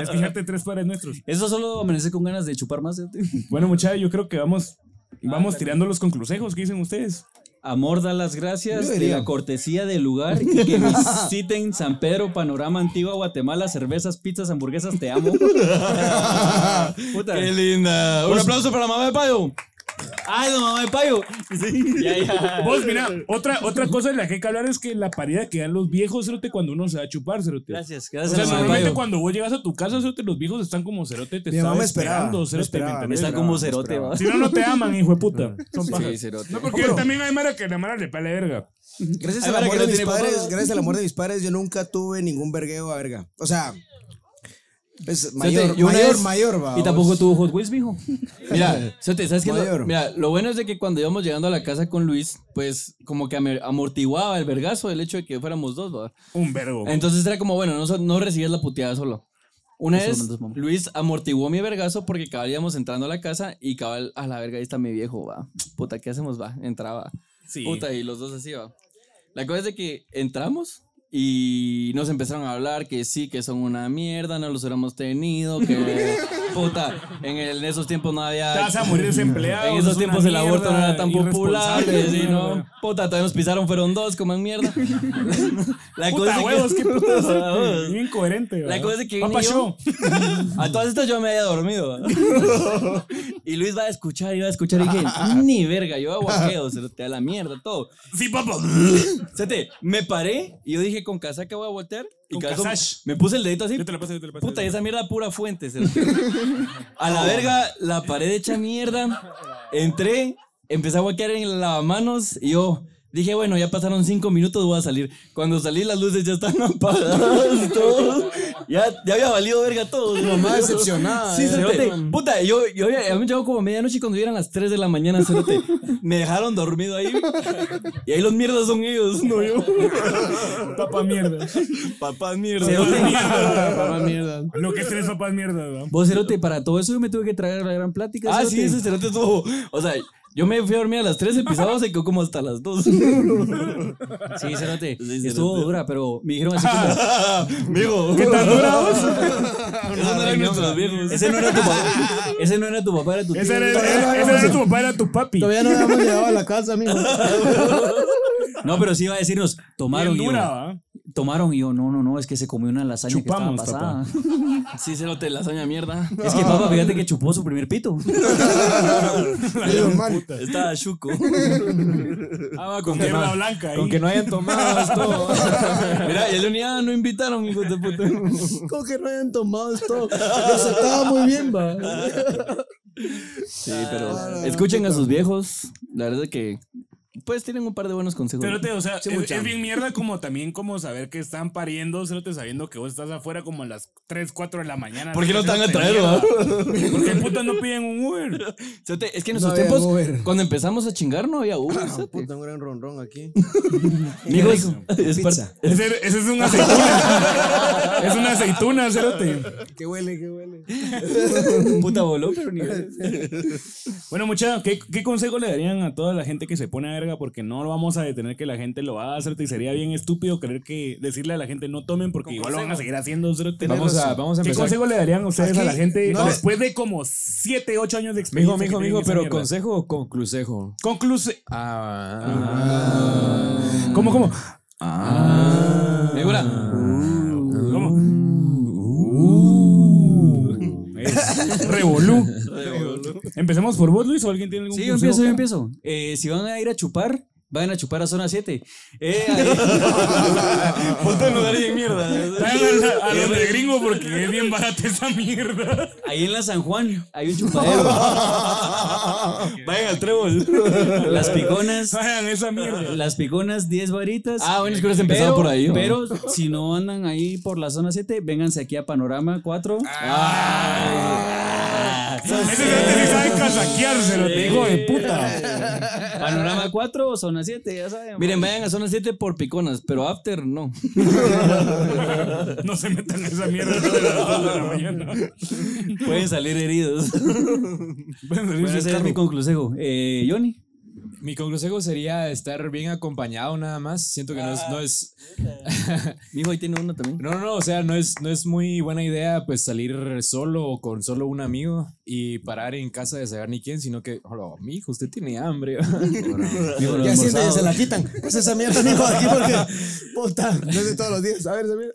Speaker 1: Es fijarte tres pares nuestros.
Speaker 3: Eso solo amanece con ganas de chupar más. ¿eh? cerote.
Speaker 1: Bueno, muchachos, yo creo que vamos, vamos
Speaker 3: Ah,
Speaker 1: tirando los conclusejos. ¿Qué dicen ustedes?
Speaker 3: (laughs) Amor, da las gracias
Speaker 2: Yo
Speaker 3: de
Speaker 2: diría.
Speaker 3: la cortesía del lugar y que visiten San Pedro, Panorama Antigua, Guatemala, cervezas, pizzas, hamburguesas,
Speaker 10: (laughs)
Speaker 3: te amo. Puta. Pues-
Speaker 10: Qué linda. Un aplauso para mamá de Payo.
Speaker 3: Ay, no, mamá de payo. Ya, ya.
Speaker 1: Vos, mira, otra, (laughs) otra cosa de la que hay que hablar es que la paridad que dan los viejos, cerote, cuando uno se va a chupar, cerote.
Speaker 3: Gracias,
Speaker 1: O
Speaker 3: gracias, mamá
Speaker 1: sea,
Speaker 3: de
Speaker 1: normalmente
Speaker 3: payo.
Speaker 1: cuando vos llegas a tu casa, cerote, los viejos están como cerote, te
Speaker 2: Mi mamá
Speaker 1: están
Speaker 2: me esperaba,
Speaker 1: esperando,
Speaker 2: me
Speaker 1: cerote, ¿me
Speaker 2: esperaba, me
Speaker 1: entendés?
Speaker 3: Está como cerote, va.
Speaker 1: Si no, no te aman, hijo de puta. Son pajas.
Speaker 10: cerote.
Speaker 1: No, porque también hay Mara que la Mara le pala verga.
Speaker 2: Gracias
Speaker 3: Ay,
Speaker 2: al
Speaker 3: para
Speaker 2: amor
Speaker 3: que
Speaker 2: de
Speaker 3: no
Speaker 2: mis
Speaker 3: tiene papá.
Speaker 2: padres, gracias al amor de mis padres, yo nunca tuve ningún vergueo a verga. O sea, Pues
Speaker 3: Cerote,
Speaker 2: mayor,
Speaker 3: yo una
Speaker 2: mayor,
Speaker 3: vez-
Speaker 2: mayor, va.
Speaker 5: Y tampoco tuvo Hot
Speaker 2: (laughs)
Speaker 5: Wheels, mijo.
Speaker 3: Mira, Cerote, ¿sabes qué?
Speaker 2: Mayor.
Speaker 3: Lo, mira, lo bueno es de que cuando íbamos llegando a la casa con Luis, pues como que ame- amortiguaba el vergazo el hecho de que fuéramos dos, ¿verdad?
Speaker 1: Un vergo.
Speaker 3: Entonces era como, bueno, no, so- no recibías la puteada solo. Una
Speaker 5: Eso
Speaker 3: vez
Speaker 5: no es mamá.
Speaker 3: Luis amortiguó mi vergazo porque cabal íbamos entrando a la casa y cabal, a la verga, ahí está mi viejo, va. Puta, ¿qué hacemos, va? Entraba.
Speaker 1: Sí.
Speaker 3: Puta, y los dos así, va. La cosa es de que entramos y nos empezaron a hablar que sí, que son una mierda, no los hubiéramos tenido, que
Speaker 1: (laughs)
Speaker 3: puta, en, el- en esos tiempos no había...
Speaker 1: Te vas a morir desempleado.
Speaker 3: En esos
Speaker 1: sos una
Speaker 3: tiempos el aborto no
Speaker 1: mierda,
Speaker 3: era tan popular.
Speaker 1: irresponsable,
Speaker 3: sí, ¿no?
Speaker 1: mierda.
Speaker 3: Puta, todavía nos pisaron, fueron dos, coman
Speaker 1: (laughs)
Speaker 3: mierda. La cosa es
Speaker 1: Puta
Speaker 3: que-
Speaker 1: huevos,
Speaker 3: (laughs)
Speaker 1: qué puta
Speaker 3: Puta huevos.
Speaker 1: suerte. Bien coherente.
Speaker 3: La cosa es que
Speaker 1: Papá
Speaker 3: vine yo.
Speaker 1: yo.
Speaker 3: (laughs) A todas estas yo me había dormido. ¿verdad? y Luis va a escuchar, iba a escuchar y
Speaker 1: (laughs)
Speaker 3: dije, ni verga, yo aguaqueo, se te da la mierda, todo.
Speaker 1: Sí, papá.
Speaker 3: Sete, me paré y yo dije, con casaca voy a voltear. Y
Speaker 1: Con
Speaker 3: calzón-
Speaker 1: casash.
Speaker 3: me puse el dedito así.
Speaker 1: Yo te pues, la paso, yo te la paso.
Speaker 3: Puta, y esa mierda pura fuente. cerote. A la verga, la pared hecha mierda. Entré, empecé a guaquear en el lavamanos y yo dije, bueno, ya pasaron cinco minutos, voy a salir. Cuando salí, las luces ya están (laughs) apagadas, todo. Ya, ya había valido verga todo.
Speaker 2: Mamá decepcionada.
Speaker 3: Sí,
Speaker 2: eh.
Speaker 3: cerote. Puta, yo, yo había, a mí me llegó como medianoche cuando eran las 3 de la mañana, cerote. Me dejaron dormido ahí. Y ahí los mierdas son ellos, no yo.
Speaker 1: Papá mierda.
Speaker 3: Papá mierda. (laughs)
Speaker 1: Papá
Speaker 3: Cerote.
Speaker 1: mierda. Lo que es tres papás mierda, ¿verdad?
Speaker 5: Vos, Cerote, para todo eso yo me tuve que traer la gran plática.
Speaker 3: Ah,
Speaker 5: cerote.
Speaker 3: sí, ese cerote estuvo. O sea, yo me fui a dormir a las 3, el pisado se quedó como hasta las 2.
Speaker 5: Sí, Cerote.
Speaker 3: Sí,
Speaker 5: Estuvo
Speaker 3: cerote.
Speaker 5: dura, pero me dijeron así como.
Speaker 1: (laughs)
Speaker 3: Mijo, (laughs)
Speaker 1: ¿Qué tan durados?
Speaker 3: esos no eran nuestros viejos.
Speaker 5: Ese no era tu papá. Ese no era tu papá, era tu tío.
Speaker 1: Ese era,
Speaker 2: Todavía no
Speaker 1: ese era tu papá, era tu papi.
Speaker 2: Todavía no habíamos llegado a la casa, mijo.
Speaker 5: No, pero sí iba a decirnos, tomaron
Speaker 1: Bien
Speaker 5: y yo.
Speaker 1: dura, ¿va?
Speaker 5: Tomaron y yo, no, no, no, es que se comió una lasaña
Speaker 1: Chupamos,
Speaker 5: que estaba pasada.
Speaker 3: Sí, cerote, lasaña mierda.
Speaker 5: Es que papá, fíjate que chupó su primer
Speaker 3: (laughs)
Speaker 5: pito.
Speaker 2: Pero, man,
Speaker 3: Estaba chuco. Ah, va, con que
Speaker 1: Mierda
Speaker 3: no.
Speaker 1: blanca.
Speaker 4: Con
Speaker 1: ahí.
Speaker 4: que no hayan (laughs) tomado esto.
Speaker 3: Mira, y el unidad no invitaron, hijo de puta.
Speaker 2: ¿Cómo que no hayan tomado esto? Lo sentaba muy bien, va.
Speaker 3: Sí,
Speaker 2: Ah,
Speaker 3: pero escuchen a sus viejos. La verdad es que, pues, tienen un par de buenos consejos.
Speaker 1: Pero te, o sea,
Speaker 3: Sí,
Speaker 1: es,
Speaker 3: mucha.
Speaker 1: es bien mierda como también como saber que están pariendo, cerote, sabiendo que vos estás afuera como a las 3, 4 de la mañana.
Speaker 3: ¿Por qué no te van a
Speaker 1: Cerote,
Speaker 3: traer,
Speaker 1: mierda. Porque putas no piden un Uber.
Speaker 3: Cerote, es que en
Speaker 2: No
Speaker 3: esos
Speaker 2: había
Speaker 3: tiempos,
Speaker 2: Uber. Ah,
Speaker 3: cuando empezamos a chingar, no había Uber. cerote.
Speaker 2: Puta, un gran ronrón aquí.
Speaker 3: Mijo, es, es
Speaker 2: Pizza.
Speaker 3: parte-
Speaker 1: Ese, ese es un aceituna. es una aceituna, cerote.
Speaker 2: Que huele, que huele.
Speaker 1: (laughs)
Speaker 4: (laughs)
Speaker 3: puta voló, pero ni
Speaker 1: Bueno, muchachos, ¿qué, ¿qué consejo le darían a toda la gente que se pone a verga? Porque no lo vamos a detener que la gente lo va a hacer. Y sería bien estúpido creer que decirle a la gente no tomen porque igual lo van a seguir haciendo. cerote.
Speaker 4: Vamos a, vamos a
Speaker 1: ¿Qué
Speaker 4: empezar.
Speaker 1: consejo le darían ustedes
Speaker 2: Aquí,
Speaker 1: a la gente
Speaker 2: no.
Speaker 1: después de como 7, 8 años de experiencia? que
Speaker 4: Mijo, mijo,
Speaker 1: tienen
Speaker 4: mijo,
Speaker 1: en esa
Speaker 4: pero
Speaker 1: mierda?
Speaker 4: consejo o conclusejo.
Speaker 1: Concluse.
Speaker 4: Ah.
Speaker 1: ¿Cómo, cómo?
Speaker 3: Figura.
Speaker 2: Ah.
Speaker 1: ¿Cómo?
Speaker 4: Uh.
Speaker 1: Uh. Es Revolú. Empecemos por vos, Luis, o alguien tiene algún
Speaker 5: Sí, yo
Speaker 1: consejo?
Speaker 5: empiezo, yo empiezo. Eh, si van a ir a chupar, vayan a chupar a zona 7. Eh, ahí-
Speaker 3: Puta lugar de mierda.
Speaker 1: Traigan a, a los de gringo porque es bien barata esa mierda.
Speaker 5: ahí en la San Juan hay un
Speaker 3: (laughs)
Speaker 5: chupadero.
Speaker 3: Vayan al trébol.
Speaker 5: Las piconas.
Speaker 1: Hagan esa mierda.
Speaker 5: Las piconas, 10 varitas.
Speaker 3: Ah, bueno, es que hubieras empezado por ahí. ¿o?
Speaker 5: Pero si no andan ahí por la zona 7, vénganse aquí a Panorama 4.
Speaker 1: Ese cerote sí sabe casaquearse, lo te hijo de
Speaker 4: "Eh,
Speaker 1: puta.
Speaker 5: Panorama 4 o zona 7, ya saben.
Speaker 3: Miren, vayan a zona 7 por piconas, pero after
Speaker 5: (laughs)
Speaker 3: no.
Speaker 1: No se metan en esa mierda a las dos de la mañana.
Speaker 3: Pueden salir
Speaker 5: (laughs)
Speaker 3: heridos.
Speaker 5: Bueno, ese es mi conclusejo. Eh, Johnny.
Speaker 4: Mi conclusejo sería estar bien acompañado nada más. Siento que no es, no
Speaker 5: (laughs)
Speaker 4: es,
Speaker 3: Mi hijo ahí tiene uno también.
Speaker 4: No, no, no, o sea, no es, no es muy buena idea pues salir solo o con solo un amigo y parar en casa de saber ni quién, sino que, hola, mijo, usted tiene hambre. (laughs)
Speaker 2: Ya sienten, se la quitan. Pues esa mierda, mijo, aquí porque. Puta, no es de todos los días. A ver, esa mierda.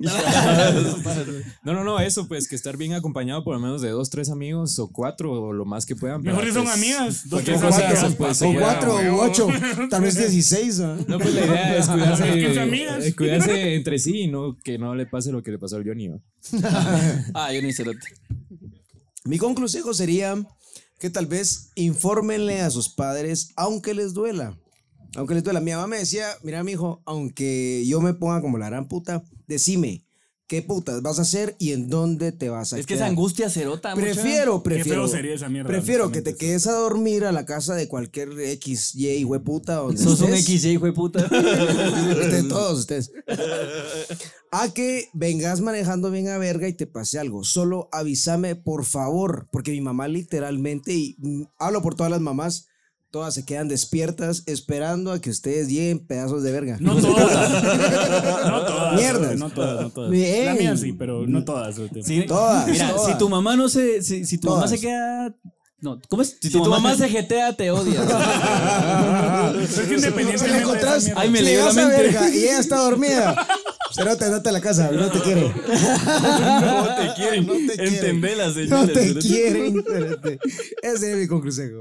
Speaker 4: no, no, no, eso pues que estar bien acompañado por lo menos de dos, tres amigos o cuatro o lo más que puedan.
Speaker 1: Mejor
Speaker 4: para,
Speaker 1: si son
Speaker 4: pues,
Speaker 1: amigas. Dos,
Speaker 4: cualquier
Speaker 1: tres
Speaker 4: cosa,
Speaker 1: amigas.
Speaker 4: pues,
Speaker 2: O
Speaker 4: ya,
Speaker 2: cuatro
Speaker 4: güey.
Speaker 2: o ocho. Tal vez dieciséis.
Speaker 4: No, pues la idea es cuidarse,
Speaker 1: (laughs) Las quince amigas.
Speaker 4: eh, cuidarse entre sí y no que no le pase lo que le pasó al Johnny. ¿no?
Speaker 3: Ah, Johnny Cerote.
Speaker 2: Mi conclusión sería que tal vez infórmenle a sus padres, aunque les duela. Aunque les duela. Mi mamá me decía, mira, mi hijo, aunque yo me ponga como la gran puta, decime, qué putas vas a hacer y en dónde te vas a
Speaker 5: Es que esa
Speaker 2: quedar.
Speaker 5: angustia cerota. mucha.
Speaker 2: Prefiero, prefiero.
Speaker 1: feo sería esa mierda,
Speaker 2: Prefiero que
Speaker 1: honestamente,
Speaker 2: te quedes a dormir a la casa de cualquier XY, hueputa. donde
Speaker 5: Sos un
Speaker 2: estés.
Speaker 5: XJ, hijo de puta.
Speaker 2: Ustedes, todos ustedes. A que vengas manejando bien a verga y te pase algo. Solo avísame, por favor. Porque mi mamá literalmente, y mm, hablo por todas las mamás, todas se quedan despiertas esperando a que ustedes lleguen pedazos de verga.
Speaker 1: No todas. No todas.
Speaker 2: Mierdas.
Speaker 1: No todas, no todas.
Speaker 2: Bien.
Speaker 1: La mía sí, pero no todas.
Speaker 5: Sí,
Speaker 2: Todas,
Speaker 5: Mira,
Speaker 2: todas.
Speaker 5: si tu mamá no se. Si, si tu mamá
Speaker 2: Todas.
Speaker 5: se queda. No, ¿cómo es? Si, tu, mamá, se jetea, te odia.
Speaker 1: Pero es que
Speaker 2: Se la
Speaker 1: independientemente de esa
Speaker 2: encontrás,
Speaker 1: mierda-
Speaker 5: Ay, me
Speaker 2: le llegas a
Speaker 5: alegramente.
Speaker 2: verga y ella está dormida. Pero te date a la casa, no te quiero.
Speaker 3: No te quieren.
Speaker 2: No te quieren.
Speaker 3: Entendé las
Speaker 2: No
Speaker 3: señales.
Speaker 2: te
Speaker 3: ¿no?
Speaker 2: quieren. espérate. Ese es mi conclusión.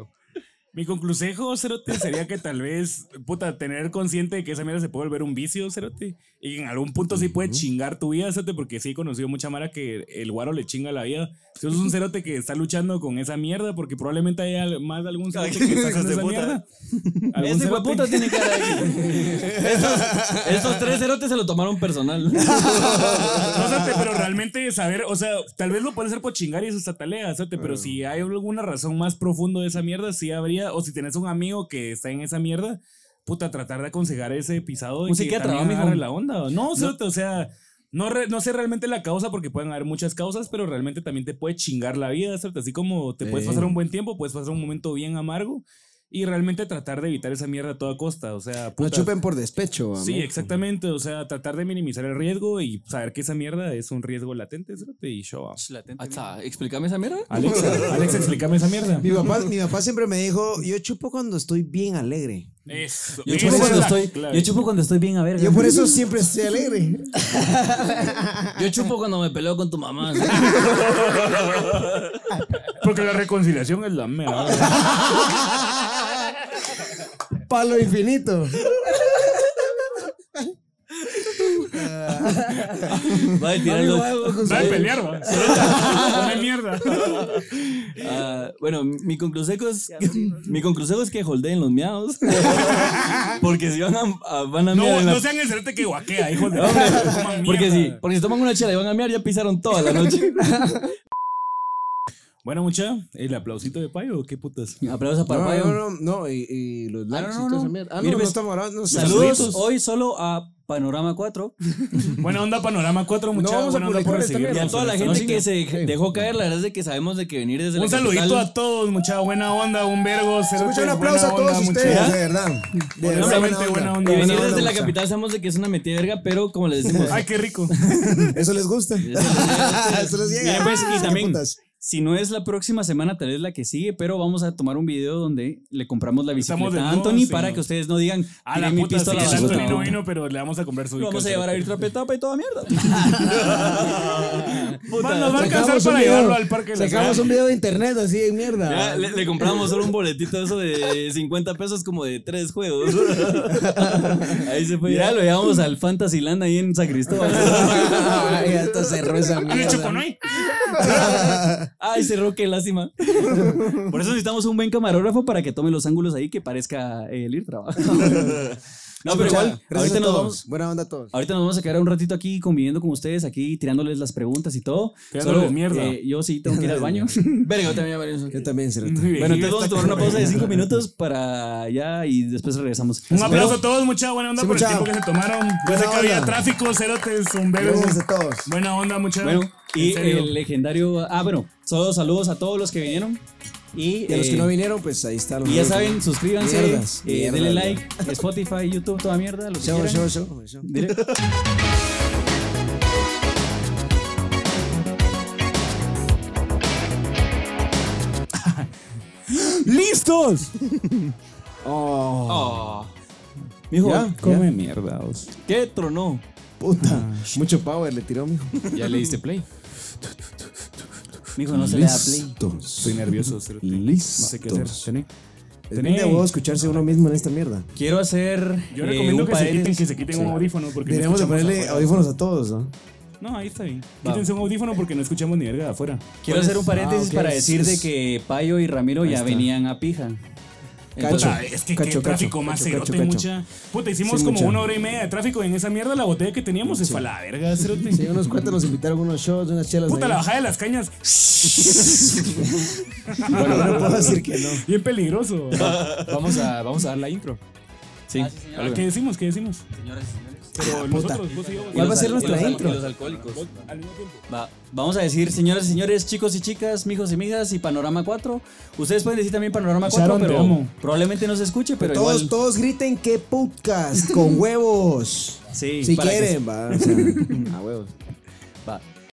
Speaker 1: Mi conclusejo, Cerote, sería que tal vez, puta, tener consciente de que esa mierda se puede volver un vicio, Cerote. Y en algún punto sí puede chingar tu vida, Cerote, porque sí he conocido mucha mara que el guaro le chinga la vida. Si sos un Cerote que está luchando con esa mierda, porque probablemente haya al- más de algún Cerote que está haciendo esa mierda. Algún
Speaker 5: Ese
Speaker 1: cerote.
Speaker 5: hueputa tiene cara de. Estos, estos tres cerotes se lo tomaron personal.
Speaker 1: No, Cerote, pero realmente saber, o sea, tal vez lo puede hacer por chingar y eso está tarea, Cerote, pero si hay alguna razón más profunda de esa mierda, sí habría, o si tenés un amigo que está en esa mierda, puta, tratar de aconsejar ese pisado de
Speaker 5: Un
Speaker 1: que
Speaker 5: psiquiatra,
Speaker 1: también
Speaker 5: mijo.
Speaker 1: agarre la onda. No, Cerote, o sea, no, re- no sé realmente la causa porque pueden haber muchas causas, pero realmente también te puede chingar la vida, Cerote, así como te puedes pasar un buen tiempo, puedes pasar un momento bien amargo. Y realmente tratar de evitar esa mierda a toda costa. O sea,
Speaker 2: No
Speaker 1: puta,
Speaker 2: chupen por despecho. mamá.
Speaker 1: Sí, exactamente. O sea, tratar de minimizar el riesgo y saber que esa mierda es un riesgo latente, cerote, y show off.
Speaker 3: Ah,
Speaker 5: Hasta, explícame esa mierda.
Speaker 1: Alexa, Alexa, explícame esa mierda.
Speaker 2: Mi papá, mi papá siempre me dijo, yo chupo cuando estoy bien alegre.
Speaker 1: Eso.
Speaker 5: Yo chupo,
Speaker 1: Esa
Speaker 5: cuando
Speaker 1: es la
Speaker 5: estoy,
Speaker 1: clave.
Speaker 5: yo chupo cuando estoy bien a verga.
Speaker 2: Yo por eso siempre estoy alegre.
Speaker 5: Yo chupo cuando me peleo con tu mamá.
Speaker 1: Porque la reconciliación es la mera. verga.
Speaker 2: (laughs) Palo infinito.
Speaker 5: Va a tirar los-
Speaker 1: Va a pelear, va. Cerote, Una mierda.
Speaker 5: Ah, bueno, mi concluseco es mi concluseco es que holdeen los miados. (laughs) porque si van a, a- van a miar
Speaker 1: No,
Speaker 5: en la-
Speaker 1: no sean el cerote que guaquea, hijos de
Speaker 5: Hombre,
Speaker 1: Coman
Speaker 5: porque
Speaker 1: mierda.
Speaker 5: si, porque si toman una chela y van a miar ya pisaron toda la noche.
Speaker 1: Bueno, mucha, ¿el aplausito de payo o qué putas?
Speaker 5: Aplausos para
Speaker 2: No,
Speaker 5: Payo.
Speaker 2: no, no, no, y, y los likes
Speaker 5: no,
Speaker 2: y
Speaker 5: no,
Speaker 2: toda esa
Speaker 5: no.
Speaker 2: mierda. Ah, no,
Speaker 5: Mira,
Speaker 2: no
Speaker 5: pues,
Speaker 2: estamos hablando. no,
Speaker 5: Saludos
Speaker 2: saluditos.
Speaker 5: hoy solo a Panorama 4
Speaker 1: Buena onda, Panorama 4, mucha.
Speaker 2: No, vamos a
Speaker 1: buena onda por
Speaker 2: publicar esta
Speaker 1: recibirnos
Speaker 5: y a toda la
Speaker 1: esta
Speaker 5: gente
Speaker 1: noche.
Speaker 5: que se dejó caer. La verdad es de que sabemos de que venir desde la
Speaker 1: Un saludito
Speaker 5: capital-
Speaker 1: a todos, mucha buena onda, un vergo. cerote,
Speaker 2: Escucha un
Speaker 1: buena
Speaker 2: aplauso a todos
Speaker 1: onda, mucha.
Speaker 2: ustedes, de verdad. De verdad,
Speaker 1: Honestamente, buena onda.
Speaker 5: que venir
Speaker 1: Buena
Speaker 5: desde
Speaker 1: onda,
Speaker 5: la
Speaker 1: mucha.
Speaker 5: capital sabemos de que es una metida de verga, pero como les decimos,
Speaker 1: (laughs) Ay, qué rico.
Speaker 2: (laughs) Eso les gusta. (laughs)
Speaker 5: (laughs)
Speaker 2: Eso les llega. Ah,
Speaker 5: Mira, pues, y
Speaker 2: Qué
Speaker 5: también-
Speaker 2: putas.
Speaker 5: Si no es la próxima semana, tal vez la que sigue, pero vamos a tomar un video donde le compramos la
Speaker 1: Estamos
Speaker 5: bicicleta a
Speaker 1: desnudos,
Speaker 5: Anthony
Speaker 1: sí,
Speaker 5: para
Speaker 1: no.
Speaker 5: que ustedes no digan,
Speaker 1: A la
Speaker 5: "Tiré mi
Speaker 1: puta, sí,
Speaker 5: pistola a la
Speaker 1: el
Speaker 5: basura".
Speaker 1: Anthony no vino, pero le vamos a comprar su
Speaker 5: Lo vamos a
Speaker 1: ubicación.
Speaker 5: llevar a ir trapetapa y
Speaker 1: (laughs)
Speaker 5: toda mierda.
Speaker 1: Bueno, nos va a alcanzar
Speaker 2: Sacamos
Speaker 1: para
Speaker 2: un video-
Speaker 1: llevarlo al parque. de la
Speaker 2: Sacamos
Speaker 1: ciudad.
Speaker 2: un video de internet así de
Speaker 5: Ya,
Speaker 2: mierda. (laughs)
Speaker 5: le, le compramos solo un boletito de eso de 50 pesos como de tres juegos. (laughs) Ahí se fue. Ya lo llevamos al Fantasyland ahí en San Cristóbal.
Speaker 2: Ay, hasta cerró esa
Speaker 1: ¿Y el
Speaker 2: mierda.
Speaker 1: Choconoy?
Speaker 5: (laughs) Ay, cerró, qué lástima. (laughs) Por eso necesitamos un buen camarógrafo para que tome los ángulos ahí que parezca eh, el ir (laughs) trabajo. No, pero igual,
Speaker 2: Gracias
Speaker 5: ahorita
Speaker 2: a
Speaker 5: nos
Speaker 2: todos.
Speaker 5: vamos,
Speaker 2: Buena onda a todos.
Speaker 5: Ahorita nos vamos a quedar un ratito aquí conviviendo con ustedes, aquí tirándoles las preguntas y todo.
Speaker 1: Tirándoles mierda.
Speaker 5: eh, yo sí tengo que ir al
Speaker 1: (laughs)
Speaker 5: baño. Verga, yo también voy a
Speaker 2: Yo
Speaker 5: baño.
Speaker 2: también, Cerrito.
Speaker 5: Bueno, entonces vamos a tomar una pausa de cinco minutos para allá y después regresamos.
Speaker 1: Un aplauso
Speaker 5: Pero-
Speaker 1: a todos, mucha buena onda
Speaker 2: Sí,
Speaker 1: por el
Speaker 2: mucha.
Speaker 1: tiempo que se tomaron. Yo
Speaker 2: Buena
Speaker 1: sé que había
Speaker 2: onda.
Speaker 1: tráfico, cerotes, un vergo.
Speaker 2: Gracias a todos.
Speaker 1: Buena onda, mucha.
Speaker 5: Bueno, y
Speaker 1: En serio.
Speaker 5: el legendario. Ah, bueno, solo saludos a todos los que vinieron. Y,
Speaker 2: Y a los que
Speaker 5: eh,
Speaker 2: no vinieron, pues ahí están. los
Speaker 5: y ya
Speaker 2: saludos.
Speaker 5: saben, suscríbanse,
Speaker 2: Mierdas,
Speaker 5: eh,
Speaker 2: mierdas,
Speaker 5: denle
Speaker 2: mierdas.
Speaker 5: like, Spotify, YouTube, toda mierda. Los
Speaker 2: Show, show, show, show.
Speaker 1: ¡Listos!
Speaker 5: Mijo,
Speaker 2: Ya,
Speaker 6: Come mierda, os.
Speaker 5: ¿qué tronó?
Speaker 2: puta. Mucho power le tiró, (laughs) mijo.
Speaker 4: Ya le diste play.
Speaker 5: Mijo, no se le da play.
Speaker 6: Listos.
Speaker 1: Estoy nervioso, cerote.
Speaker 6: Listos.
Speaker 1: No sé qué hacer. Tené.
Speaker 2: Es bien de huevo escucharse uno mismo en esta mierda.
Speaker 5: Quiero hacer.
Speaker 1: Yo
Speaker 5: eh,
Speaker 1: recomiendo
Speaker 5: un
Speaker 1: que se,
Speaker 5: paréntesis.
Speaker 1: quiten, que se quiten un audífono. Porque no
Speaker 2: Deberíamos de
Speaker 1: escuchamos
Speaker 2: ponerle
Speaker 1: afuera.
Speaker 2: audífonos a todos, ¿no?
Speaker 1: No, ahí está bien. Quítense un audífono porque no escuchamos ni verga de afuera.
Speaker 5: Quiero hacer un paréntesis
Speaker 2: Ah, ok.
Speaker 5: para
Speaker 2: Es-
Speaker 5: decir de
Speaker 2: es-
Speaker 5: que Payo y Ramiro ya
Speaker 2: está.
Speaker 5: venían a pija.
Speaker 2: Cacho,
Speaker 1: Puta, es que
Speaker 2: cacho,
Speaker 1: qué tráfico
Speaker 2: cacho,
Speaker 1: más
Speaker 2: cacho,
Speaker 1: cerote,
Speaker 2: cacho,
Speaker 1: mucha. Puta, hicimos
Speaker 2: Sí,
Speaker 1: como
Speaker 2: mucha.
Speaker 1: una hora y media de tráfico en esa mierda. La botella que teníamos es para la verga, cerote.
Speaker 2: Sí, unos cuates nos invitaron unos shows, unas chelas.
Speaker 1: Puta,
Speaker 2: ahí.
Speaker 1: la bajada de las cañas.
Speaker 2: Bueno, no puedo decir que no. (laughs)
Speaker 1: Bien peligroso.
Speaker 4: Vamos a, vamos a dar la intro.
Speaker 3: Ah, Sí.
Speaker 1: Ahora, ¿Qué decimos? ¿Qué decimos?
Speaker 5: Señores, señores.
Speaker 1: Pero
Speaker 2: puta.
Speaker 1: nosotros, vos y yo.
Speaker 2: ¿Cuál va a ser
Speaker 5: Y
Speaker 2: nuestra
Speaker 5: los al- y
Speaker 2: intro?
Speaker 5: los alcohólicos.
Speaker 1: Al mismo tiempo.
Speaker 5: Va, vamos a decir, señoras y señores, chicos y chicas, mijos y migas y Panorama 4. Ustedes pueden decir también Panorama 4,
Speaker 1: Sharon, te
Speaker 5: pero
Speaker 1: amo.
Speaker 5: probablemente no se escuche, pero
Speaker 2: todos,
Speaker 5: igual.
Speaker 2: todos griten que podcast con huevos.
Speaker 5: Sí,
Speaker 2: si
Speaker 5: para que- (laughs)
Speaker 2: quieren, va. o sea,
Speaker 5: Ah, huevos. Va.